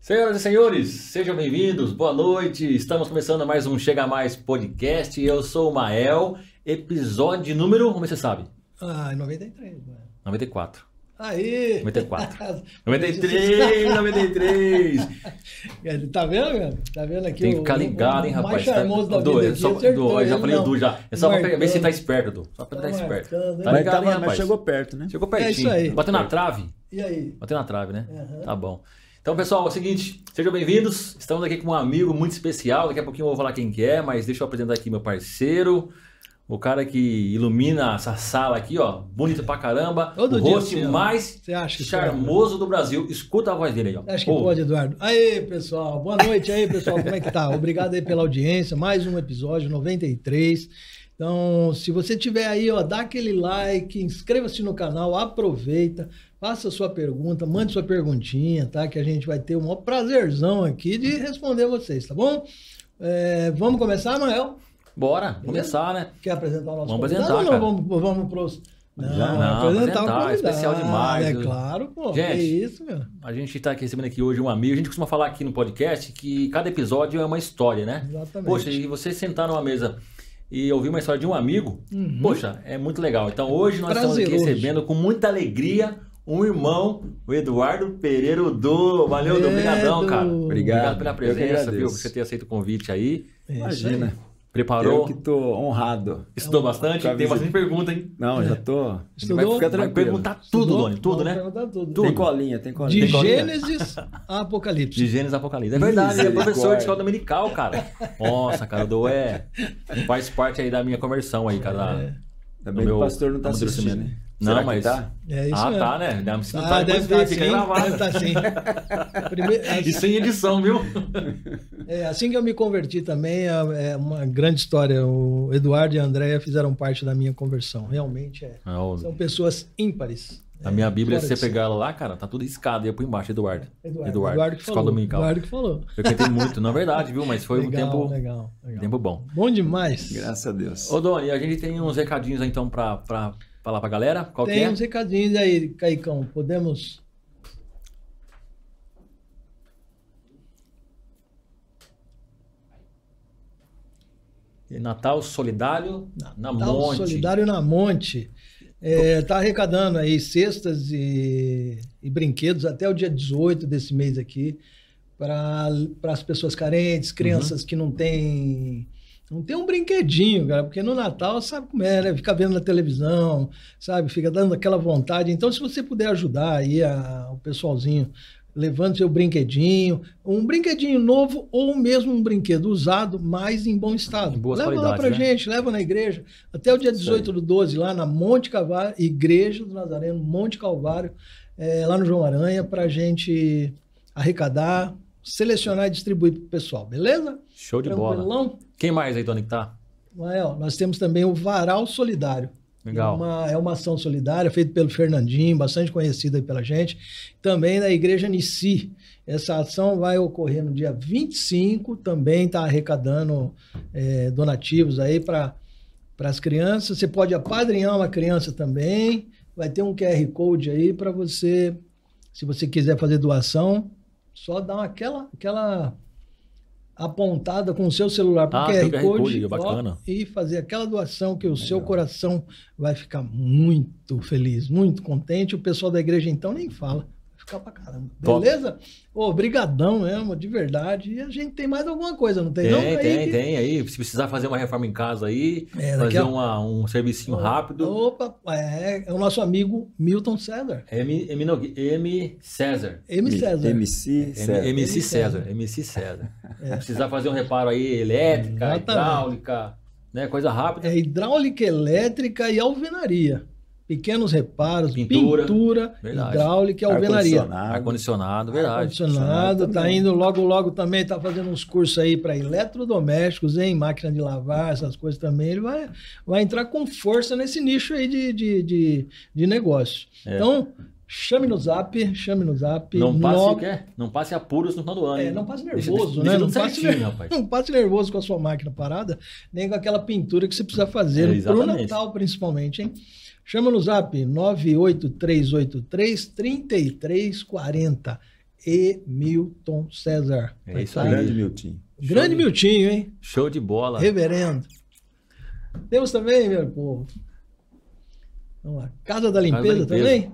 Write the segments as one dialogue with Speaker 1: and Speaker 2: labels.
Speaker 1: Senhoras e senhores, sejam bem-vindos, boa noite. Estamos começando mais um Chega Mais podcast. Eu sou o Mael, episódio número, como você sabe?
Speaker 2: Ah, em 93, né?
Speaker 1: 94.
Speaker 2: Aí!
Speaker 1: 94. 93, 93.
Speaker 2: Tá vendo, cara? Tá vendo aqui?
Speaker 1: Tem que
Speaker 2: o-
Speaker 1: ficar ligado, hein,
Speaker 2: o
Speaker 1: rapaz.
Speaker 2: Mais charmoso
Speaker 1: Tá-
Speaker 2: da vida.
Speaker 1: Edu, eu
Speaker 2: aqui,
Speaker 1: só,
Speaker 2: acertou,
Speaker 1: Edu, eu já
Speaker 2: ele
Speaker 1: falei
Speaker 2: não.
Speaker 1: Edu já. É só pra
Speaker 2: Marcando.
Speaker 1: ver se tá esperto, Edu. Só pra
Speaker 2: Tá
Speaker 1: tá esperto.
Speaker 2: marcando, hein?
Speaker 1: Tá
Speaker 2: Mas
Speaker 1: ligado,
Speaker 3: Mas,
Speaker 1: hein,
Speaker 3: tava, mas
Speaker 1: rapaz?
Speaker 3: chegou perto, né?
Speaker 1: Chegou
Speaker 2: É isso
Speaker 1: pertinho.
Speaker 2: aí.
Speaker 1: Bateu na trave.
Speaker 2: E aí?
Speaker 1: Bateu na trave, né?
Speaker 2: Aham.
Speaker 1: Tá bom. Então, pessoal, é o seguinte, sejam bem-vindos. Estamos aqui com um amigo muito especial. Daqui a pouquinho eu vou falar quem que é, mas deixa eu apresentar aqui meu parceiro, o cara que ilumina essa sala aqui, ó. Bonito pra caramba.
Speaker 2: Todo
Speaker 1: o
Speaker 2: dia
Speaker 1: host
Speaker 2: assim, ó.
Speaker 1: mais
Speaker 2: Você acha que é
Speaker 1: charmoso do Brasil. Escuta a voz dele aí, ó.
Speaker 2: pode? Acho que
Speaker 1: Pô,
Speaker 2: pode, Eduardo. Aí, pessoal. Boa noite aí, pessoal. Como é que tá? Obrigado aí pela audiência. Mais um episódio 93. Então, se você tiver aí, ó, dá aquele like, inscreva-se no canal, aproveita, faça sua pergunta, mande sua perguntinha, tá? Que a gente vai ter o maior prazerzão aqui de responder vocês, tá bom? É, vamos começar, Manuel?
Speaker 1: Bora começar, né?
Speaker 2: Quer apresentar o nosso
Speaker 1: Vamos
Speaker 2: convidado
Speaker 1: apresentar,
Speaker 2: ou não? Vamos, vamos pros... Não,
Speaker 1: Já não,
Speaker 2: apresentar o
Speaker 1: apresentar, é
Speaker 2: convidado.
Speaker 1: especial demais,
Speaker 2: É
Speaker 1: viu?
Speaker 2: claro, pô.
Speaker 1: Gente.
Speaker 2: É isso, meu.
Speaker 1: A gente tá aqui recebendo aqui hoje um amigo. A gente costuma falar aqui no podcast que cada episódio é uma história, né?
Speaker 2: Exatamente.
Speaker 1: Poxa, e você sentar numa mesa e ouvir uma história de um amigo,
Speaker 2: Uhum.
Speaker 1: poxa, é muito legal. Então hoje nós estamos
Speaker 2: Prazeroso.
Speaker 1: aqui recebendo com muita alegria um irmão, o Eduardo Pereiro Du. Valeu, Edu, obrigadão,
Speaker 2: Edu.
Speaker 1: cara.
Speaker 3: Obrigado.
Speaker 1: pela
Speaker 3: Eu que
Speaker 1: presença, viu?
Speaker 3: agradeço.
Speaker 1: Por você ter aceito o convite aí.
Speaker 2: É isso aí.
Speaker 3: Imagina. Eu
Speaker 1: Preparou,
Speaker 3: que tô honrado.
Speaker 1: estudou bastante,
Speaker 3: Com a
Speaker 1: tem
Speaker 3: visita.
Speaker 1: bastante pergunta, hein?
Speaker 3: Não, já tô.
Speaker 2: Estudou?
Speaker 3: Vai ficar
Speaker 1: Vai
Speaker 3: tranquilo.
Speaker 1: perguntar tudo,
Speaker 2: Estudou?
Speaker 1: Doni, tudo,
Speaker 2: Vamos
Speaker 1: né?
Speaker 2: perguntar tudo.
Speaker 1: Tá Tudo.
Speaker 3: Tem colinha, tem colinha.
Speaker 2: De
Speaker 3: Tem colinha.
Speaker 2: Gênesis a Apocalipse.
Speaker 1: De Gênesis Apocalipse. É verdade, ele é
Speaker 3: Misericórdia.
Speaker 1: professor de escola dominical, cara. Nossa, cara, o Du é. Faz parte aí da minha conversão aí, cara.
Speaker 3: Ainda
Speaker 1: do
Speaker 3: bem que
Speaker 1: meu
Speaker 3: É. o pastor não tá
Speaker 1: amadurecimento.
Speaker 3: assistindo, né?
Speaker 1: Não,
Speaker 3: Será que
Speaker 1: mas-
Speaker 3: tá?
Speaker 2: É isso
Speaker 1: ah,
Speaker 2: mesmo.
Speaker 1: tá, né? Não, Se não
Speaker 2: Ah,
Speaker 1: tá,
Speaker 2: deve
Speaker 1: depois
Speaker 2: estar
Speaker 1: tá,
Speaker 2: sim.
Speaker 1: fica gravado.
Speaker 2: Deve estar sim. Primeiro,
Speaker 1: E sem edição, viu?
Speaker 2: É, assim que eu me converti também, é é uma grande história. O Eduardo e a Andréia fizeram parte da minha conversão. Realmente é. São pessoas ímpares.
Speaker 1: Ah.
Speaker 2: É,
Speaker 1: a minha Bíblia, se você
Speaker 2: Flores.
Speaker 1: pegar ela lá, cara, tá tudo escada e eu por embaixo, Eduardo.
Speaker 2: Eduardo,
Speaker 1: Eduardo,
Speaker 2: Eduardo que
Speaker 1: Escola
Speaker 2: falou.
Speaker 1: Dominical.
Speaker 2: Eduardo que falou.
Speaker 1: Eu cantei muito, na verdade, viu? Mas foi
Speaker 2: legal,
Speaker 1: um tempo,
Speaker 2: legal, legal.
Speaker 1: tempo bom.
Speaker 2: Bom demais.
Speaker 3: Graças a Deus.
Speaker 1: Ô, Doni, a gente tem uns recadinhos aí, então, pra, pra falar pra galera. Qual que
Speaker 2: Tem
Speaker 1: é?
Speaker 2: uns recadinhos aí, Caicão. Podemos.
Speaker 1: Natal Solidário na
Speaker 2: Natal
Speaker 1: Monte.
Speaker 2: Tá um Solidário na Monte. É, tá arrecadando aí cestas e, e brinquedos até o dia 18 desse mês aqui para as pessoas carentes, crianças
Speaker 1: Uhum.
Speaker 2: que não têm não tem um brinquedinho, cara, porque no Natal sabe como é, né? Fica vendo na televisão, sabe? Fica dando aquela vontade. Então, se você puder ajudar aí a- o pessoalzinho levando seu brinquedinho, um brinquedinho novo ou mesmo um brinquedo usado, mas em bom estado.
Speaker 1: Em boas
Speaker 2: leva lá
Speaker 1: qualidades,
Speaker 2: pra
Speaker 1: né?
Speaker 2: gente, leva na igreja. Até o dia
Speaker 3: aí.
Speaker 2: 18 do 12, lá na Monte Calvário, Igreja do Nazareno, Monte Calvário, é, lá no João Aranha, pra gente arrecadar, selecionar e distribuir pro pessoal, beleza?
Speaker 1: Show de bola.
Speaker 2: Tranquilão?
Speaker 1: Quem mais aí, Doni, que tá?
Speaker 2: Mael, nós temos também o Varal Solidário. É
Speaker 1: Legal.
Speaker 2: uma, é uma ação solidária feita pelo Fernandinho, bastante conhecida aí pela gente. Também na Igreja Nici. Essa ação vai ocorrer no dia 25, também está arrecadando é, donativos aí para as crianças. Você pode apadrinhar uma criança também. Vai ter um QR Code aí para você, se você quiser fazer doação, só dá aquela, aquela apontada com o seu celular para
Speaker 1: Ah,
Speaker 2: o
Speaker 1: tem
Speaker 2: QR,
Speaker 1: o QR
Speaker 2: Code,
Speaker 1: Code,
Speaker 2: ó,
Speaker 1: bacana.
Speaker 2: e fazer aquela doação que o seu coração vai ficar muito feliz, muito contente. O pessoal da igreja então nem fala. Vai ficar pra caramba.
Speaker 1: Top.
Speaker 2: Beleza? Obrigadão mesmo, de verdade. E a gente tem mais alguma coisa, não tem,
Speaker 1: Tem,
Speaker 2: não?
Speaker 1: tem, tem,
Speaker 2: Aí que-
Speaker 1: aí. Se precisar fazer uma reforma em casa aí,
Speaker 2: É, daqui
Speaker 1: fazer
Speaker 2: a-
Speaker 1: uma- um servicinho rápido.
Speaker 2: Opa, é, é o nosso amigo Milton César.
Speaker 1: M, M, Nogue- M César. É,
Speaker 2: M. César.
Speaker 3: MC César.
Speaker 1: M- MC
Speaker 2: MC
Speaker 1: César, MC César. Precisar fazer um reparo aí, elétrica,
Speaker 2: É. Exatamente.
Speaker 1: hidráulica, né? Coisa rápida.
Speaker 2: É hidráulica elétrica e alvenaria. Pequenos reparos,
Speaker 1: Pintura.
Speaker 2: pintura,
Speaker 1: Verdade.
Speaker 2: hidráulica e alvenaria.
Speaker 3: Ar-condicionado.
Speaker 1: Ar-condicionado, verdade.
Speaker 2: Ah. Ar-condicionado, tá
Speaker 3: também.
Speaker 2: indo logo, logo também, tá fazendo uns cursos aí para eletrodomésticos, hein? Máquina de lavar, essas coisas também. Ele vai, vai entrar com força nesse nicho aí de, de, de, de negócio. Então, chame no zap, chame no zap.
Speaker 1: É. Não passe
Speaker 2: no-
Speaker 1: o quê? Não passe apuros no final do ano.
Speaker 2: É,
Speaker 1: hein?
Speaker 2: não passe
Speaker 1: Deixa-
Speaker 2: nervoso,
Speaker 1: deixa- deixa
Speaker 2: né? Não
Speaker 1: tudo
Speaker 2: passe,
Speaker 1: certinho,
Speaker 2: nervoso,
Speaker 1: rapaz.
Speaker 2: não passe nervoso com a sua máquina parada, nem com aquela pintura que você precisa fazer
Speaker 1: É,
Speaker 2: pro
Speaker 1: exatamente.
Speaker 2: Natal, principalmente, hein? Chama no zap 98383 3340. Emilton César.
Speaker 1: É
Speaker 2: Vai
Speaker 1: isso
Speaker 2: tá
Speaker 1: aí.
Speaker 3: Grande Miltinho.
Speaker 2: Grande Miltinho, hein?
Speaker 1: Show de bola.
Speaker 2: Reverendo. Temos também, meu povo. Vamos lá. Casa da Limpeza,
Speaker 1: Limpeza.
Speaker 2: também.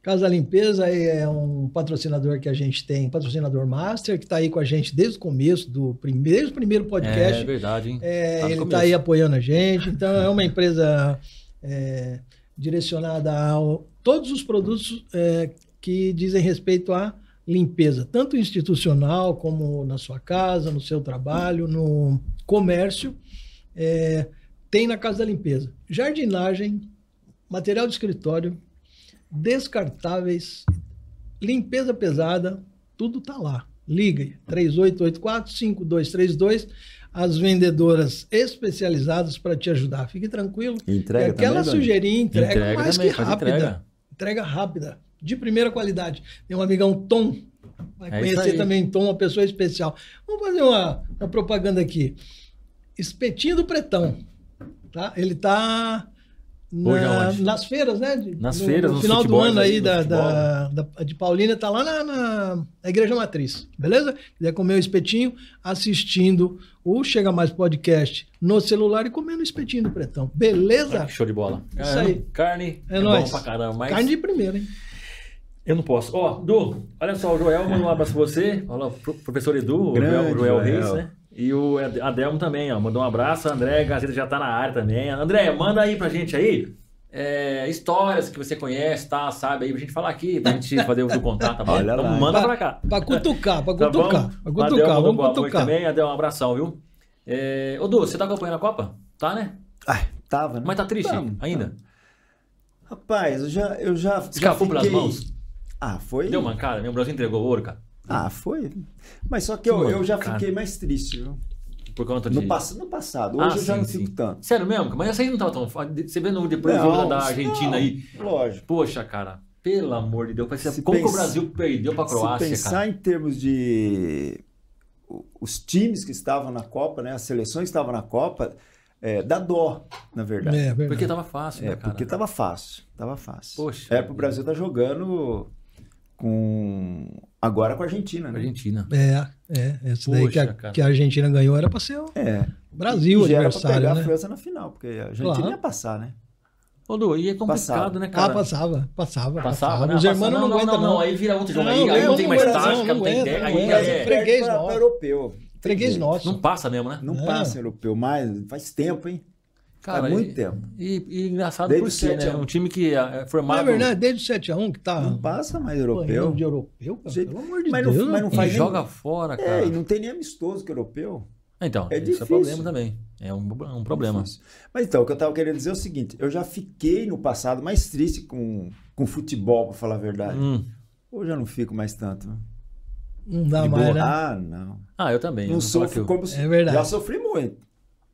Speaker 2: Casa da Limpeza é um patrocinador que a gente tem, patrocinador master, que está aí com a gente desde o começo, do primeiro, desde o primeiro podcast.
Speaker 1: É verdade, hein?
Speaker 2: É,
Speaker 1: Tá no
Speaker 2: ele está
Speaker 1: começo.
Speaker 2: aí apoiando a gente. Então, é uma empresa é, direcionada a todos os produtos é, que dizem respeito à limpeza, tanto institucional como na sua casa, no seu trabalho, no comércio. é, tem na casa da limpeza. Jardinagem, material de escritório, descartáveis, limpeza pesada, tudo tá lá. Liga 3884-5232, as vendedoras especializadas para te ajudar. Fique tranquilo.
Speaker 3: Entrega
Speaker 2: e aquela
Speaker 3: também, Dani?
Speaker 2: sujeirinha entrega, mais que
Speaker 1: faz
Speaker 2: rápida. Entrega. rápida, de primeira qualidade. Meu amigão Tom, vai
Speaker 1: É isso
Speaker 2: conhecer
Speaker 1: aí.
Speaker 2: também Tom, uma pessoa especial. Vamos fazer uma, uma propaganda aqui. Espetinho do Pretão, tá? Ele tá na-
Speaker 1: Hoje aonde?
Speaker 2: nas feiras, né? De-
Speaker 1: Nas feiras,
Speaker 2: no
Speaker 1: nos
Speaker 2: final do
Speaker 1: futebols
Speaker 2: ano
Speaker 1: aí,
Speaker 2: aí
Speaker 1: no
Speaker 2: da,
Speaker 1: futebol. né?
Speaker 2: da- da- de Paulina, tá lá na, na- na Igreja Matriz, beleza? Quiser comer um espetinho, assistindo o Chega Mais Podcast no celular e comendo o espetinho do Pretão, beleza?
Speaker 1: Show de bola.
Speaker 2: Isso aí.
Speaker 1: Carne
Speaker 2: É
Speaker 1: é, bom
Speaker 2: nóis.
Speaker 1: pra caramba, mas
Speaker 2: Carne de primeira, hein?
Speaker 1: eu não posso. Ó, Du, olha só, o Joel mandou um abraço pra você. Olha, lá, pro professor Edu, o
Speaker 3: Grande
Speaker 1: Joel, o Joel
Speaker 3: Joel.
Speaker 1: Reis, né? E o Ad- Adelmo também, ó. Mandou um abraço. André Gazeta já tá na área também. André, manda aí pra gente aí. é, histórias que você conhece, tá? Sabe aí, pra gente falar aqui, pra gente fazer o contato, tá bom?
Speaker 3: Olha lá.
Speaker 1: Então manda
Speaker 2: Pra-
Speaker 1: pra cá.
Speaker 2: Pra cutucar, pra
Speaker 1: Tá bom?
Speaker 2: cutucar, pra
Speaker 1: Adel
Speaker 2: cutucar,
Speaker 1: mandou
Speaker 2: vamos
Speaker 1: boa noite
Speaker 2: cutucar.
Speaker 1: também, Adel, um abração, viu? É, ô Du, você tá acompanhando a Copa? Tá, né?
Speaker 3: Ah, tava, né?
Speaker 1: Mas tá triste
Speaker 3: Tamo,
Speaker 1: ainda?
Speaker 3: Rapaz, eu já. Eu já já
Speaker 1: Escapou pelas
Speaker 3: fiquei-
Speaker 1: mãos?
Speaker 3: Ah, foi?
Speaker 1: Deu uma cara, meu Brasil entregou ouro, cara.
Speaker 3: Ah, foi. Mas só que eu,
Speaker 1: Que
Speaker 3: eu já
Speaker 1: mancada.
Speaker 3: fiquei mais triste, viu?
Speaker 1: Por conta de...
Speaker 3: No, pass- no passado.
Speaker 1: Ah,
Speaker 3: Hoje eu já
Speaker 1: sim,
Speaker 3: não
Speaker 1: sim.
Speaker 3: fico tanto.
Speaker 1: Sério mesmo? cara? Mas essa aí não tava tão fácil. Você vendo depois o
Speaker 3: Não,
Speaker 1: jogo da Argentina
Speaker 3: não,
Speaker 1: aí.
Speaker 3: Lógico.
Speaker 1: Poxa, cara. Pelo amor de Deus. parece-
Speaker 3: Se
Speaker 1: Como que o
Speaker 3: pensa-
Speaker 1: Brasil perdeu pra Croácia,
Speaker 3: Se pensar
Speaker 1: cara?
Speaker 3: em termos de. o- Os times que estavam na Copa, né? As seleções que estavam na Copa, é, dá dó, na verdade.
Speaker 2: É, verdade.
Speaker 1: Porque tava fácil,
Speaker 3: É,
Speaker 1: né, cara?
Speaker 3: porque tava fácil. Tava fácil.
Speaker 1: Poxa.
Speaker 3: É, pro Brasil tá jogando com. Agora com a Argentina, né?
Speaker 1: Argentina.
Speaker 2: É, é. Esse daí que
Speaker 1: Poxa,
Speaker 2: a,
Speaker 1: cara.
Speaker 2: que a Argentina ganhou era pra ser o
Speaker 3: É.
Speaker 2: Brasil o
Speaker 3: e já era pra
Speaker 2: adversário,
Speaker 3: pegar a
Speaker 2: né?
Speaker 3: França na final, porque a Argentina
Speaker 2: Claro.
Speaker 3: ia passar, né?
Speaker 1: Ô, Du, e é complicado,
Speaker 3: Passava.
Speaker 1: né,
Speaker 2: Ah,
Speaker 1: cara?
Speaker 2: passava,
Speaker 1: Passava,
Speaker 2: passava, passava.
Speaker 1: né?
Speaker 2: Os
Speaker 1: Passava.
Speaker 2: irmãos não,
Speaker 1: não,
Speaker 2: aguentam, não.
Speaker 1: Aí vira outro jogo.
Speaker 2: Não,
Speaker 1: Aí, aí
Speaker 2: não,
Speaker 1: não tem mais
Speaker 2: não aguenta,
Speaker 1: tática, não
Speaker 2: não
Speaker 1: tem
Speaker 2: aguenta,
Speaker 1: ideia.
Speaker 2: não
Speaker 1: Aí
Speaker 2: aguenta.
Speaker 1: é-
Speaker 2: freguês
Speaker 3: Perde pra-
Speaker 2: nosso.
Speaker 3: pra europeu.
Speaker 2: Freguês nosso.
Speaker 1: Não passa mesmo, né?
Speaker 3: Não
Speaker 2: É.
Speaker 3: passa europeu mais, faz tempo, hein?
Speaker 1: Cara,
Speaker 3: Faz é muito
Speaker 1: e-
Speaker 3: tempo.
Speaker 1: E, e engraçado
Speaker 3: Desde
Speaker 1: por
Speaker 3: os
Speaker 1: ser,
Speaker 3: sete
Speaker 1: né?
Speaker 3: anos.
Speaker 1: Um time que é
Speaker 2: Não
Speaker 1: formado.
Speaker 2: é verdade, desde o 7x1 que tá
Speaker 3: Não passa mais
Speaker 2: apanhando
Speaker 3: europeu.
Speaker 2: de europeu, cara,
Speaker 3: Jeito-
Speaker 2: pelo amor de
Speaker 3: mas não-
Speaker 2: Deus.
Speaker 3: mas não
Speaker 1: e
Speaker 3: faz nem-
Speaker 1: joga fora, cara.
Speaker 3: É, e não tem nem amistoso que europeu.
Speaker 1: Então,
Speaker 3: É
Speaker 1: esse é
Speaker 3: difícil.
Speaker 1: o problema também. É um, um problema.
Speaker 3: Difícil. Mas então, o que eu tava querendo dizer é o seguinte: eu já fiquei no passado mais triste com, com futebol, pra falar a verdade.
Speaker 1: Hum.
Speaker 3: Hoje eu não fico mais tanto. né?
Speaker 2: Não dá
Speaker 3: De
Speaker 2: mais,
Speaker 3: boa.
Speaker 2: né?
Speaker 3: Ah, não.
Speaker 1: Ah, eu também. eu
Speaker 3: Não
Speaker 1: vou falar
Speaker 3: sofro
Speaker 1: que eu-
Speaker 3: como
Speaker 2: É verdade.
Speaker 3: Já sofri muito.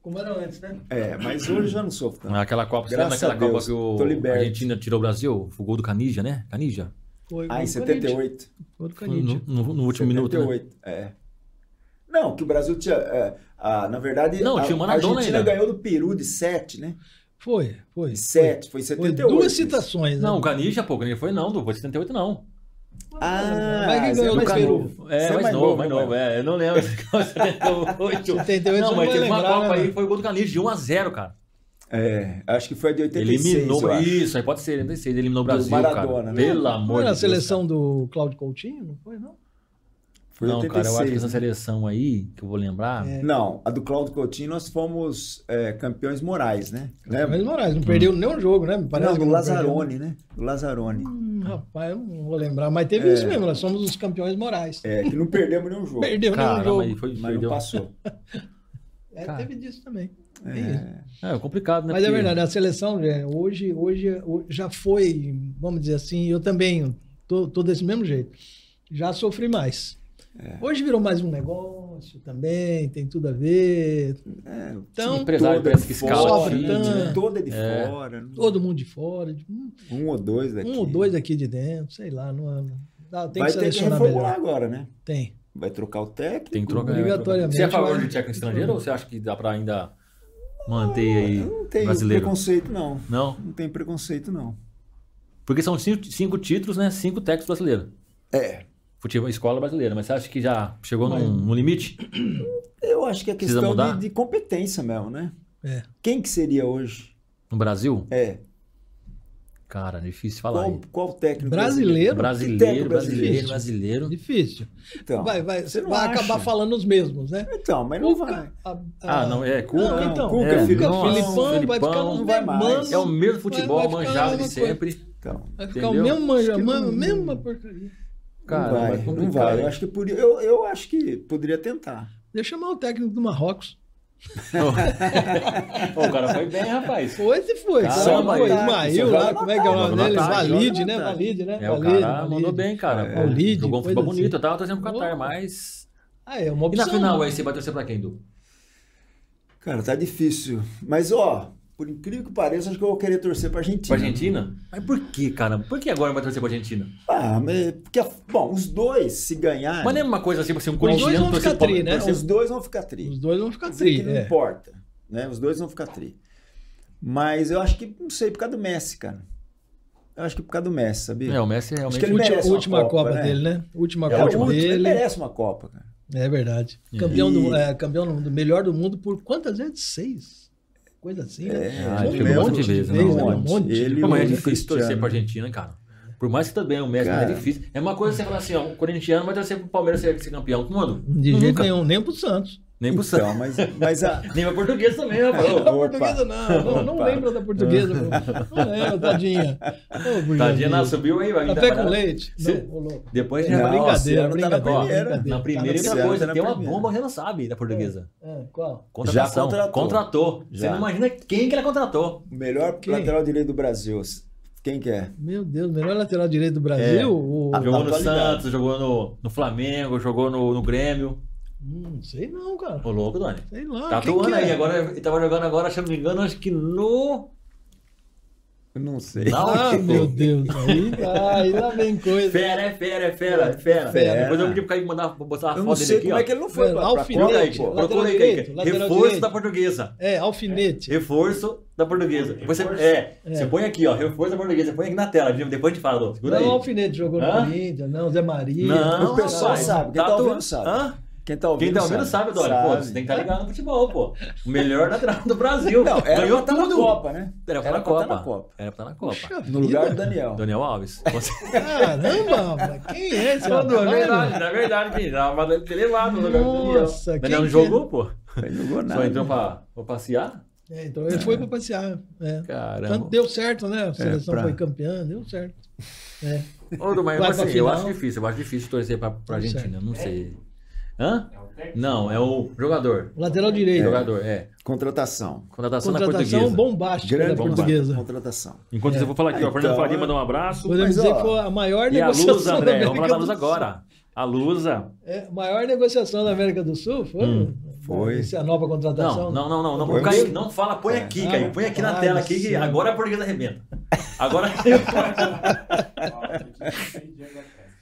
Speaker 2: Como era antes, né?
Speaker 3: É, mas hoje eu já não sofro tanto.
Speaker 1: Naquela Copa, você lembra
Speaker 3: Graças
Speaker 1: daquela
Speaker 3: a
Speaker 1: Copa
Speaker 3: Deus,
Speaker 1: que
Speaker 3: tô
Speaker 1: o a
Speaker 3: liberto.
Speaker 1: Argentina tirou o Brasil? O gol do Canija, né? Canija?
Speaker 2: Foi
Speaker 3: Ah,
Speaker 2: gol
Speaker 3: em
Speaker 2: do Corinthians.
Speaker 3: 78.
Speaker 2: Gol do
Speaker 1: Foi
Speaker 2: Corinthians.
Speaker 1: No, no- no último minuto. Né?
Speaker 3: 78, é. Não, que o Brasil tinha. é, a- na verdade,
Speaker 1: Não,
Speaker 3: a,
Speaker 1: tinha o
Speaker 3: a
Speaker 1: Maradona
Speaker 3: Argentina
Speaker 1: ainda.
Speaker 3: ganhou do Peru de 7, né?
Speaker 2: Foi, foi.
Speaker 3: De 7, foi em
Speaker 2: Foi
Speaker 3: 78.
Speaker 2: duas
Speaker 3: isso.
Speaker 2: citações, né?
Speaker 1: Não, o Canija, pô, o Canija foi não, Du, foi 78 não.
Speaker 3: Ah,
Speaker 2: Vai que
Speaker 3: você
Speaker 2: ganhou
Speaker 3: é
Speaker 2: do
Speaker 3: mais
Speaker 2: Peru.
Speaker 3: novo. Você
Speaker 1: É,
Speaker 3: é
Speaker 1: mais,
Speaker 3: mais
Speaker 1: novo,
Speaker 3: novo,
Speaker 1: mais
Speaker 3: né,
Speaker 1: novo. É, eu não lembro. 78.
Speaker 2: 78
Speaker 1: não, mas
Speaker 2: você não
Speaker 1: teve
Speaker 2: vai
Speaker 1: uma
Speaker 2: lembrar,
Speaker 1: Copa
Speaker 2: né?
Speaker 1: aí, foi o gol do Canija de 1x0, cara.
Speaker 3: É, acho que foi a de 86.
Speaker 1: Eliminou.
Speaker 3: eu acho.
Speaker 1: Isso, aí pode ser, 86. Eliminou o
Speaker 3: Do
Speaker 1: Brasil, cara.
Speaker 3: Maradona, né?
Speaker 1: Pelo
Speaker 2: Não
Speaker 1: amor de
Speaker 2: era a
Speaker 1: Deus.
Speaker 2: seleção do Cláudio Coutinho? Não foi, não?
Speaker 3: Foi
Speaker 1: não, cara, eu acho que
Speaker 3: 86,
Speaker 1: essa seleção aí, que eu vou lembrar.
Speaker 2: É.
Speaker 3: Não, a do Cláudio Coutinho nós fomos é, campeões morais, né?
Speaker 1: É.
Speaker 3: Lembra?
Speaker 2: Mas Moraes não
Speaker 1: Hum.
Speaker 2: perdeu nenhum jogo, né? Me Parece
Speaker 3: Não,
Speaker 2: que
Speaker 3: do
Speaker 2: não
Speaker 3: Lazarone, né? Do Lazarone.
Speaker 2: perdeu. Hum, rapaz, eu não vou lembrar, mas teve isso mesmo, nós somos os campeões morais.
Speaker 3: É, que não perdemos nenhum jogo.
Speaker 2: Perdeu nenhum
Speaker 1: Caramba,
Speaker 2: jogo.
Speaker 1: aí foi.
Speaker 3: Mas não
Speaker 1: perdeu.
Speaker 3: passou.
Speaker 2: É,
Speaker 1: Cara.
Speaker 2: teve disso também. É isso.
Speaker 3: É,
Speaker 1: É, complicado, né?
Speaker 2: Mas é
Speaker 1: Porque-
Speaker 2: verdade, a seleção é, hoje, hoje hoje já foi, vamos dizer assim, eu também tô, tô desse mesmo jeito. Já sofri mais.
Speaker 3: É.
Speaker 2: Hoje virou mais um negócio também, tem tudo a ver.
Speaker 3: é,
Speaker 2: Então,
Speaker 1: empresário
Speaker 3: toda
Speaker 1: parece que
Speaker 3: de
Speaker 1: escala
Speaker 3: fora,
Speaker 2: o time, né?
Speaker 3: Toda de
Speaker 1: É.
Speaker 3: fora. não-
Speaker 2: todo mundo de fora, de- um
Speaker 3: Um ou dois daqui.
Speaker 2: ou dois aqui de dentro, sei lá, não, dá- tem
Speaker 3: Vai
Speaker 2: que
Speaker 3: ter que
Speaker 2: selecionar
Speaker 3: reformular
Speaker 2: melhor.
Speaker 3: agora, né?
Speaker 2: Tem.
Speaker 3: Vai trocar o técnico.
Speaker 1: Tem que trocar.
Speaker 2: Obrigatoriamente,
Speaker 1: Você é a favor
Speaker 2: vai.
Speaker 1: de técnico estrangeiro ou você acha que dá pra ainda manter aí
Speaker 3: Eu não tenho
Speaker 1: brasileiro?
Speaker 3: preconceito, não.
Speaker 1: Não?
Speaker 3: Não tem preconceito, não.
Speaker 1: Porque são cinco, cinco títulos, né? Cinco técnicos brasileiros.
Speaker 3: É.
Speaker 1: futebol escola brasileira, mas você acha que já chegou num, num limite?
Speaker 3: Eu acho que é
Speaker 1: Precisa
Speaker 3: questão
Speaker 1: mudar?
Speaker 3: de, de competência mesmo, né?
Speaker 2: É.
Speaker 3: Quem que seria hoje?
Speaker 1: No Brasil?
Speaker 3: É.
Speaker 1: Cara, difícil falar.
Speaker 3: Qual,
Speaker 1: hein?
Speaker 3: qual técnico? é
Speaker 2: Brasileiro?
Speaker 1: Brasileiro,
Speaker 3: técnico
Speaker 1: brasileiro,
Speaker 2: brasileiro?
Speaker 1: brasileiro.
Speaker 2: Difícil.
Speaker 3: Então,
Speaker 2: vai, vai,
Speaker 3: você não
Speaker 2: vai
Speaker 3: acha?
Speaker 2: acabar falando os mesmos, né?
Speaker 3: então, mas não vai.
Speaker 2: Cuca, a- a-
Speaker 1: Ah, não, é
Speaker 2: Não,
Speaker 1: Cuca.
Speaker 3: Não,
Speaker 2: então,
Speaker 3: Cuca,
Speaker 2: Cuca,
Speaker 1: Filipão,
Speaker 2: Filipão, vai ficar
Speaker 1: Filipão,
Speaker 2: nos
Speaker 3: não vai mais.
Speaker 2: mesmos.
Speaker 1: É o mesmo futebol,
Speaker 2: Vai ficar a
Speaker 1: manjado de
Speaker 2: mesma coisa.
Speaker 1: sempre.
Speaker 3: Então,
Speaker 2: Vai ficar
Speaker 1: Entendeu?
Speaker 2: o mesmo manja,
Speaker 3: Acho que
Speaker 2: mano,
Speaker 3: não-
Speaker 2: mesma é porcaria.
Speaker 1: Cara,
Speaker 3: não vai,
Speaker 1: é
Speaker 3: não
Speaker 1: complicado.
Speaker 3: vai. Eu acho que por, eu, eu acho que poderia tentar.
Speaker 2: Deixa eu chamar o técnico do Marrocos.
Speaker 1: Pô, o cara foi bem, rapaz.
Speaker 2: Foi se foi.
Speaker 1: Cara,
Speaker 2: Cara,
Speaker 1: mas
Speaker 2: foi.
Speaker 1: tá,
Speaker 3: só
Speaker 2: Ismael
Speaker 3: joga
Speaker 2: lá,
Speaker 3: na
Speaker 2: como é que é o nome
Speaker 1: joga na
Speaker 2: dele?
Speaker 1: tarde,
Speaker 2: Valide,
Speaker 3: joga na
Speaker 2: né?
Speaker 3: tarde.
Speaker 2: Valide, né?
Speaker 1: É, o
Speaker 2: Valide,
Speaker 1: cara
Speaker 2: Valide.
Speaker 1: mandou bem, cara.
Speaker 3: É.
Speaker 1: Pô,
Speaker 2: Valide,
Speaker 1: Jogou um
Speaker 2: coisa
Speaker 1: futebol
Speaker 2: assim.
Speaker 1: bonito, eu tava torcendo pro
Speaker 2: Pô.
Speaker 1: Qatar, mas.
Speaker 2: Ah, é uma
Speaker 1: E na
Speaker 2: opção.
Speaker 1: final aí, você vai torcer pra quem, Du?
Speaker 3: Cara, tá difícil. Mas, ó, por incrível que pareça, acho que eu vou querer torcer pra Argentina.
Speaker 1: Pra Argentina? Mas por que, cara? Por que agora vai torcer pra Argentina?
Speaker 3: Ah, mas, porque, bom, os dois, se ganhar, né,
Speaker 1: Mas não é uma coisa assim, assim um
Speaker 2: dois
Speaker 1: corintiano
Speaker 2: vão
Speaker 1: torcer
Speaker 2: ficar
Speaker 1: pro
Speaker 2: tri, né?
Speaker 1: torcer-
Speaker 3: os dois vão ficar tri.
Speaker 2: Os dois vão ficar
Speaker 3: Quer dizer
Speaker 2: é tri.
Speaker 3: que não
Speaker 2: é.
Speaker 3: importa, né? Os dois vão ficar tri. Mas eu acho que, não sei, por causa do Messi, cara. Eu acho que por causa do Messi, sabia?
Speaker 1: É, o Messi
Speaker 3: Acho
Speaker 1: realmente.
Speaker 3: que ele
Speaker 2: Última,
Speaker 3: merece uma
Speaker 2: última
Speaker 3: Copa,
Speaker 2: Copa,
Speaker 3: né?
Speaker 2: dele, né? Última
Speaker 3: É, o
Speaker 2: Copa
Speaker 3: último, ele
Speaker 2: dele.
Speaker 3: merece uma Copa, cara.
Speaker 2: É verdade.
Speaker 1: É.
Speaker 2: Campeão, do,
Speaker 3: E-
Speaker 2: é, campeão do mundo, melhor do mundo por quantas vezes? Seis. Coisa assim, né?
Speaker 1: Ah,
Speaker 3: eu
Speaker 1: ele
Speaker 3: lembro
Speaker 1: um monte de vezes, né?
Speaker 2: né?
Speaker 3: Um
Speaker 2: Um
Speaker 3: monte.
Speaker 2: monte de
Speaker 3: Ele-
Speaker 2: vezes.
Speaker 1: Pô, mas é
Speaker 3: o
Speaker 1: difícil torcer
Speaker 3: Cristiano.
Speaker 1: pra Argentina, cara. Por mais que também o Messi
Speaker 3: Cara.
Speaker 1: não é difícil. É uma coisa você falar assim, ó, o corintiano vai torcer pro Palmeiras ser, ser campeão. Mano,
Speaker 2: De jeito
Speaker 1: nunca.
Speaker 2: nenhum, nem pro Santos.
Speaker 1: Nem pro Santos.
Speaker 3: Então, mas, mas a,
Speaker 1: Nem pra português também, rapaz.
Speaker 2: Não,
Speaker 3: Opa.
Speaker 2: portuguesa não. Não, não
Speaker 3: Opa.
Speaker 2: lembra da portuguesa. meu. Não lembra, tadinha. Ô,
Speaker 1: Tadinha, não,
Speaker 2: Brigadeiro.
Speaker 1: subiu aí, vai vir
Speaker 2: Café
Speaker 1: trabalhar.
Speaker 2: com leite.
Speaker 1: Se-
Speaker 2: Não, ô, louco. É
Speaker 1: Depois
Speaker 3: Não,
Speaker 1: já vai ligar.
Speaker 3: Luciano tá na
Speaker 2: brincadeira,
Speaker 3: primeira.
Speaker 1: né?
Speaker 2: brincadeira.
Speaker 1: Na primeira
Speaker 3: Tá no
Speaker 1: outra coisa,
Speaker 3: Luciano,
Speaker 1: tem
Speaker 3: na
Speaker 1: uma
Speaker 3: primeira.
Speaker 1: bomba que você não sabe da portuguesa.
Speaker 2: É, qual?
Speaker 1: Contratação.
Speaker 3: Já contratou.
Speaker 1: Você
Speaker 3: Já.
Speaker 1: não imagina quem que ela contratou.
Speaker 3: o melhor
Speaker 2: Quem?
Speaker 3: lateral direito do Brasil, quem que é?
Speaker 2: Meu Deus, melhor lateral direito do
Speaker 1: É.
Speaker 2: Brasil? O-
Speaker 3: Ah,
Speaker 1: jogou no
Speaker 3: atualidade.
Speaker 1: Santos, jogou no, no Flamengo, jogou no, no Grêmio.
Speaker 2: Hum, não sei não, cara.
Speaker 1: Ô louco, Dani.
Speaker 2: Sei lá.
Speaker 1: Tá
Speaker 2: quem que
Speaker 1: atuando
Speaker 2: é?
Speaker 1: aí. Agora, ele tava jogando agora, se eu não me engano, acho que no
Speaker 3: Eu não sei.
Speaker 2: Ah,
Speaker 1: Náutico.
Speaker 2: meu Deus. Aí, tá, aí lá vem coisa.
Speaker 1: Fera, é fera, é fera, é fera.
Speaker 3: Fera.
Speaker 1: Depois eu pedi pro Caio mandar botar a
Speaker 3: Eu não
Speaker 1: foto tá dele
Speaker 3: sei
Speaker 1: aqui,
Speaker 3: como
Speaker 1: ó.
Speaker 3: é que ele não foi
Speaker 2: Mano,
Speaker 3: pra, pra
Speaker 2: alfinete,
Speaker 1: Procura aí,
Speaker 3: Copa, pô.
Speaker 2: lateral
Speaker 1: procura aí, Kaique.
Speaker 2: direito, lateral
Speaker 1: Reforço
Speaker 2: direito.
Speaker 1: da portuguesa.
Speaker 2: É, alfinete.
Speaker 1: Reforço da portuguesa. Depois você, é,
Speaker 2: É.
Speaker 1: você põe aqui, ó. Reforço da portuguesa. Você põe aqui na tela. Depois a gente fala, Dô. Segura
Speaker 2: Não, é
Speaker 1: aí.
Speaker 2: alfinete jogou no
Speaker 1: Hã?
Speaker 2: Corinthians, não, Zé Maria.
Speaker 1: Não,
Speaker 3: O pessoal
Speaker 1: rapaz.
Speaker 3: sabe, quem tá
Speaker 1: tu-
Speaker 3: ouvindo sabe.
Speaker 1: Hã?
Speaker 3: Quem tá ouvindo
Speaker 1: Quem tá ouvindo sabe, Dória. Pô, você tem que estar ligado no futebol, pô. O melhor lateral do Brasil.
Speaker 3: Não, era
Speaker 1: Ganhou
Speaker 3: pra tá na
Speaker 1: tudo.
Speaker 3: Copa, né?
Speaker 1: Era pra
Speaker 3: Era
Speaker 1: na
Speaker 3: pra tá
Speaker 1: Copa.
Speaker 3: na Copa.
Speaker 1: Era pra tá na Copa.
Speaker 2: Puxa
Speaker 3: No lugar do
Speaker 2: vida.
Speaker 3: Daniel.
Speaker 1: Daniel Alves. Você...
Speaker 2: Caramba, mano, quem é esse?
Speaker 1: Ô,
Speaker 3: né,
Speaker 1: Dô, é
Speaker 2: rapaz?
Speaker 1: verdade, na verdade, filho. Tava elevado no lugar do Daniel.
Speaker 2: Nossa, quem
Speaker 1: Daniel não
Speaker 2: que-
Speaker 1: jogou, pô.
Speaker 3: Ele não jogou nada.
Speaker 1: Só entrou pra, pra passear?
Speaker 2: É, então ele foi pra passear. É. Tanto
Speaker 1: Caramba.
Speaker 2: deu certo, né? A seleção
Speaker 3: É, pra-
Speaker 2: foi campeã, deu certo. É.
Speaker 1: Ô, Dô, mas
Speaker 2: Vai
Speaker 1: assim,
Speaker 2: pra
Speaker 1: eu
Speaker 2: final.
Speaker 1: acho difícil. Eu acho difícil torcer pra, pra
Speaker 2: Tudo
Speaker 1: Argentina. eu Não sei. Hã? Não, é o jogador.
Speaker 2: O lateral direito.
Speaker 1: Jogador, é.
Speaker 3: Contratação.
Speaker 1: Contratação, na
Speaker 2: Contratação
Speaker 1: portuguesa.
Speaker 2: bombástica
Speaker 3: Grande
Speaker 1: é
Speaker 2: da portuguesa.
Speaker 3: contratação. contratação.
Speaker 1: Enquanto
Speaker 2: É.
Speaker 1: isso, eu vou falar aqui, ó.
Speaker 3: Ah,
Speaker 1: Fernando
Speaker 3: então,
Speaker 1: Faria
Speaker 3: é.
Speaker 1: mandou um abraço.
Speaker 2: Podemos
Speaker 3: Mas,
Speaker 2: dizer
Speaker 3: ó,
Speaker 2: que foi a maior
Speaker 1: E a
Speaker 2: negociação
Speaker 1: Lusa,
Speaker 2: da
Speaker 1: André,
Speaker 2: América
Speaker 1: vamos falar da Lusa
Speaker 2: do Sul.
Speaker 1: agora. A Lusa.
Speaker 2: É, a maior negociação da América do Sul foi,
Speaker 3: foi.
Speaker 2: essa nova contratação.
Speaker 1: Hum, Não, não, não, não. não.
Speaker 3: Vamos?
Speaker 1: O Kaique, não fala, põe aqui,
Speaker 2: Ah,
Speaker 1: Kaique. Põe aqui na
Speaker 2: ah,
Speaker 1: tela aqui, que
Speaker 2: sim.
Speaker 1: agora a portuguesa arrebenta. Agora.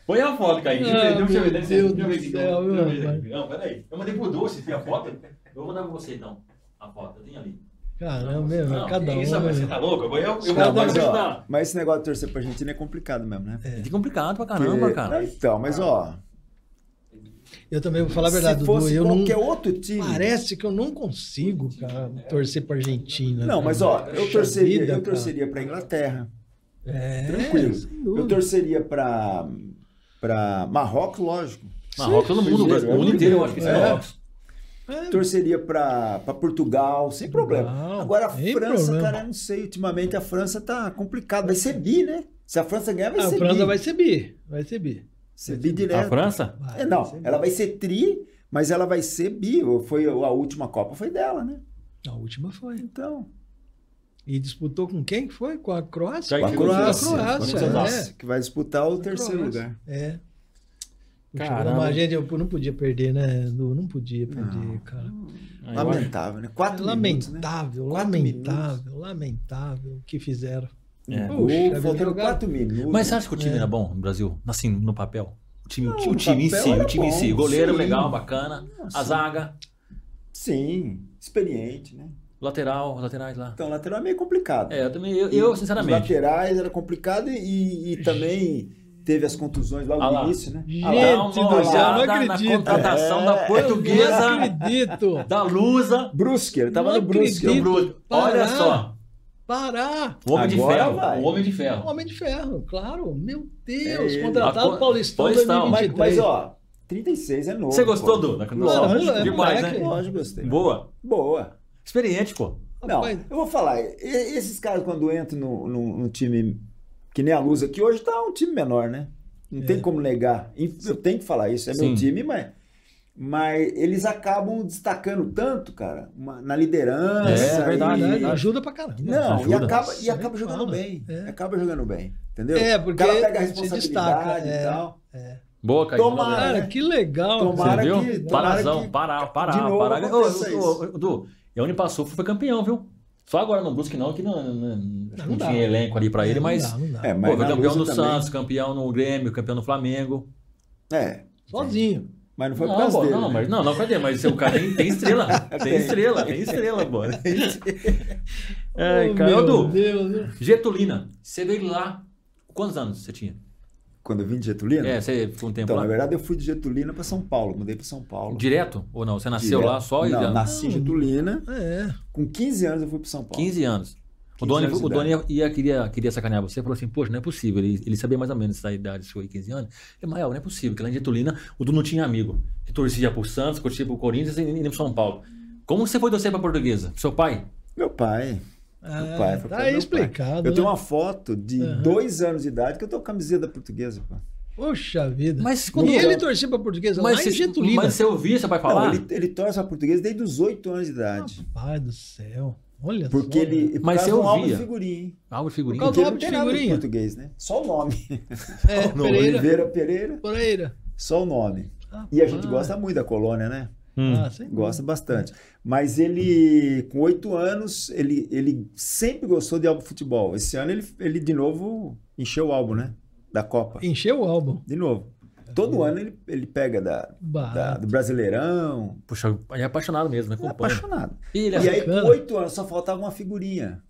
Speaker 1: põe a foto, Kaique. Deixa eu ver, deixa
Speaker 2: Ah,
Speaker 1: eu ver, deixa eu
Speaker 2: meu
Speaker 1: ver.
Speaker 2: Deus do
Speaker 1: Deixa eu
Speaker 2: céu,
Speaker 1: ver,
Speaker 2: meu
Speaker 1: deixa eu ver.
Speaker 2: rapaz.
Speaker 1: Não, peraí. Eu mandei pro Dulce, tem a foto? Eu vou mandar pra você então. A foto, eu tenho ali.
Speaker 2: Caramba, meu,
Speaker 1: Não,
Speaker 2: cada
Speaker 1: que
Speaker 2: um.
Speaker 1: Isso,
Speaker 2: né,
Speaker 1: rapaz, você
Speaker 2: meu?
Speaker 1: tá louco? Eu, vou- eu, eu
Speaker 3: Não,
Speaker 1: vou
Speaker 3: mas, ó,
Speaker 1: mandar
Speaker 3: mas esse negócio de torcer pra Argentina é complicado mesmo, né?
Speaker 1: É complicado pra caramba,
Speaker 3: Porque-
Speaker 2: é
Speaker 1: cara.
Speaker 3: Então, mas ó.
Speaker 2: Eu também vou falar a verdade,
Speaker 3: se
Speaker 2: Dudu.
Speaker 3: fosse
Speaker 2: eu não,
Speaker 3: qualquer outro time.
Speaker 2: parece que eu não consigo, cara, torcer pra Argentina.
Speaker 3: Não,
Speaker 2: cara.
Speaker 3: mas ó, eu
Speaker 2: Puxa
Speaker 3: torceria,
Speaker 2: vida,
Speaker 3: eu
Speaker 2: cara.
Speaker 3: torceria pra Inglaterra.
Speaker 2: É,
Speaker 3: Tranquilo.
Speaker 2: sem dúvida.
Speaker 3: Eu torceria pra, pra Marrocos, lógico.
Speaker 1: Marrocos, todo mundo,
Speaker 3: Sim,
Speaker 1: o mundo
Speaker 3: é.
Speaker 1: inteiro eu acho que isso é
Speaker 3: É.
Speaker 1: Marrocos.
Speaker 2: É,
Speaker 3: Torceria pra, pra Portugal, sem
Speaker 2: Portugal,
Speaker 3: problema. Agora a
Speaker 2: sem
Speaker 3: França,
Speaker 2: problema.
Speaker 3: cara, eu não sei. Ultimamente a França tá complicado. Vai ser bi, né? Se a França ganhar, vai
Speaker 2: a
Speaker 3: ser
Speaker 2: Ah, França
Speaker 3: bi.
Speaker 2: vai ser bi. Vai ser bi.
Speaker 3: ser bi
Speaker 1: A
Speaker 3: direto.
Speaker 1: França?
Speaker 2: Vai,
Speaker 3: É,
Speaker 2: vai ser
Speaker 3: não,
Speaker 2: bi.
Speaker 3: ela vai ser tri, mas ela vai ser bi. Foi a última Copa foi dela, né?
Speaker 2: A última foi.
Speaker 3: Então,
Speaker 2: E disputou com quem que foi? Com a Croácia?
Speaker 1: Com a
Speaker 3: a
Speaker 1: Croácia,
Speaker 3: Croácia,
Speaker 2: Croácia,
Speaker 3: a
Speaker 2: é.
Speaker 3: Croácia, que vai disputar o terceiro
Speaker 2: Croácia.
Speaker 3: lugar.
Speaker 2: É. Puxa,
Speaker 1: Caramba.
Speaker 2: mas, gente, eu não podia perder, né? Não, não podia perder,
Speaker 3: Não.
Speaker 2: cara.
Speaker 1: Ah, eu acho.
Speaker 3: Lamentável, né? Quatro minutos, né?
Speaker 2: lamentável,
Speaker 3: Quatro
Speaker 2: lamentável, lamentável o que fizeram.
Speaker 1: É.
Speaker 3: Um
Speaker 2: Puxa,
Speaker 3: gol,
Speaker 2: eles
Speaker 3: faltando
Speaker 2: jogaram.
Speaker 3: quatro minutos.
Speaker 1: Mas você acha que o time
Speaker 2: É.
Speaker 1: era bom no Brasil? Assim, no papel? O time, o
Speaker 3: Não,
Speaker 1: time,
Speaker 3: no
Speaker 1: em
Speaker 3: papel
Speaker 1: si,
Speaker 3: era
Speaker 1: o time em si.
Speaker 3: bom,
Speaker 1: Goleiro
Speaker 3: sim.
Speaker 1: legal, bacana.
Speaker 3: Nossa.
Speaker 1: A zaga,
Speaker 3: Sim, experiente, né?
Speaker 1: lateral, os laterais lá.
Speaker 3: Então, lateral é meio complicado.
Speaker 1: É, eu também, eu, eu,
Speaker 3: Os
Speaker 1: sinceramente.
Speaker 3: laterais era complicado e, e também teve as contusões logo
Speaker 1: Ah
Speaker 3: no
Speaker 1: lá.
Speaker 3: início, né?
Speaker 2: Gente
Speaker 3: Ah lá.
Speaker 1: Dá uma
Speaker 2: do céu,
Speaker 1: olhada
Speaker 2: não
Speaker 1: Na
Speaker 2: acredito. É,
Speaker 1: contratação da
Speaker 3: É,
Speaker 2: Eu
Speaker 1: portuguesa,
Speaker 2: não acredito.
Speaker 1: da Lusa,
Speaker 3: Brusque, ele tava
Speaker 2: Não
Speaker 3: no Brusque.
Speaker 1: do
Speaker 2: Acredito,
Speaker 1: Bruno. é Olha
Speaker 2: Pará.
Speaker 1: só,
Speaker 2: Parar.
Speaker 1: o Homem de
Speaker 3: Agora
Speaker 1: Ferro.
Speaker 3: vai.
Speaker 1: O Homem de Ferro.
Speaker 2: É um Homem de ferro, claro. Meu Deus,
Speaker 3: É ele.
Speaker 1: A
Speaker 2: contratado
Speaker 1: Ah, co-
Speaker 2: Paulistão
Speaker 1: Paulistão.
Speaker 2: 2023.
Speaker 3: Mas, mas, ó, 36 é novo.
Speaker 1: Você gostou
Speaker 3: pô.
Speaker 1: do? da
Speaker 2: Não,
Speaker 1: contratação?
Speaker 2: é
Speaker 1: Demais,
Speaker 2: moleque.
Speaker 1: né?
Speaker 3: Lógico, gostei.
Speaker 1: Boa.
Speaker 3: Boa.
Speaker 1: Experiente, pô.
Speaker 3: Não,
Speaker 2: Rapaz,
Speaker 3: eu vou falar, e- esses caras quando entram num, num- num time que nem a Luz aqui, hoje tá um time menor, né? Não tem como negar. Inf- Eu tenho que falar isso, é
Speaker 1: É. Sim.
Speaker 3: meu time, mas, mas eles acabam destacando tanto, cara, uma- na liderança.
Speaker 1: É, verdade,
Speaker 3: e-
Speaker 1: verdade.
Speaker 2: ajuda pra caramba.
Speaker 3: Não,
Speaker 1: Ajuda.
Speaker 3: e acaba, e
Speaker 2: Nossa,
Speaker 3: acaba
Speaker 2: nem
Speaker 3: jogando
Speaker 2: fala.
Speaker 3: bem.
Speaker 2: É.
Speaker 3: Acaba jogando bem, entendeu?
Speaker 2: É, porque
Speaker 3: o cara pega a
Speaker 2: se destaca,
Speaker 3: responsabilidade
Speaker 2: é.
Speaker 3: e tal.
Speaker 1: Boa, Caio.
Speaker 3: Tomara.
Speaker 1: Valeu.
Speaker 2: Cara, que legal.
Speaker 3: Tomara
Speaker 2: cara.
Speaker 1: Você viu?
Speaker 3: que- tomara
Speaker 1: Parazão,
Speaker 3: que-
Speaker 1: Pará, Pará,
Speaker 3: de novo
Speaker 1: Pará. Ô,
Speaker 3: aconteça
Speaker 1: ô, ô, ô, Du, e a Unipassuf foi campeão, viu? Só agora no Brusque não, que não, não, não- não
Speaker 2: dá.
Speaker 1: tinha elenco ali pra ele,
Speaker 2: Não
Speaker 1: mas...
Speaker 2: dá, não dá.
Speaker 3: É,
Speaker 1: Pô,
Speaker 3: mas
Speaker 1: foi
Speaker 3: na
Speaker 1: campeão
Speaker 3: Lusa
Speaker 1: do
Speaker 3: também-
Speaker 1: Santos, campeão no Grêmio, campeão no Flamengo.
Speaker 3: É,
Speaker 2: Sozinho.
Speaker 3: mas não foi por
Speaker 1: Não,
Speaker 3: causa
Speaker 1: pô,
Speaker 3: dele.
Speaker 1: não,
Speaker 3: né?
Speaker 1: mas não, não, cadê? Mas o cara tem, tem estrela. Tem
Speaker 3: Tem.
Speaker 1: estrela, tem estrela, pô. Ai,
Speaker 2: Oh,
Speaker 1: É, cara. Ô,
Speaker 2: meu
Speaker 1: Du,
Speaker 2: Deus. né?
Speaker 1: Getulina, você veio lá. Quantos anos você tinha?
Speaker 3: Quando eu vim de Getulina?
Speaker 1: É, você ficou um tempo
Speaker 3: Então, na
Speaker 1: lá?
Speaker 3: verdade, eu fui de Getulina pra São Paulo, mudei pra São Paulo.
Speaker 1: Direto? Ou não? Você nasceu
Speaker 3: Direto.
Speaker 1: lá só e
Speaker 3: é Não,
Speaker 1: já...
Speaker 3: nasci em Getulina.
Speaker 2: É.
Speaker 3: Com 15 anos eu fui para São Paulo.
Speaker 1: 15 anos. O
Speaker 3: 15
Speaker 1: Doni,
Speaker 3: anos de
Speaker 1: o Doni ia, queria, queria sacanear você, falou assim, poxa, não é possível, ele, ele sabia mais ou menos essa idade sua aí, 15 anos. Emael, não é possível, que lá em Getulina o Du não tinha amigo. Ele torcia pro Santos, torcia pro Corinthians e e nem pro São Paulo. Como você foi torcer pra portuguesa? Seu pai?
Speaker 3: Meu pai.
Speaker 2: Ah,
Speaker 3: meu pai.
Speaker 2: tá
Speaker 3: foi pai do meu
Speaker 2: aí
Speaker 3: pai.
Speaker 2: explicado.
Speaker 3: Eu tenho
Speaker 2: né?
Speaker 3: uma foto de
Speaker 2: Aham.
Speaker 3: dois anos de idade que eu tô com a camiseta portuguesa. Pô.
Speaker 2: Poxa vida.
Speaker 1: Mas quando-
Speaker 2: e ele torcia pra portuguesa lá em
Speaker 1: você-
Speaker 2: Getulina.
Speaker 1: mas você ouvia seu pai
Speaker 3: Não,
Speaker 1: falar?
Speaker 3: ele, ele torce a portuguesa desde os 8 anos de idade.
Speaker 2: Pai do céu. Olha
Speaker 3: Porque
Speaker 2: só.
Speaker 3: ele. por
Speaker 1: Mas
Speaker 3: causa
Speaker 1: você
Speaker 3: de um álbum
Speaker 1: ouvia?
Speaker 3: de figurinha, hein?
Speaker 1: Algo de figurinha.
Speaker 2: Por
Speaker 3: Porque
Speaker 2: causa-
Speaker 3: ele não tem nada de
Speaker 2: figurinha?
Speaker 3: português, né? Só o nome.
Speaker 2: É,
Speaker 1: Não,
Speaker 2: Pereira.
Speaker 3: Oliveira Pereira,
Speaker 2: Pereira.
Speaker 3: só o nome.
Speaker 2: Ah,
Speaker 3: E a gente
Speaker 2: pá.
Speaker 3: gosta muito da colônia, né?
Speaker 1: Hum.
Speaker 2: Ah, sem
Speaker 3: Gosta bastante. Mas ele, com oito anos, ele, ele sempre gostou de álbum de futebol. Esse ano ele, ele de novo encheu o álbum, né? Da Copa.
Speaker 2: Encheu o álbum.
Speaker 3: De novo. Todo ano ele, ele pega da,
Speaker 2: Bah.
Speaker 3: da- do Brasileirão.
Speaker 1: Puxa, ele é apaixonado mesmo, né?
Speaker 3: É
Speaker 1: Acompanha.
Speaker 3: apaixonado.
Speaker 1: E ele é
Speaker 3: E aí,
Speaker 2: bacana.
Speaker 3: com oito anos, só faltava uma figurinha.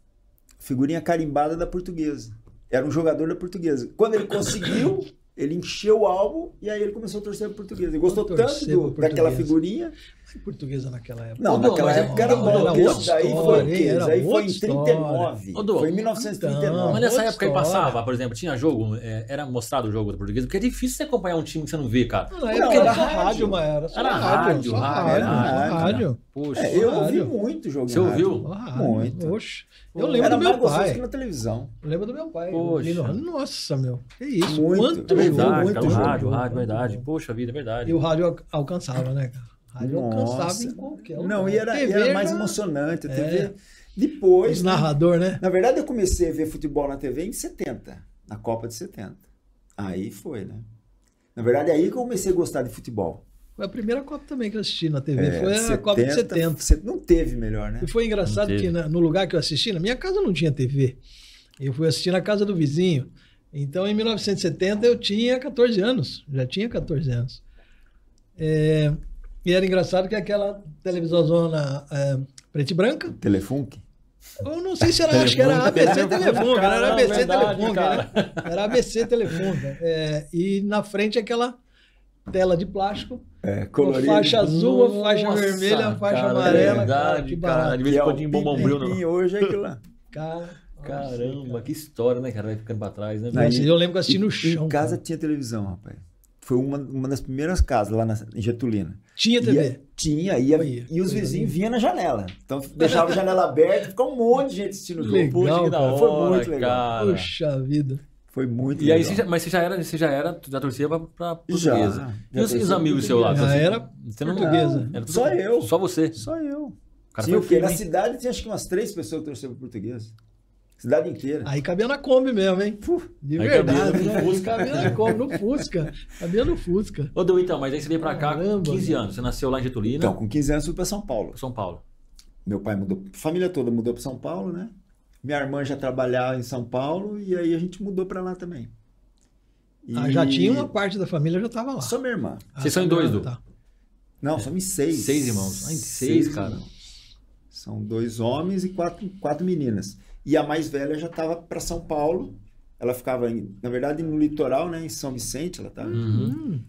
Speaker 3: Figurinha carimbada da portuguesa. Era um jogador da portuguesa. Quando ele conseguiu, ele encheu o álbum e aí ele começou a torcer a portuguesa. Ele gostou
Speaker 2: Vou
Speaker 3: tanto
Speaker 2: torcer
Speaker 3: do-
Speaker 2: pra Portuguesa.
Speaker 3: daquela figurinha
Speaker 2: Ai, Portuguesa naquela época.
Speaker 3: Não,
Speaker 1: Ô, Dom,
Speaker 3: naquela
Speaker 1: mas é-
Speaker 3: época era
Speaker 1: Ô,
Speaker 3: bom,
Speaker 1: Dom,
Speaker 3: porque
Speaker 1: era
Speaker 3: isso
Speaker 2: outra
Speaker 3: daí foi o
Speaker 2: história,
Speaker 3: quê? Isso aí
Speaker 2: era
Speaker 3: foi em
Speaker 2: outra
Speaker 3: 39.
Speaker 1: Ô, Dom,
Speaker 3: Foi em 1939.
Speaker 1: Mas nessa
Speaker 2: Outra
Speaker 1: época ele
Speaker 2: história.
Speaker 1: passava, por exemplo, tinha jogo, é, era mostrado o jogo da portuguesa, porque é difícil você acompanhar um time que você não vê, cara.
Speaker 2: Não,
Speaker 3: Não,
Speaker 2: era, era
Speaker 3: era
Speaker 2: só
Speaker 3: rádio.
Speaker 2: rádio, mas era só
Speaker 1: Era rádio,
Speaker 2: rádio. só
Speaker 1: rádio,
Speaker 2: rádio,
Speaker 3: era
Speaker 2: só
Speaker 1: rádio.
Speaker 2: rádio.
Speaker 1: Poxa.
Speaker 3: É, eu ouvi
Speaker 2: Rádio.
Speaker 3: muito jogo. em
Speaker 1: Você
Speaker 3: rádio.
Speaker 1: ouviu?
Speaker 2: Só rádio.
Speaker 3: Muito.
Speaker 2: Oxe. Eu
Speaker 1: Pô,
Speaker 2: lembro
Speaker 3: Era
Speaker 2: do meu
Speaker 3: mais gostoso que
Speaker 2: pai.
Speaker 3: na televisão.
Speaker 2: Eu lembro do meu pai.
Speaker 1: Poxa.
Speaker 2: Menino, Nossa, meu. Que isso.
Speaker 3: Muito.
Speaker 2: Quanto
Speaker 3: É
Speaker 1: É
Speaker 3: verdade,
Speaker 2: jogo,
Speaker 1: Verdade, cara, o
Speaker 3: muito
Speaker 2: quanto
Speaker 3: jogo,
Speaker 1: rádio,
Speaker 2: jogo,
Speaker 1: rádio,
Speaker 2: quanto
Speaker 1: verdade.
Speaker 2: jogo.
Speaker 1: Poxa vida, é verdade.
Speaker 2: E o rádio al- alcançava, né, cara? O rádio alcançava
Speaker 3: Nossa.
Speaker 2: em qualquer
Speaker 1: é um
Speaker 2: lugar.
Speaker 3: Não, e era,
Speaker 2: TV
Speaker 3: era mais
Speaker 2: já-
Speaker 3: emocionante. A
Speaker 2: É.
Speaker 3: TV. Depois.
Speaker 2: Os narrador, né?
Speaker 3: Na verdade, eu comecei a ver futebol na TV em 70, na Copa de 70. Aí foi, né? Na verdade, é aí que eu comecei a gostar de futebol.
Speaker 2: Foi a primeira Copa também que eu assisti na TV.
Speaker 3: É,
Speaker 2: foi a Copa de 70.
Speaker 3: se- Não teve melhor, né?
Speaker 2: E foi engraçado
Speaker 1: Entendi.
Speaker 2: que na- no lugar que eu assisti, na minha casa não tinha TV. Eu fui assistir na casa do vizinho. Então, em 1970, eu tinha 14 anos. Já tinha 14 anos. É, e era engraçado que aquela televisãozona é, preta e branca,
Speaker 3: Telefunk?
Speaker 2: eu não sei se era, acho que era ABC Telefônica, né?
Speaker 1: Cara,
Speaker 2: era ABC
Speaker 1: verdade,
Speaker 2: Telefônica, né? Era ABC Telefônica. É, e na frente aquela tela de plástico,
Speaker 3: É,
Speaker 2: uma
Speaker 3: colorido.
Speaker 2: faixa azul, uma faixa
Speaker 1: Nossa,
Speaker 2: vermelha, uma faixa
Speaker 1: cara,
Speaker 2: amarela. cara,
Speaker 1: Verdade,
Speaker 2: que
Speaker 1: cara.
Speaker 2: barato.
Speaker 1: De vez
Speaker 3: Que
Speaker 1: em
Speaker 3: é o
Speaker 1: quando tinha um bombom
Speaker 3: pim,
Speaker 1: Bruno.
Speaker 3: pim, pim, hoje é aquilo lá.
Speaker 2: Cara,
Speaker 1: Caramba, que história, né, cara? Vai ficando pra trás, né?
Speaker 3: Aí-
Speaker 2: Nossa, eu lembro que eu assisti
Speaker 3: E-
Speaker 2: no chão. né?
Speaker 3: Em casa
Speaker 2: cara.
Speaker 3: tinha televisão, rapaz. Foi uma, uma das primeiras casas lá na, em Getulina.
Speaker 2: tinha
Speaker 3: Ia,
Speaker 2: TV.
Speaker 3: tinha, ia,
Speaker 2: Olha,
Speaker 3: e os
Speaker 2: coisa
Speaker 3: vizinhos vinham na janela. Então deixava a janela aberta, ficava um monte de gente assistindo o jogo.
Speaker 2: Legal.
Speaker 1: Poxa, que da
Speaker 2: cara.
Speaker 1: hora,
Speaker 3: Foi muito legal.
Speaker 1: cara.
Speaker 2: Puxa vida.
Speaker 3: Foi muito
Speaker 1: E aí,
Speaker 3: legal.
Speaker 1: você já- mas você já era, você já era, já torcia pra, pra
Speaker 3: Já,
Speaker 1: portuguesa. e
Speaker 3: já
Speaker 1: os, e os
Speaker 3: torcia
Speaker 1: amigos seus lá?
Speaker 2: Já
Speaker 1: torcia-
Speaker 2: era
Speaker 1: você não-
Speaker 2: portuguesa.
Speaker 1: Era tudo-
Speaker 3: Só eu.
Speaker 1: Só você.
Speaker 3: Só eu.
Speaker 1: O né? cara
Speaker 3: tinha
Speaker 1: foi
Speaker 3: o quê?
Speaker 1: firme,
Speaker 3: Na
Speaker 1: hein?
Speaker 3: cidade tinha acho que umas três pessoas que torciam pro português. Cidade inteira.
Speaker 2: Aí né? cabia na Kombi mesmo, hein? De
Speaker 1: Aí
Speaker 2: verdade.
Speaker 1: cabia no
Speaker 2: né?
Speaker 1: Fusca.
Speaker 2: Cabia na Kombi, no Fusca. Cabia no Fusca.
Speaker 1: Ô, Du, então, mas aí você veio pra cá com
Speaker 2: Caramba,
Speaker 1: 15
Speaker 2: cara.
Speaker 1: anos. Você nasceu lá em Getulina,
Speaker 3: Então, com 15 anos, fui pra São Paulo.
Speaker 1: São Paulo.
Speaker 3: Meu pai mudou, a família toda mudou pra São Paulo, né? Minha irmã já trabalhava em São Paulo e aí a gente mudou pra lá também. E-
Speaker 2: Ah, já tinha uma parte da família, já tava lá.
Speaker 3: Só minha irmã.
Speaker 2: Ah,
Speaker 1: Vocês são em
Speaker 2: tá,
Speaker 1: dois, Du?
Speaker 2: tá.
Speaker 3: Não, somos seis.
Speaker 1: É. Seis irmãos. Ai, seis, cara.
Speaker 3: irmãos. São dois homens e quatro, quatro meninas. E a mais velha já estava para São Paulo Ela ficava, em- na verdade, no litoral, né? Em São Vicente, ela tá.
Speaker 1: Uhum.
Speaker 2: Hum.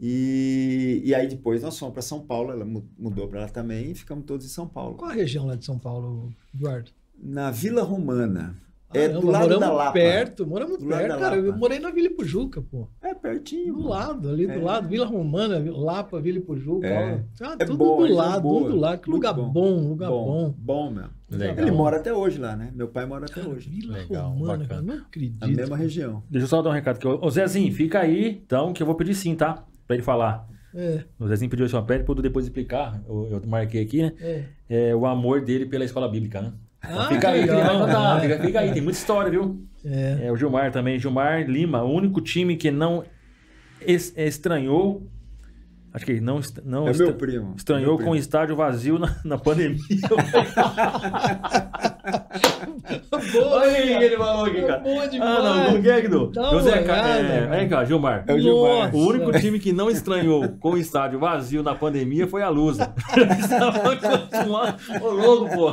Speaker 3: E, e aí depois nós fomos para São Paulo, ela mu- mudou para lá também e ficamos todos em São Paulo.
Speaker 2: Qual a região lá de São Paulo, Eduardo?
Speaker 3: Na Vila Romana. É do
Speaker 2: Caramba,
Speaker 3: lado
Speaker 2: moramos
Speaker 3: da Lapa.
Speaker 2: perto, moramos
Speaker 3: Do lado
Speaker 2: perto,
Speaker 3: da
Speaker 2: cara. Eu
Speaker 3: Lapa.
Speaker 2: morei na Vila Ipujuca, pô.
Speaker 3: É pertinho.
Speaker 2: Do
Speaker 1: Hum,
Speaker 3: mano.
Speaker 2: lado, ali do
Speaker 3: É.
Speaker 2: lado. Vila Romana, Lapa, Vila Ipujuca.
Speaker 3: É.
Speaker 2: ó. Ah,
Speaker 3: É
Speaker 2: tudo
Speaker 3: boa,
Speaker 2: do
Speaker 3: é
Speaker 2: lado,
Speaker 3: boa.
Speaker 2: tudo do lado. Que
Speaker 3: Muito
Speaker 2: lugar bom,
Speaker 3: bom.
Speaker 2: lugar bom.
Speaker 3: Bom mesmo.
Speaker 1: Legal.
Speaker 3: Então, Ele mora até hoje lá, né? Meu pai mora até hoje.
Speaker 2: Vila
Speaker 1: Legal,
Speaker 2: Romana,
Speaker 1: bacana.
Speaker 2: cara, não acredito.
Speaker 3: Na mesma região.
Speaker 1: Deixa eu só dar um recado aqui. Ô Zezinho, fica aí, então, que eu vou pedir sim, tá? Pra ele falar.
Speaker 2: É,
Speaker 1: O Zezinho pediu sua pele, pra eu depois explicar. Eu, eu marquei aqui, né?
Speaker 2: é.
Speaker 1: É, o amor dele pela escola bíblica, né?
Speaker 2: Ah,
Speaker 1: fica aí, que Tá. ele vai
Speaker 2: legal,
Speaker 1: contar.
Speaker 2: é.
Speaker 1: Fica, fica aí, tem muita história, viu?
Speaker 2: É.
Speaker 1: É, o Gilmar também. Gilmar Lima, o único time que não es- é, estranhou. Acho que não, est- não tá
Speaker 3: É
Speaker 1: estra-
Speaker 3: meu primo.
Speaker 1: estranhou
Speaker 3: Meu
Speaker 1: com o
Speaker 3: primo.
Speaker 1: estádio vazio na, na pandemia.
Speaker 2: Boa,
Speaker 1: Olha aí,
Speaker 2: cara.
Speaker 1: ele falou aqui, cara.
Speaker 2: Boa demais.
Speaker 1: Ah, não, como que é que não?
Speaker 2: Dá uma
Speaker 1: José Ca-
Speaker 2: olhada,
Speaker 1: é,
Speaker 2: cara.
Speaker 1: Vem cá, Gilmar.
Speaker 3: É o Gilmar.
Speaker 2: Nossa.
Speaker 1: O único time que não estranhou com o estádio vazio na pandemia foi a Lusa. Estava acostumado. Ô, louco, pô.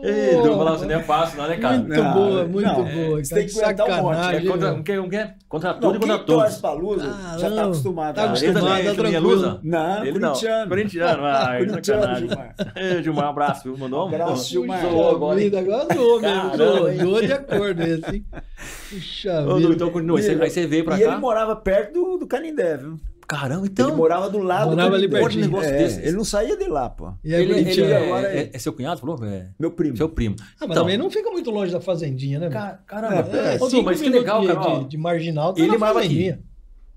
Speaker 1: Ei,
Speaker 2: Ô,
Speaker 1: deu pra falar assim, não é fácil, não, né, cara?
Speaker 2: Muito
Speaker 3: Não,
Speaker 2: boa, muito
Speaker 3: não, é,
Speaker 2: boa.
Speaker 3: você
Speaker 2: cara,
Speaker 3: tem
Speaker 2: que
Speaker 3: que aguentar um monte, né?
Speaker 1: É
Speaker 2: sacanagem.
Speaker 1: contra,
Speaker 2: velho.
Speaker 1: um que- um que é contra
Speaker 3: Não,
Speaker 1: tudo e
Speaker 3: quem
Speaker 1: contra
Speaker 3: torce
Speaker 1: todos.
Speaker 3: pra Lusa
Speaker 2: Ah,
Speaker 3: já tá
Speaker 2: não.
Speaker 3: acostumado.
Speaker 2: Tá
Speaker 3: Ah,
Speaker 1: Ele
Speaker 2: acostumado.
Speaker 1: também,
Speaker 2: tá
Speaker 1: ele também é
Speaker 2: tranquilo.
Speaker 1: Lusa?
Speaker 3: Não,
Speaker 1: Ele não.
Speaker 3: corintiano.
Speaker 1: Corintiano, ah, é
Speaker 3: Corintiano,
Speaker 1: sacanagem.
Speaker 3: Gilmar.
Speaker 1: Ei, Gilmar, um abraço, viu? Mandou um
Speaker 3: Abraço, Gilmar. é
Speaker 1: Zoou agora, hein?
Speaker 2: Vida, agora zoou mesmo.
Speaker 1: Caramba,
Speaker 2: Zoou,
Speaker 1: hein?
Speaker 2: zoou de acordo esse, hein? Puxa
Speaker 1: Ô, Du,
Speaker 2: vida.
Speaker 1: Então continua. Aí você- Aí você veio pra
Speaker 3: e ele
Speaker 1: cá.
Speaker 3: morava perto do, do Canindé, viu?
Speaker 1: Caramba,
Speaker 3: ele
Speaker 1: então.
Speaker 3: morava do lado
Speaker 2: Morava
Speaker 3: do
Speaker 2: ali
Speaker 3: Canindé.
Speaker 2: pertinho.
Speaker 1: Olha um negócio
Speaker 3: É,
Speaker 1: desse.
Speaker 3: Ele não saía de lá, pô.
Speaker 2: E aí,
Speaker 1: Ele, ele
Speaker 2: Curitiba?
Speaker 1: é,
Speaker 3: agora,
Speaker 1: é-
Speaker 3: ele-
Speaker 1: é seu cunhado, falou? É.
Speaker 3: Meu primo.
Speaker 1: Seu primo. Então.
Speaker 2: Ah, mas também não fica muito longe da fazendinha, né?
Speaker 1: Ca-
Speaker 3: É,
Speaker 1: Caramba,
Speaker 3: é,
Speaker 1: Ô, Du,
Speaker 2: cinco
Speaker 1: mas que
Speaker 2: minutos
Speaker 1: legal,
Speaker 2: de,
Speaker 1: cara. ó.
Speaker 2: de- de marginal, tá
Speaker 1: ele é
Speaker 2: na
Speaker 1: morava aqui.
Speaker 2: fazendinha.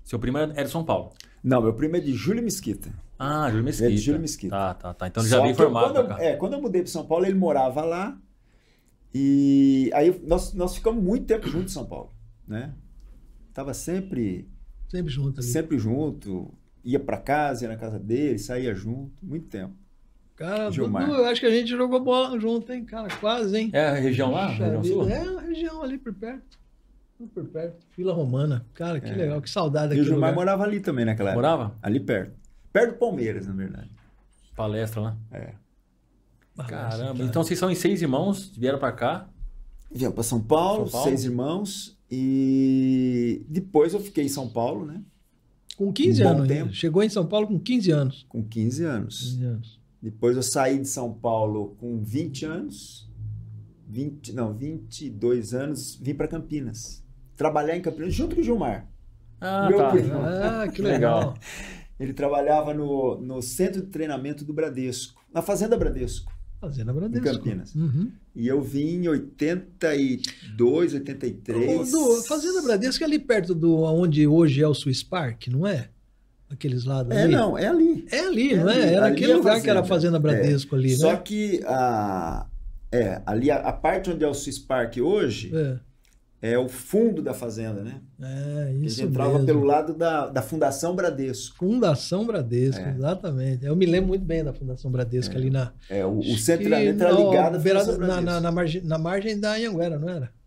Speaker 1: Seu primo era era de São Paulo.
Speaker 3: Não, meu primo é de Júlio Mesquita.
Speaker 1: Ah, Júlio Mesquita.
Speaker 3: Ele é de Júlio Mesquita.
Speaker 1: Tá, tá, tá. Então ele já
Speaker 3: Só
Speaker 1: veio
Speaker 3: que eu-
Speaker 1: formado pra
Speaker 3: quando eu,
Speaker 1: cá.
Speaker 3: é, quando eu mudei para São Paulo, ele morava lá. E aí nós, nós ficamos muito tempo juntos em São Paulo, né? Tava sempre,
Speaker 2: Sempre junto ali.
Speaker 3: sempre junto, ia para casa, ia na casa dele, saía junto, muito tempo.
Speaker 2: Cara,
Speaker 3: Gilmar.
Speaker 2: Dudu, eu acho que a gente jogou bola junto, hein, cara? Quase, hein?
Speaker 1: É a região lá?
Speaker 2: Puxa
Speaker 1: região
Speaker 2: vida,
Speaker 1: sul?
Speaker 2: É, a região ali por perto. Tudo Por perto. Vila Romana. Cara,
Speaker 1: É.
Speaker 2: que legal, que saudade
Speaker 3: E o
Speaker 2: daquele
Speaker 3: Gilmar
Speaker 2: lugar.
Speaker 3: morava ali também
Speaker 2: é.
Speaker 3: naquela época.
Speaker 1: Morava?
Speaker 3: Ali perto. Perto do Palmeiras, na verdade.
Speaker 1: Palestra lá.
Speaker 3: É.
Speaker 2: Ah,
Speaker 1: Caramba.
Speaker 2: cara.
Speaker 1: Então vocês são em seis irmãos, vieram pra cá.
Speaker 3: Viemos para São Paulo,
Speaker 1: São Paulo?
Speaker 3: seis irmãos. E depois eu fiquei em São Paulo, né?
Speaker 2: Com 15
Speaker 3: Bom
Speaker 2: anos. ainda.
Speaker 3: tempo.
Speaker 2: Chegou em São Paulo com 15 anos.
Speaker 3: Com 15 anos.
Speaker 2: 15 anos.
Speaker 3: Depois eu saí de São Paulo com 20 anos, 20, não, 22 anos, vim para Campinas. Trabalhar em Campinas junto com o Gilmar.
Speaker 1: Ah,
Speaker 3: Meu
Speaker 1: tá.
Speaker 3: primo.
Speaker 2: Ah, que
Speaker 1: Que legal.
Speaker 2: legal.
Speaker 3: Ele trabalhava no, no centro de treinamento do Bradesco, na Fazenda Bradesco,
Speaker 2: Fazenda Bradesco.
Speaker 3: em Campinas.
Speaker 2: Uhum.
Speaker 3: E eu vim em 82, 83.
Speaker 2: Ô, Du, Fazenda Bradesco é ali perto do onde hoje é o Swiss Park, não é? Aqueles lados
Speaker 3: É,
Speaker 2: ali.
Speaker 3: não, é ali.
Speaker 2: É ali,
Speaker 3: É
Speaker 2: não é?
Speaker 3: ali,
Speaker 2: Era
Speaker 3: ali
Speaker 2: aquele
Speaker 3: é a
Speaker 2: lugar que era a
Speaker 3: fazenda.
Speaker 2: Fazenda Bradesco ali,
Speaker 3: Só
Speaker 2: né?
Speaker 3: que a, é, ali a, a parte onde é o Swiss Park hoje
Speaker 2: É,
Speaker 3: é o fundo da fazenda, né?
Speaker 2: é
Speaker 3: Ele
Speaker 2: isso
Speaker 3: entrava
Speaker 2: mesmo.
Speaker 3: pelo lado da, da Fundação Bradesco.
Speaker 2: Fundação Bradesco, exatamente. Eu me lembro muito bem da Fundação Bradesco ali na.
Speaker 3: É, o, o
Speaker 2: que
Speaker 3: centro de treinamento era
Speaker 2: na-
Speaker 3: ligado à
Speaker 2: beirada-
Speaker 3: Fundação
Speaker 2: na,
Speaker 3: Bradesco.
Speaker 2: na, na, margem, na margem da Anhanguera, não era?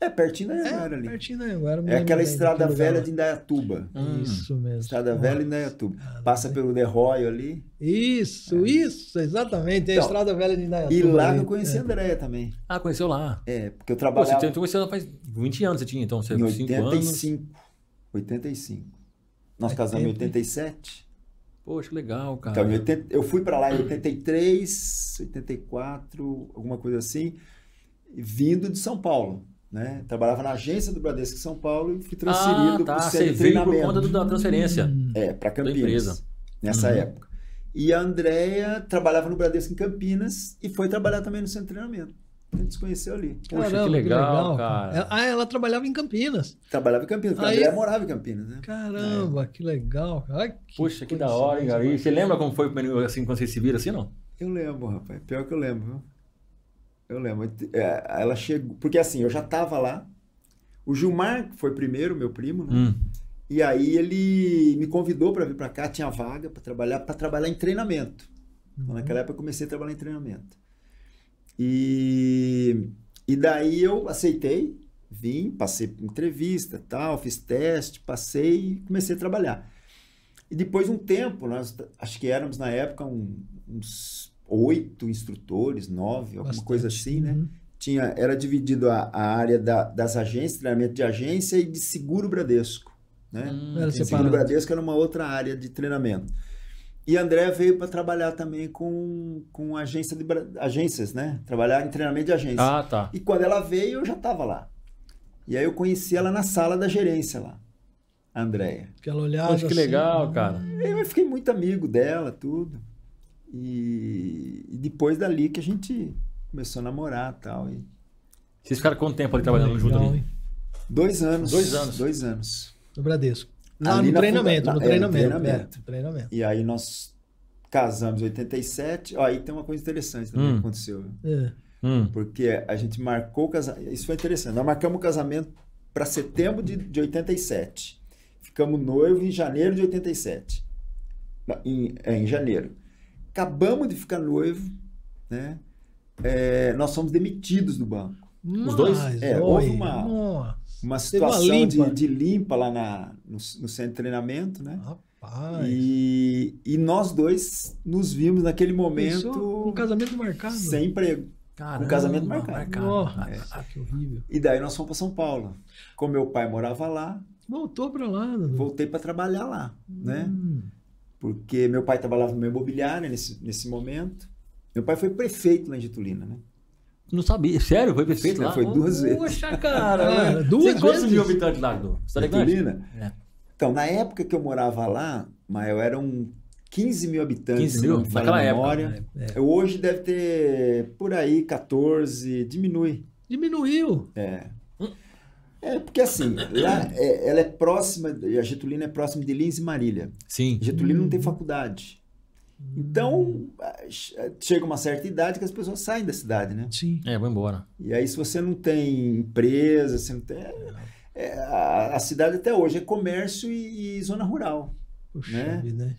Speaker 3: É, pertinho da
Speaker 2: é,
Speaker 3: Anhanguera ali.
Speaker 2: pertinho da Anhanguera. eu me
Speaker 3: É
Speaker 2: lembro
Speaker 3: aquela
Speaker 2: bem
Speaker 3: estrada
Speaker 2: daquele lugar
Speaker 3: velha
Speaker 2: lá.
Speaker 3: de Indaiatuba.
Speaker 1: Hum.
Speaker 2: Isso mesmo. Nossa,
Speaker 3: Estrada
Speaker 2: Ah, né?
Speaker 3: velha de Indaiatuba.
Speaker 2: cara,
Speaker 3: Passa pelo Derroio ali.
Speaker 2: Isso, isso, exatamente. É a
Speaker 3: É. Então,
Speaker 2: estrada velha de Indaiatuba.
Speaker 3: E lá
Speaker 2: ali.
Speaker 3: que eu conheci
Speaker 2: É.
Speaker 3: a Andréia também.
Speaker 1: Ah, conheceu lá.
Speaker 3: É, porque eu
Speaker 1: Pô, você
Speaker 3: trabalhava
Speaker 1: tinha- então conheceu lá faz 20 anos, você tinha então, você
Speaker 3: em
Speaker 1: 5 anos.
Speaker 3: 85. 85. Nós casamos em 87.
Speaker 1: Poxa, que legal, cara.
Speaker 3: Então, em 80 eu fui pra lá em 83, 84, alguma coisa assim, vindo de São Paulo. Né? Trabalhava na agência do Bradesco em São Paulo e fui
Speaker 1: ah,
Speaker 3: transferido
Speaker 1: tá.
Speaker 3: pro
Speaker 1: Você
Speaker 3: centro de
Speaker 1: veio por
Speaker 3: treinamento.
Speaker 1: conta do- da transferência.
Speaker 2: Hum,
Speaker 3: É, para Campinas.
Speaker 1: empresa.
Speaker 3: Nessa
Speaker 1: Uhum.
Speaker 3: época. E a Andrea trabalhava no Bradesco em Campinas e foi trabalhar também no centro de treinamento. A gente se conheceu ali.
Speaker 1: Poxa, que legal, cara.
Speaker 2: Ela- Ah, ela trabalhava em Campinas.
Speaker 3: Trabalhava em Campinas, porque a
Speaker 2: Aí-
Speaker 3: Andrea morava em Campinas, né?
Speaker 2: Caramba, que legal. cara. Ai, que
Speaker 1: Poxa, que da hora, hein, cara. E você lembra como foi o primeiro, assim, quando vocês se viram assim, não?
Speaker 3: Eu lembro, rapaz. Pior que eu lembro, viu? Eu lembro. É, ela chegou. Porque assim, eu já tava lá. O Gilmar que foi primeiro, meu primo, né?
Speaker 1: Hum.
Speaker 3: E aí ele me convidou para vir para cá, tinha vaga para trabalhar, para trabalhar em treinamento. Então, Naquela época eu comecei a trabalhar em treinamento. E, e daí eu aceitei, vim, passei por entrevista, tal, fiz teste, passei e comecei a trabalhar. E depois de um tempo, nós t- acho que éramos na época um- uns oito instrutores, nove, alguma
Speaker 2: Bastante.
Speaker 3: coisa assim, né?
Speaker 2: Uhum.
Speaker 3: tinha, era dividido a, a área da- das agências, treinamento de agência e de seguro Bradesco. Né?
Speaker 1: Hum,
Speaker 2: Não era
Speaker 1: entendi.
Speaker 3: Seguro
Speaker 2: separado.
Speaker 3: Bradesco era uma outra área de treinamento. E André veio para trabalhar também com, com agência de, Bra- agências, né? Trabalhar em treinamento de agência.
Speaker 1: Ah, tá.
Speaker 3: E quando ela veio, eu já estava lá. E aí eu conheci ela na sala da gerência lá, a Andréia.
Speaker 2: Que ela olhava
Speaker 1: Poxa, que
Speaker 2: assim,
Speaker 1: legal, cara.
Speaker 3: Eu fiquei muito amigo dela, tudo. E, e depois dali que a gente começou a namorar tal, e
Speaker 1: Vocês ficaram quanto tempo ali trabalhando junto
Speaker 2: legal,
Speaker 1: ali?
Speaker 2: hein?
Speaker 3: Dois anos.
Speaker 1: Dois anos.
Speaker 3: Dois anos.
Speaker 2: No Bradesco. Lá
Speaker 3: Ali
Speaker 2: no
Speaker 3: na
Speaker 2: treinamento,
Speaker 3: funda-
Speaker 2: no
Speaker 3: na- é,
Speaker 2: treinamento.
Speaker 3: treinamento.
Speaker 2: é, treinamento.
Speaker 3: E aí nós casamos em 87. Ó, aí tem uma coisa interessante também
Speaker 1: Hum.
Speaker 3: que aconteceu. viu?
Speaker 2: É.
Speaker 1: Hum.
Speaker 3: Porque a gente marcou o casamento. Isso foi interessante. Nós marcamos o casamento para setembro de, de 87. Ficamos noivo em janeiro de 87. Na- Em, é, em janeiro. Acabamos de ficar noivo, né? É, nós somos demitidos do banco.
Speaker 1: Os dois?
Speaker 2: Mas,
Speaker 3: É,
Speaker 2: oi,
Speaker 3: houve uma-
Speaker 2: nossa,
Speaker 3: Uma
Speaker 2: Teve uma
Speaker 3: situação
Speaker 2: limpa. né?
Speaker 3: De, de limpa lá na, no, no centro de treinamento, né?
Speaker 2: Rapaz.
Speaker 3: E, e nós dois nos vimos naquele
Speaker 2: Pensou?
Speaker 3: momento
Speaker 2: Um casamento marcado.
Speaker 3: sem emprego.
Speaker 1: Caramba,
Speaker 3: Um casamento marcado.
Speaker 2: Nossa, ah, que horrível.
Speaker 3: E daí nós fomos para São Paulo. Como meu pai morava lá,
Speaker 2: Voltou pra lá. Dudu.
Speaker 3: voltei para trabalhar lá, né?
Speaker 2: Hum,
Speaker 3: Porque meu pai trabalhava no meu imobiliário nesse, nesse momento. Meu pai foi prefeito lá em Getulina, né?
Speaker 1: Não sabia. Sério? Foi perfeito lá?
Speaker 3: Foi duas vezes.
Speaker 1: Poxa, cara.
Speaker 2: Cara,
Speaker 1: Tem
Speaker 2: É, duas
Speaker 1: quantos
Speaker 2: vezes?
Speaker 1: mil habitantes lá, Dudu? Você tá ligado?
Speaker 3: Getulina.
Speaker 1: É.
Speaker 3: Então, na época que eu morava lá, Mael, eram 15 mil habitantes.
Speaker 1: 15
Speaker 3: se
Speaker 1: mil?
Speaker 3: não me falha a
Speaker 1: Naquela
Speaker 3: memória.
Speaker 1: época. né?
Speaker 2: é.
Speaker 3: Eu Hoje deve ter por aí 14, diminui.
Speaker 2: Diminuiu.
Speaker 3: É. É, porque assim, lá é- ela é próxima, a Getulina é próxima de Lins e Marília.
Speaker 1: Sim.
Speaker 3: Getulina não tem faculdade.
Speaker 2: Hum.
Speaker 3: Então, ah, chega uma certa idade que as pessoas saem da cidade, né?
Speaker 2: Sim.
Speaker 1: É, vou embora.
Speaker 3: E aí, se você não tem empresa, você não tem. é- é, a, a cidade até hoje é comércio e, e zona rural.
Speaker 2: Puxa
Speaker 3: Né?
Speaker 2: vida, né?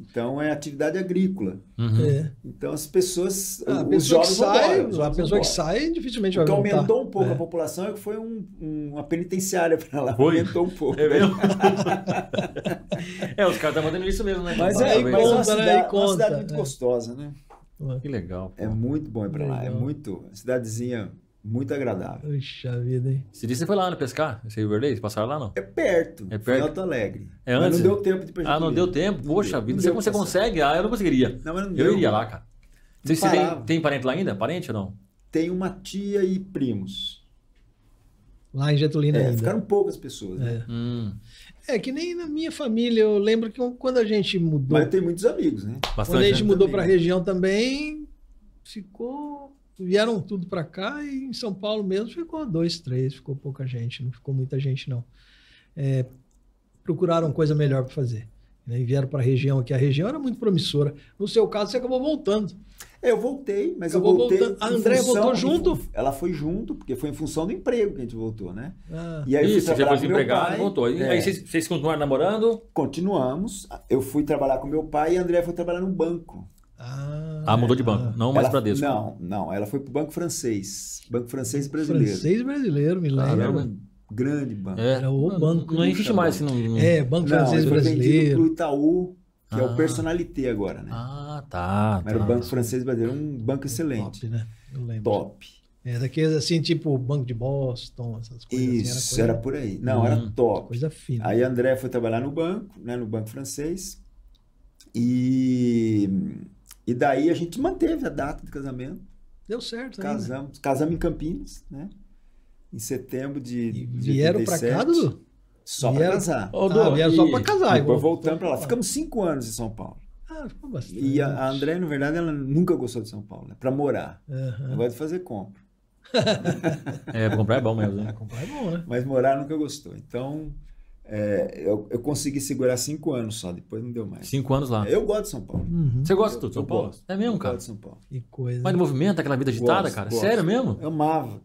Speaker 3: Então, é atividade agrícola.
Speaker 1: Uhum.
Speaker 2: É.
Speaker 3: Então, as pessoas.
Speaker 2: Ah, A
Speaker 3: os
Speaker 2: pessoa que
Speaker 3: jovens vão
Speaker 2: sai,
Speaker 3: embora, os
Speaker 2: a
Speaker 3: jovens vão
Speaker 2: pessoa que
Speaker 3: embora.
Speaker 2: sai dificilmente vai
Speaker 3: Então,
Speaker 2: voltar.
Speaker 3: aumentou um pouco
Speaker 2: É.
Speaker 3: a população, que foi um- um- uma penitenciária para lá.
Speaker 1: Foi?
Speaker 3: Aumentou um pouco.
Speaker 1: É mesmo? é, os caras estão mandando isso mesmo, né?
Speaker 3: Mas
Speaker 1: Parabéns.
Speaker 3: é, mas é uma,
Speaker 2: Conta, né?
Speaker 3: cidade, uma
Speaker 2: Conta,
Speaker 3: cidade muito
Speaker 2: é.
Speaker 3: gostosa, né?
Speaker 1: Que legal.
Speaker 3: É muito bom ir pra lá. É
Speaker 2: Legal.
Speaker 3: muito. Cidadezinha muito agradável.
Speaker 2: Puxa vida, hein?
Speaker 1: Esse dia você foi lá, né, pescar? Você e o Verley? Vocês passaram lá, não?
Speaker 3: É perto.
Speaker 1: É
Speaker 3: É
Speaker 1: perto.
Speaker 3: perto. Alto Alegre.
Speaker 1: É
Speaker 3: Mas
Speaker 1: antes?
Speaker 3: não deu tempo de pra gente
Speaker 1: Ah, não
Speaker 3: ir.
Speaker 1: deu tempo?
Speaker 3: Não
Speaker 1: Poxa
Speaker 3: deu.
Speaker 1: vida,
Speaker 3: Não
Speaker 1: não sei
Speaker 3: deu
Speaker 1: como você
Speaker 3: pra passar.
Speaker 1: consegue. Ah, eu não conseguiria.
Speaker 3: Não, mas não
Speaker 1: Eu
Speaker 3: deu.
Speaker 1: iria lá, cara. Não sei se Você tem,
Speaker 3: Parava.
Speaker 1: tem parente lá ainda? Parente ou não?
Speaker 3: Tem uma tia e primos.
Speaker 2: Lá em Getulina
Speaker 3: É,
Speaker 2: ainda.
Speaker 3: ficaram poucas pessoas, né?
Speaker 2: É.
Speaker 1: Hum,
Speaker 2: É, que nem na minha família, eu lembro que quando a gente mudou,
Speaker 3: Mas eu tenho muitos amigos, né?
Speaker 2: quando a
Speaker 1: bastante.
Speaker 2: gente
Speaker 1: né?
Speaker 2: mudou
Speaker 3: Também.
Speaker 2: para a região também, ficou, vieram tudo para cá e em São Paulo mesmo ficou dois, três, ficou pouca gente, não ficou muita gente não. É, procuraram coisa melhor para fazer. né, E vieram para a região aqui. A região era muito promissora. No seu caso, você acabou voltando.
Speaker 3: É, Eu voltei, mas
Speaker 2: Acabou
Speaker 3: eu voltei.
Speaker 2: voltando. A
Speaker 3: em
Speaker 2: Andréia voltou
Speaker 3: em
Speaker 2: junto?
Speaker 3: fun- Ela foi junto, porque foi em função do emprego que a gente voltou, né?
Speaker 2: Ah,
Speaker 3: E aí eu fui
Speaker 1: Isso, você
Speaker 3: trabalhar
Speaker 1: foi
Speaker 3: com meu
Speaker 1: desempregado,
Speaker 3: pai.
Speaker 1: voltou. Aí-
Speaker 3: É.
Speaker 1: Aí vocês, vocês continuaram namorando?
Speaker 3: Continuamos. Eu fui trabalhar com meu pai e a André foi trabalhar num banco.
Speaker 2: ah,
Speaker 1: Ah, mudou de banco. Não mais
Speaker 3: ela,
Speaker 1: Bradesco.
Speaker 3: Não, não. Ela foi pro Banco Francês. Banco Francês brasileiro.
Speaker 2: Francês brasileiro, me
Speaker 3: Ele
Speaker 2: lembro.
Speaker 3: Era um grande banco.
Speaker 1: É.
Speaker 2: Era o
Speaker 1: Não-
Speaker 2: banco.
Speaker 1: Não existe mais assim. Não...
Speaker 2: É, banco francês
Speaker 3: ele foi vendido
Speaker 2: brasileiro.
Speaker 3: pro Itaú, que é
Speaker 1: Ah.
Speaker 3: o Personalité agora, né?
Speaker 1: Ah, tá.
Speaker 3: Mas
Speaker 1: tá.
Speaker 3: era o Banco Francês brasileiro, um banco excelente.
Speaker 2: Top, né? Eu lembro.
Speaker 3: Top.
Speaker 2: É, daqueles assim, tipo Banco de Boston, essas coisas
Speaker 3: Isso,
Speaker 2: assim.
Speaker 3: era,
Speaker 2: coisa, Uhum.
Speaker 3: por aí. Não,
Speaker 1: Hum.
Speaker 3: era top.
Speaker 2: coisa assim. fina.
Speaker 3: Aí André foi trabalhar no banco, né, no Banco Francês. E, e daí a gente manteve a data de casamento.
Speaker 2: Deu certo, Tá né?
Speaker 3: Casamos. Casamos em Campinas, né? Em setembro de.
Speaker 2: E
Speaker 3: de
Speaker 2: vieram pra cá,
Speaker 3: 87.
Speaker 2: Dudu?
Speaker 3: Só pra
Speaker 2: Vieram-
Speaker 3: casar.
Speaker 1: Ô, Dudu,
Speaker 2: ah, vieram só
Speaker 1: e-
Speaker 2: pra casar.
Speaker 3: Depois
Speaker 2: igual-
Speaker 3: voltamos pra lá. Ficamos cinco anos em São Paulo.
Speaker 2: Ah, ficou bastante.
Speaker 3: E a, a André, na verdade, ela nunca gostou de São Paulo, né? Pra morar. Ela
Speaker 2: Aham.
Speaker 3: gosta de fazer compra.
Speaker 1: É, pra comprar é bom mesmo.
Speaker 2: Ah,
Speaker 1: né?
Speaker 2: comprar é bom, né?
Speaker 3: Mas morar nunca gostou. Então, é, eu, eu consegui segurar cinco anos só, depois não deu mais.
Speaker 1: Cinco anos lá.
Speaker 3: Eu gosto de São Paulo.
Speaker 2: Uhum.
Speaker 1: Você gosta de tudo, São
Speaker 3: Eu
Speaker 1: Paulo?
Speaker 3: gosto.
Speaker 1: É mesmo,
Speaker 3: Eu
Speaker 1: cara?
Speaker 3: gosto de São Paulo.
Speaker 2: Que coisa.
Speaker 1: Mas no movimento, aquela vida agitada,
Speaker 3: Gosto,
Speaker 1: cara?
Speaker 3: gosto.
Speaker 1: Sério mesmo?
Speaker 3: Eu amava.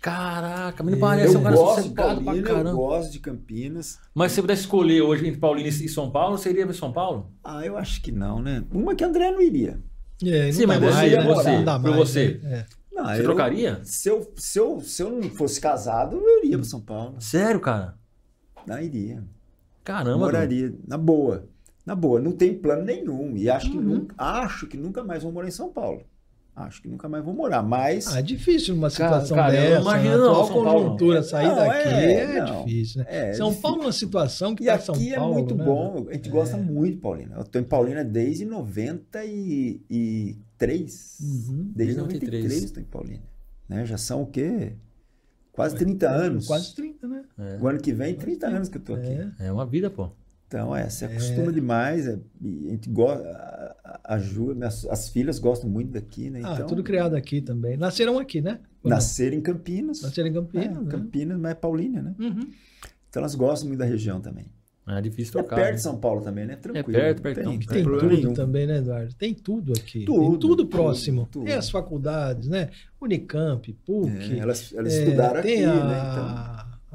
Speaker 1: Caraca,
Speaker 2: É.
Speaker 1: me parece
Speaker 3: Eu
Speaker 1: um cara
Speaker 3: gosto de
Speaker 1: sossegado pra
Speaker 3: Paulina, eu
Speaker 1: caramba.
Speaker 3: é gosto de Campinas.
Speaker 1: Mas se você pudesse escolher hoje entre Paulina e São Paulo, seria pra São Paulo?
Speaker 3: Ah, eu acho que não, né? Uma que a André não iria.
Speaker 2: É, não
Speaker 1: Sim,
Speaker 2: dá
Speaker 1: mas
Speaker 2: mais,
Speaker 3: você,
Speaker 2: né?
Speaker 3: você,
Speaker 2: Não dá
Speaker 1: pra
Speaker 2: mais,
Speaker 1: você.
Speaker 2: né? É.
Speaker 3: Não,
Speaker 1: Você
Speaker 3: Ah, eu-
Speaker 1: trocaria?
Speaker 3: Se eu, se, eu, se eu não fosse casado, eu iria para São Paulo.
Speaker 1: Sério, cara?
Speaker 3: Não iria.
Speaker 1: Caramba, Dudu.
Speaker 3: Moraria, na boa.
Speaker 2: Uhum.
Speaker 3: Na boa, não tem plano nenhum. E acho que, nunca, acho que nunca mais vou morar em São Paulo. Acho que nunca mais vou morar, mas.
Speaker 2: Ah, é difícil numa
Speaker 1: Cara,
Speaker 2: situação
Speaker 1: cara, eu não
Speaker 2: dessa.
Speaker 1: imagino,
Speaker 2: na
Speaker 1: não,
Speaker 2: atual
Speaker 1: São Paulo,
Speaker 2: conjuntura sair
Speaker 3: Não,
Speaker 2: daqui
Speaker 3: é,
Speaker 2: é,
Speaker 3: não.
Speaker 2: difícil, né?
Speaker 3: é
Speaker 2: São
Speaker 3: difícil.
Speaker 2: Paulo é uma situação que
Speaker 3: E
Speaker 2: tá São
Speaker 3: aqui é
Speaker 2: Paulo,
Speaker 3: muito
Speaker 2: né?
Speaker 3: bom, a gente gosta muito de Paulina. Eu tô em Paulina desde 93.
Speaker 2: Uhum.
Speaker 3: Desde
Speaker 1: 93.
Speaker 3: 93 estou em Paulina. Né? Já são o quê? Quase 30 anos.
Speaker 2: Quase 30, né?
Speaker 3: O ano que vem, 30 anos que eu tô aqui.
Speaker 2: É.
Speaker 1: É uma vida, pô.
Speaker 3: Então, é, você acostuma demais. é, e a gente gosta, a- a, a Ju, minhas, as filhas gostam muito daqui, né?
Speaker 2: Ah,
Speaker 3: então,
Speaker 2: tudo criado aqui também. Nasceram aqui, né? Ou não?
Speaker 3: Nasceram em Campinas.
Speaker 2: Nasceram em Campinas,
Speaker 3: É,
Speaker 2: né?
Speaker 3: Campinas, mas é Paulina, né?
Speaker 2: Uhum.
Speaker 3: Então elas gostam muito da região também.
Speaker 1: É difícil
Speaker 3: É
Speaker 1: trocar.
Speaker 3: perto
Speaker 1: né? É
Speaker 3: de São Paulo também, né? Tranquilo.
Speaker 1: perto, perto, não
Speaker 3: Tem,
Speaker 2: E
Speaker 1: Não
Speaker 2: tem
Speaker 1: tem
Speaker 2: tudo
Speaker 3: É problema nenhum.
Speaker 2: também, né, Eduardo? Tem tudo aqui.
Speaker 3: Tudo,
Speaker 2: tem tudo
Speaker 3: tudo,
Speaker 2: próximo.
Speaker 3: tudo.
Speaker 2: Tem as faculdades, né? Unicamp, PUC.
Speaker 3: É, elas elas
Speaker 2: É,
Speaker 3: estudaram aqui,
Speaker 2: tem a,
Speaker 3: né? Então,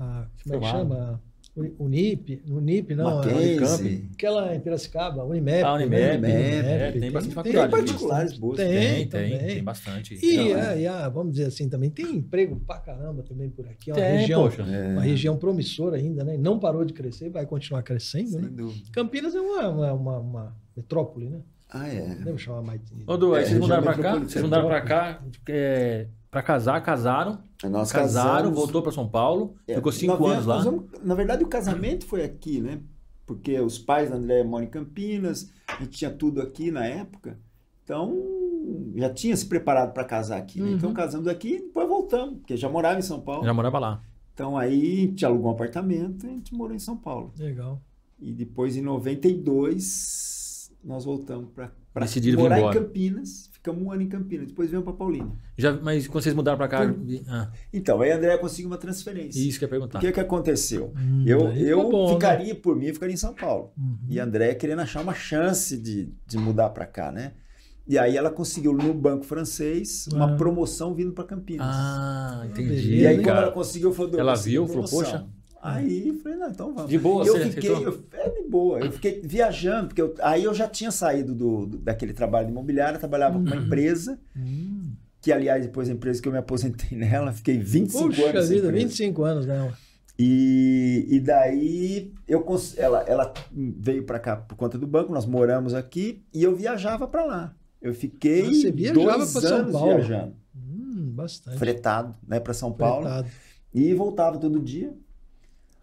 Speaker 2: a- como é que
Speaker 1: Formado.
Speaker 2: chama? Uni- Unip, Unip não, a-
Speaker 3: Mackenzie.
Speaker 2: aquela em Piracicaba, né? Unimep.
Speaker 1: Ah, Unimep,
Speaker 3: Unimep,
Speaker 1: é, tem bastante
Speaker 3: Tem
Speaker 1: faculdade.
Speaker 3: particulares boas.
Speaker 2: Tem,
Speaker 1: Tem, tem,
Speaker 2: também.
Speaker 1: tem bastante.
Speaker 2: E,
Speaker 1: Então,
Speaker 2: ah, e, ah, vamos dizer assim também, tem emprego pra caramba também por aqui. É uma,
Speaker 1: Tem,
Speaker 2: região,
Speaker 1: poxa.
Speaker 2: uma
Speaker 3: é.
Speaker 2: região promissora ainda, né? Não parou de crescer, vai continuar crescendo, né?
Speaker 3: Sem dúvida.
Speaker 2: Campinas é uma, uma, uma- uma metrópole, né?
Speaker 3: Ah, é.
Speaker 2: Podemos chamar mais de...
Speaker 1: Ô, Du, aí
Speaker 3: É,
Speaker 1: vocês mudaram pra
Speaker 3: região
Speaker 1: cá?
Speaker 3: metropolitana.
Speaker 1: Vocês mudaram pra cá é, pra casar, casaram,
Speaker 3: Nós
Speaker 1: casaram,
Speaker 3: casamos-
Speaker 1: voltou pra São Paulo,
Speaker 3: É,
Speaker 1: ficou
Speaker 3: nós
Speaker 1: cinco
Speaker 3: viemos-
Speaker 1: anos lá.
Speaker 3: nós vamos- na verdade, o casamento foi aqui, né? Porque os pais da Andréia moram em Campinas, a gente tinha tudo aqui na época. Então, já tinha se preparado para casar aqui. Né? Então, casamos aqui e depois voltamos, porque já morava em São Paulo.
Speaker 1: Já morava lá.
Speaker 3: Então, aí a gente alugou um apartamento e a gente morou em São Paulo.
Speaker 2: Legal.
Speaker 3: E depois, em 92, nós voltamos para
Speaker 1: Decidiram vir
Speaker 3: morar em
Speaker 1: embora.
Speaker 3: Campinas. Ficamos um ano em Campinas, depois viemos para Paulina.
Speaker 1: Já, mas quando vocês mudaram pra cá. Ah,
Speaker 3: Então, aí a Andréia conseguiu uma transferência.
Speaker 1: isso tá. que eu ia perguntar.
Speaker 3: O que, que aconteceu?
Speaker 2: Hum,
Speaker 3: eu
Speaker 2: aí
Speaker 3: eu
Speaker 2: tá bom, né?
Speaker 3: ficaria, por mim, eu ficaria em São Paulo.
Speaker 2: Uhum.
Speaker 3: E a André querendo achar uma chance de, de mudar para cá, né? E aí ela conseguiu no Banco Francês uma
Speaker 2: Ah.
Speaker 3: promoção vindo para Campinas.
Speaker 1: Ah, entendi.
Speaker 2: beleza,
Speaker 3: e aí, quando ela
Speaker 1: cara.
Speaker 3: conseguiu, eu falei, "Eu
Speaker 1: Ela
Speaker 3: consegui
Speaker 1: viu,
Speaker 3: uma
Speaker 1: falou,
Speaker 3: promoção."
Speaker 1: "Poxa."
Speaker 3: Aí eu falei, não, então vamos.
Speaker 1: De boa,
Speaker 3: eu
Speaker 1: você
Speaker 3: fiquei,
Speaker 1: aceitou?
Speaker 3: eu, é de boa. Eu fiquei viajando, porque eu- aí eu já tinha saído do, do- daquele trabalho de imobiliária, trabalhava
Speaker 2: Uhum.
Speaker 3: com uma empresa,
Speaker 2: Hum.
Speaker 3: que aliás, depois a empresa que eu me aposentei nela, fiquei 25 anos.
Speaker 2: Puxa
Speaker 3: nessa
Speaker 2: vida,
Speaker 3: empresa.
Speaker 2: 25 anos, né?
Speaker 3: E, e daí eu cons- ela, ela veio pra cá por conta do banco, nós moramos aqui e eu viajava pra lá. Eu fiquei
Speaker 2: Ah, Você viajava
Speaker 3: dois
Speaker 2: pra São
Speaker 3: anos
Speaker 2: Paulo?
Speaker 3: viajando,
Speaker 2: Hum, bastante.
Speaker 3: fretado, né, para São Paulo
Speaker 2: Apertado.
Speaker 3: e voltava todo dia